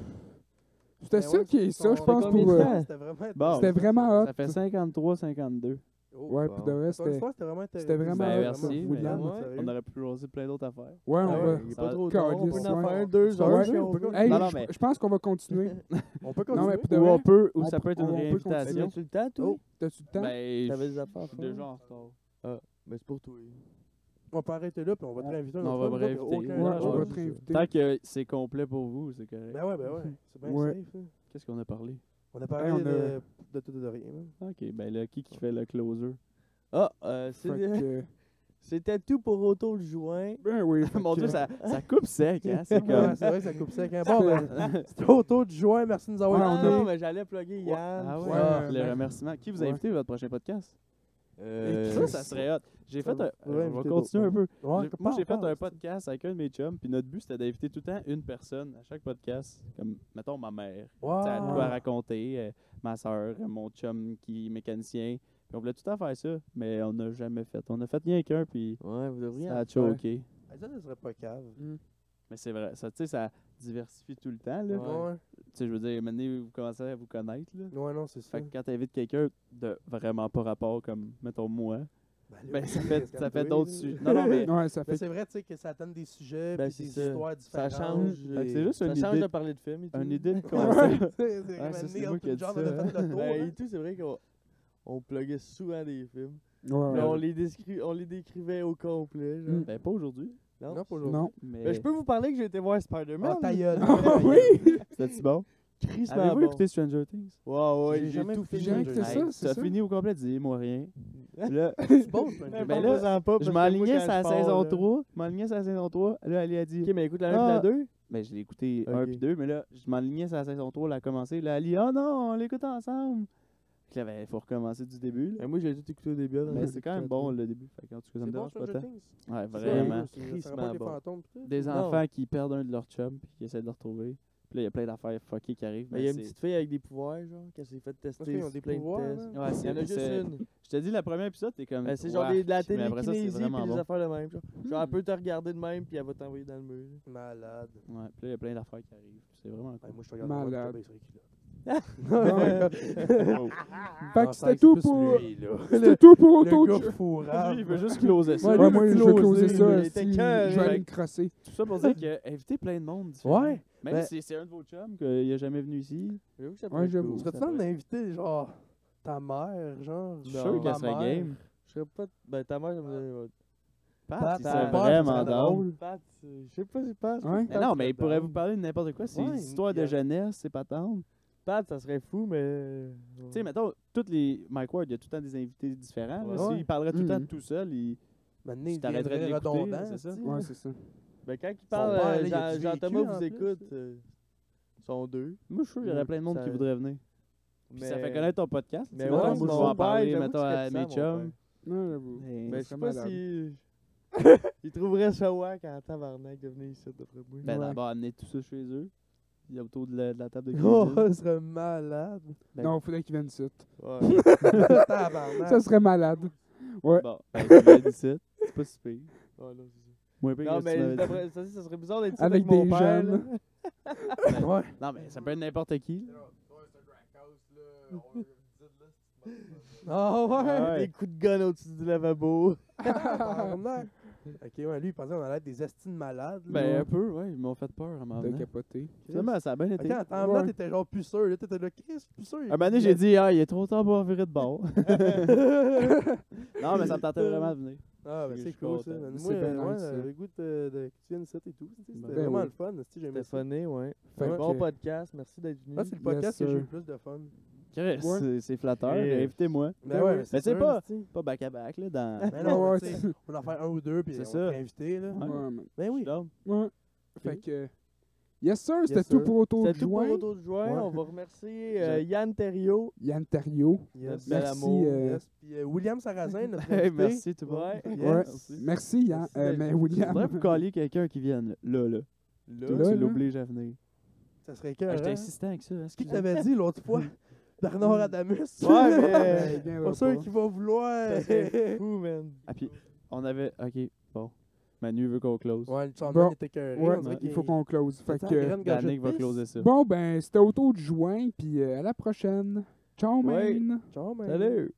S1: C'était
S3: Mais
S1: ça
S3: ouais,
S1: qui est
S3: ils
S1: ça,
S3: sont-
S1: je pense,
S2: combien
S1: pour.
S2: de
S1: euh,
S2: temps?
S3: C'était vraiment
S4: Bon.
S1: C'était vraiment hot.
S4: Ça fait 53-52.
S3: Oh,
S1: Ouais, puis de vrai,
S3: Ton
S1: c'était.
S3: histoire, c'était vraiment intéressant.
S1: C'était vraiment-
S4: Ben, merci,
S1: Woodland,
S2: mais-
S3: Ouais.
S2: Ouais.
S4: On aurait pu jaser plein d'autres affaires.
S1: Ouais,
S3: Ah
S1: on
S3: ouais.
S1: va.
S2: Il est
S4: Ça-
S2: pas trop tard. On peut en
S1: Calisse,
S2: faire
S3: ouais.
S2: un,
S1: Ouais.
S2: deux heures.
S1: Ouais.
S2: si on
S3: On peut
S2: veut.
S3: continuer.
S1: Hey,
S4: Non, non,
S1: je-
S4: mais-
S1: je pense qu'on va continuer.
S3: On peut
S1: non, mais
S3: continuer.
S1: pour de
S4: Ou on
S1: vrai,
S4: peut, ou
S1: on
S4: ça
S1: peut-
S4: peut être
S1: on
S4: une
S1: peut continuer.
S4: réinvitation.
S2: Oh, T'avais-tu le temps, toi?
S1: t'as-tu le temps?
S4: Ben,
S2: T'avais
S4: je
S2: des affaires à
S4: suis
S2: faire?
S4: déjà en retard.
S2: Mais c'est pour toi.
S3: On peut arrêter là, puis on va te réinviter. une
S4: On
S3: autre
S4: va
S3: fois,
S4: me
S3: nous autres,
S4: réinviter.
S3: il y a
S1: Ouais,
S3: aucun
S4: Ouais,
S3: enjeu.
S1: on
S4: ouais,
S1: va
S4: c'est
S1: te
S4: ça.
S1: réinviter.
S4: Tant que c'est complet pour vous, c'est correct.
S3: Ben ouais, ben ouais. C'est bien
S1: Ouais.
S3: safe. hein.
S4: Qu'est-ce qu'on a parlé?
S3: On a parlé
S1: on a-
S3: de- de tout et de rien. hein.
S4: Ok, ben là, qui qui fait le closer?
S2: Ah, euh, c'est-
S1: Fait que-
S2: c'était tout pour autour du joint.
S1: Ben oui. fait
S4: Mon
S1: que-
S4: dieu, ça, ça coupe sec, hein? C'est
S3: Ouais,
S4: comme...
S3: C'est vrai que ça coupe sec. hein. Bon, ben, c'était autour du juin. Merci de nous
S1: Ouais,
S3: avoir
S2: Ah non,
S3: écoutés.
S2: mais j'allais plugger Yann.
S4: Ah ouais,
S1: Ouais.
S4: le remerciement. Qui vous a
S1: Ouais.
S4: invité à votre prochain podcast?
S2: Euh,
S4: ça, ça serait hot. J'ai
S3: Ça
S4: fait un...
S3: va- ouais,
S4: on va
S3: inviter
S4: continuer un
S3: d'autres,
S4: peu.
S3: Ouais,
S4: J'ai- moi,
S3: parle,
S4: j'ai fait
S3: parle.
S4: un podcast avec un de mes chums, puis notre but, c'était d'inviter tout le temps une personne à chaque podcast. Comme, mettons, ma mère.
S3: Ouais.
S4: Ça a de quoi raconter. euh, ma soeur, mon chum qui est mécanicien. Puis on voulait tout le temps faire ça, mais on n'a jamais fait. On a fait rien qu'un, puis
S2: Ouais, vous devriez.
S4: ça a
S2: en faire.
S4: choqué.
S3: Ah, Ça, ça serait pas cave.
S1: Mm.
S4: Mais c'est vrai, ça, tu sais, ça diversifie tout le temps. Là.
S2: Ouais.
S4: Tu sais, je veux dire, maintenant, vous commencez à vous connaître. Là.
S3: Ouais, non, c'est ça.
S4: Fait que quand t'invites quelqu'un de vraiment pas rapport, comme, mettons, moi,
S3: là,
S4: ben, ça fait, ça fait
S3: calme-toi,
S4: d'autres
S3: là.
S4: sujets. Non, non, mais
S1: Ouais, ça fait.
S3: Mais Ben, c'est vrai, tu sais, que ça donne des sujets,
S2: Ben,
S3: puis
S2: c'est
S3: des
S2: ça.
S3: histoires
S2: Ça
S3: différentes.
S2: change.
S4: Fait que c'est juste
S2: ça
S4: une
S2: change
S4: idée-
S2: de parler de films et tout.
S4: une idée de
S3: Ouais,
S4: concept.
S3: c'est c'est
S4: Ouais, ça, c'est
S3: Neil
S4: moi qui ai
S3: puis
S4: dit
S3: John,
S4: ça.
S3: on a fait le tour.
S2: Ben,
S3: hein.
S2: et tout, c'est vrai qu'on on pluguait souvent des films.
S1: Ouais, ouais.
S2: Mais on les, décri- on les décrivait au complet. Genre.
S1: Mm.
S4: ben, pas aujourd'hui.
S2: Non?
S3: Non, pas aujourd'hui.
S1: Non.
S4: Mais
S2: Ben, je peux vous parler que j'ai été voir Spider-Man.
S3: Ah, ta gueule.
S1: Ah oui!
S4: C'était-tu bon?
S2: Chris
S4: Avez-vous
S2: bon.
S4: écouté Stranger Things?
S2: Ouais, ouais,
S3: J'ai
S2: j'ai
S3: jamais
S2: tout
S3: écouté
S2: fini.
S1: J'ai écouté ça, c'est
S4: ça
S1: ça.
S4: fini au complet, dis-moi rien. Là,
S3: C'est bon, c'est
S2: Ben,
S3: un
S4: Ben
S3: jeu.
S4: là,
S2: parle-en pas, parce
S4: je
S2: que moi,
S4: m'alignais
S2: quand
S4: sur la
S2: pars, euh,
S4: saison
S2: là-
S4: 3. Je m'alignais sur la saison 3. Là, elle a dit.
S2: Ok, mais écoute la 1
S4: Ah.
S2: la 2.
S4: Ben, je l'ai écouté 1
S2: Ok.
S4: puis 2, mais là, je m'enlignais sur la saison 3, elle a commencé. Là, elle dit, oh non, on l'écoute ensemble. Puis là, ben, faut recommencer du début. là.
S2: Ben, moi, j'ai tout écouté au début. Ben, avant
S4: Mais
S2: de
S4: c'est quand même
S2: l'écouter.
S4: bon le début. Fait que, en tout cas, ça me
S3: C'est bon,
S4: dérange pas
S3: Stranger
S4: tant.
S3: Things?
S4: Ouais,
S3: C'est
S4: vraiment.
S3: bon, c'est- Ça rapporte les
S2: Crissement
S3: fantômes, pis tout.
S4: Des
S2: Non.
S4: enfants qui perdent un de leurs chums puis qui essaient de le retrouver. Puis là, il y a plein d'affaires fuckées qui arrivent.
S2: Mais il y
S4: Mais
S2: a une
S4: ben, c'est-
S2: petite fille avec des pouvoirs, genre, qui s'est fait
S3: Parce qu'ils
S2: tester.
S3: ont
S2: sur
S3: des
S2: plein de
S3: pouvoirs,
S2: tests.
S3: là.
S4: Ouais,
S2: Il y
S4: c'est-
S2: en a juste
S4: c'est-
S2: une.
S4: Je te dis, le premier épisode, t'es comme.
S2: Ben, c'est genre des, de la
S4: Ouah, mais après ça, c'est
S2: télékinésie
S4: vraiment
S2: pis des
S4: bon.
S2: affaires de même. Genre, Genre,
S3: Hmm.
S2: elle peut te regarder de même puis elle va t'envoyer dans le mur.
S3: Malade.
S4: Ouais, puis là, il y a plein d'affaires qui arrivent. C'est
S2: Ah,
S4: vraiment
S3: Ben,
S4: cool.
S3: moi, je te regarde moi,
S1: Malade.
S3: je te baisserai les culottes.
S1: Fait que
S4: Ah,
S3: Non, Ah, ça,
S1: c'était
S3: c'est
S1: tout
S3: plus
S1: pour.
S3: lui, là.
S1: C'était tout pour autour
S3: Le
S1: de.
S3: gars fourrable.
S4: Lui, il veut juste closer ça.
S3: Ouais,
S1: Ouais,
S3: lui,
S1: moi,
S3: veut
S1: je vais
S3: closer,
S1: closer ça.
S2: il était
S1: esti.
S2: cœur,
S1: Je vais aller
S4: mec.
S1: me crosser.
S4: Tout ça pour dire que inviter plein de monde. différent.
S3: Ouais,
S4: Même
S3: ben-
S4: si c'est un de vos chums qu'il n'est jamais venu ici.
S2: J'avoue que ça
S1: Ouais, j'avoue.
S2: cool.
S3: Tu serais-tu
S2: Ça
S3: en
S2: pourrait-
S3: d'inviter, genre, ta mère, genre?
S4: Je suis sûr
S3: ta
S4: qu'elle serait
S3: mère?
S4: game.
S2: Je serais pas. Ben, ta mère, ça me donnerait-
S4: Pat,
S3: Pat,
S4: il
S3: Pat,
S4: serait
S3: Pat,
S4: vraiment
S3: c'est
S4: drôle.
S2: Pat, euh, je sais pas, je pense.
S1: Ouais.
S4: Mais non, mais il pourrait vous parler de n'importe quoi. C'est
S3: Ouais,
S4: des histoires
S3: il y
S4: de
S3: a-
S4: jeunesse, c'est patente.
S2: Pat, ça serait fou, mais. euh,
S4: Tu sais, mettons, tous les. Mike Ward, il y a tout le temps des invités différents. là.
S3: Ouais.
S4: S'il parlerait tout le
S3: Mm-hmm.
S4: temps
S1: Mhm.
S4: tout seul, il.
S3: Maintenant,
S4: Tu
S3: il
S4: t'arrêterais de
S3: deviendrait
S4: l'écouter,
S3: redondant,
S4: c'est ça?
S3: esti.
S1: Ouais, c'est ça.
S2: Ben, quand il parle,
S3: père,
S2: euh,
S3: là, il a
S2: Jean-
S3: du
S2: Jean-Thomas
S3: vécu, en
S2: vous
S3: plus,
S2: écoute. euh, Ils sont deux.
S4: Moi, je suis sûr qu'il y aurait plein de monde
S2: Ça-
S4: qui voudrait venir. Puis ça fait connaître ton podcast.
S2: Mais
S4: tu sais,
S3: ouais,
S4: mettons,
S3: mon
S4: on va
S3: père,
S4: en parler,
S2: j'avoue que
S4: mettons,
S2: tu
S4: à
S2: fais ça,
S4: mes
S2: mon
S4: chums.
S1: Non, j'avoue.
S4: Mais-
S2: Ben, je
S1: Ça
S2: sais
S1: serait
S2: pas
S1: malade.
S2: si. Ils trouveraient ça wack en tabarnak de venir ici, d'après moi.
S4: Ben,
S1: Ouais.
S4: d'abord, amener tout ça chez eux. Il y a autour de la, de la table de cuisine.
S3: Oh, ça serait malade.
S4: Ben-
S1: Non, faudrait qu'il vienne ici.
S2: Ouais.
S3: Tabarnak.
S1: Ça serait malade. Ouais.
S4: Bon, ben, tu viens d'ici. C'est pas si pire.
S2: Ouais, non, c'est ça.
S4: Moins pire
S2: Non,
S4: que ce que tu
S2: mais
S4: m'avais dit.
S2: d'après- ça, ça serait bizarre d'être ici
S1: Avec
S2: avec mon
S1: des
S2: père. là.
S1: jeunes.
S3: Ouais.
S4: Non, mais ça peut être n'importe qui. là.
S3: Ah ouais.
S2: Des coups de gun au-dessus du lavabo.
S3: Tabarnak. Ok, ouais, lui, il pensait qu'on allait être des estines malades. là.
S4: Ben, un peu, ouais. Ils m'ont fait peur à un moment
S1: T'as
S4: donné.
S1: capoté.
S4: Finalement, ça a bien
S3: Ok,
S4: été.
S3: en temps là,
S1: Ouais.
S3: t'étais genre plus sûr. là, T'étais là, Chris, je suis plus sûr. il-
S4: À un moment donné,
S3: il
S4: j'ai
S3: a-
S4: dit, ah, il est trop tard pour virer de bord. non, mais ça me tentait vraiment de venir.
S3: Ah, ben
S4: Je
S3: c'est
S4: suis
S3: cool ça.
S4: content.
S3: man.
S1: C'est
S3: Moi,
S1: bien
S3: euh, ouais,
S1: nice, ça.
S3: j'avais le goût de, de que tu viennes ça et tout. tu sais, C'était
S4: Ben
S3: vraiment
S1: oui.
S3: le fun. si J'aimais
S2: C'était
S3: ça.
S2: funné, ouais.
S1: Fait
S2: Un bon
S1: que-
S2: podcast, merci d'être venu.
S4: Ah,
S3: Là, c'est le
S1: Yes,
S3: podcast que j'ai eu
S1: sir.
S3: le plus de fun.
S4: Ben Chris,
S1: Ouais.
S4: c'est- c'est flatteur.
S2: Chris.
S4: Invitez-moi.
S3: Ben ouais,
S4: Mais c'est
S3: sûr,
S4: pas,
S3: esti.
S4: pas back-à-back, là, dans...
S3: Ben
S1: Ouais,
S3: non,
S1: ouais,
S3: tu sais,
S1: c'est-
S3: on va en faire un ou deux, puis
S4: C'est
S3: on va
S4: ça.
S3: te réinviter, là.
S4: Ouais.
S1: Ouais, man.
S3: Ben oui.
S4: Non.
S1: Ouais. Fait que. Yes, sir, c'était
S3: Yes,
S1: tout
S3: sir.
S1: pour autour
S2: C'était
S1: de
S2: tout pour
S1: juin.
S2: autour de juin.
S3: Ouais.
S2: On va remercier euh, Yann Thériault.
S1: Yann Tario.
S4: Ben,
S3: Yes.
S2: Bel
S1: Merci.
S2: amour,
S1: euh,
S3: Yes. Puis euh, William Sarrazin, notre
S4: Hey,
S3: invité.
S4: merci tout le monde.
S2: Ouais.
S3: Yes.
S1: Ouais.
S4: Merci.
S1: Merci, Yann.
S2: Merci
S1: euh,
S2: d'être
S1: mais
S2: venu.
S4: Je voudrais
S1: William.
S4: vous caller quelqu'un qui vienne, là, là.
S2: Là,
S1: Là,
S4: tu
S1: là.
S4: l'obliges à venir.
S3: Ça serait
S4: Ah,
S3: cœur.
S4: J'étais
S3: hein?
S4: insistant avec ça.
S3: Qui
S4: excusez.
S3: que t'avais dit l'autre fois? Bernard Adamus.
S1: Euh,
S2: Ouais, mais.
S1: viens
S3: Pas
S1: voir
S3: sûr
S1: pas.
S3: qu'il va vouloir. euh,
S2: ça serait
S3: ouais,
S2: fou, man.
S4: Ah, puis, on avait... OK, bon. Manu veut qu'on close.
S3: le changement
S1: Bon.
S3: était cœur.
S1: Ouais, il faut qu'on close. Fait que.
S4: Danick va closer ça.
S1: Bon, ben, c'était autour de juin, puis euh, à la prochaine. Ciao,
S2: Ouais.
S1: man.
S3: Ciao, man.
S2: Salut.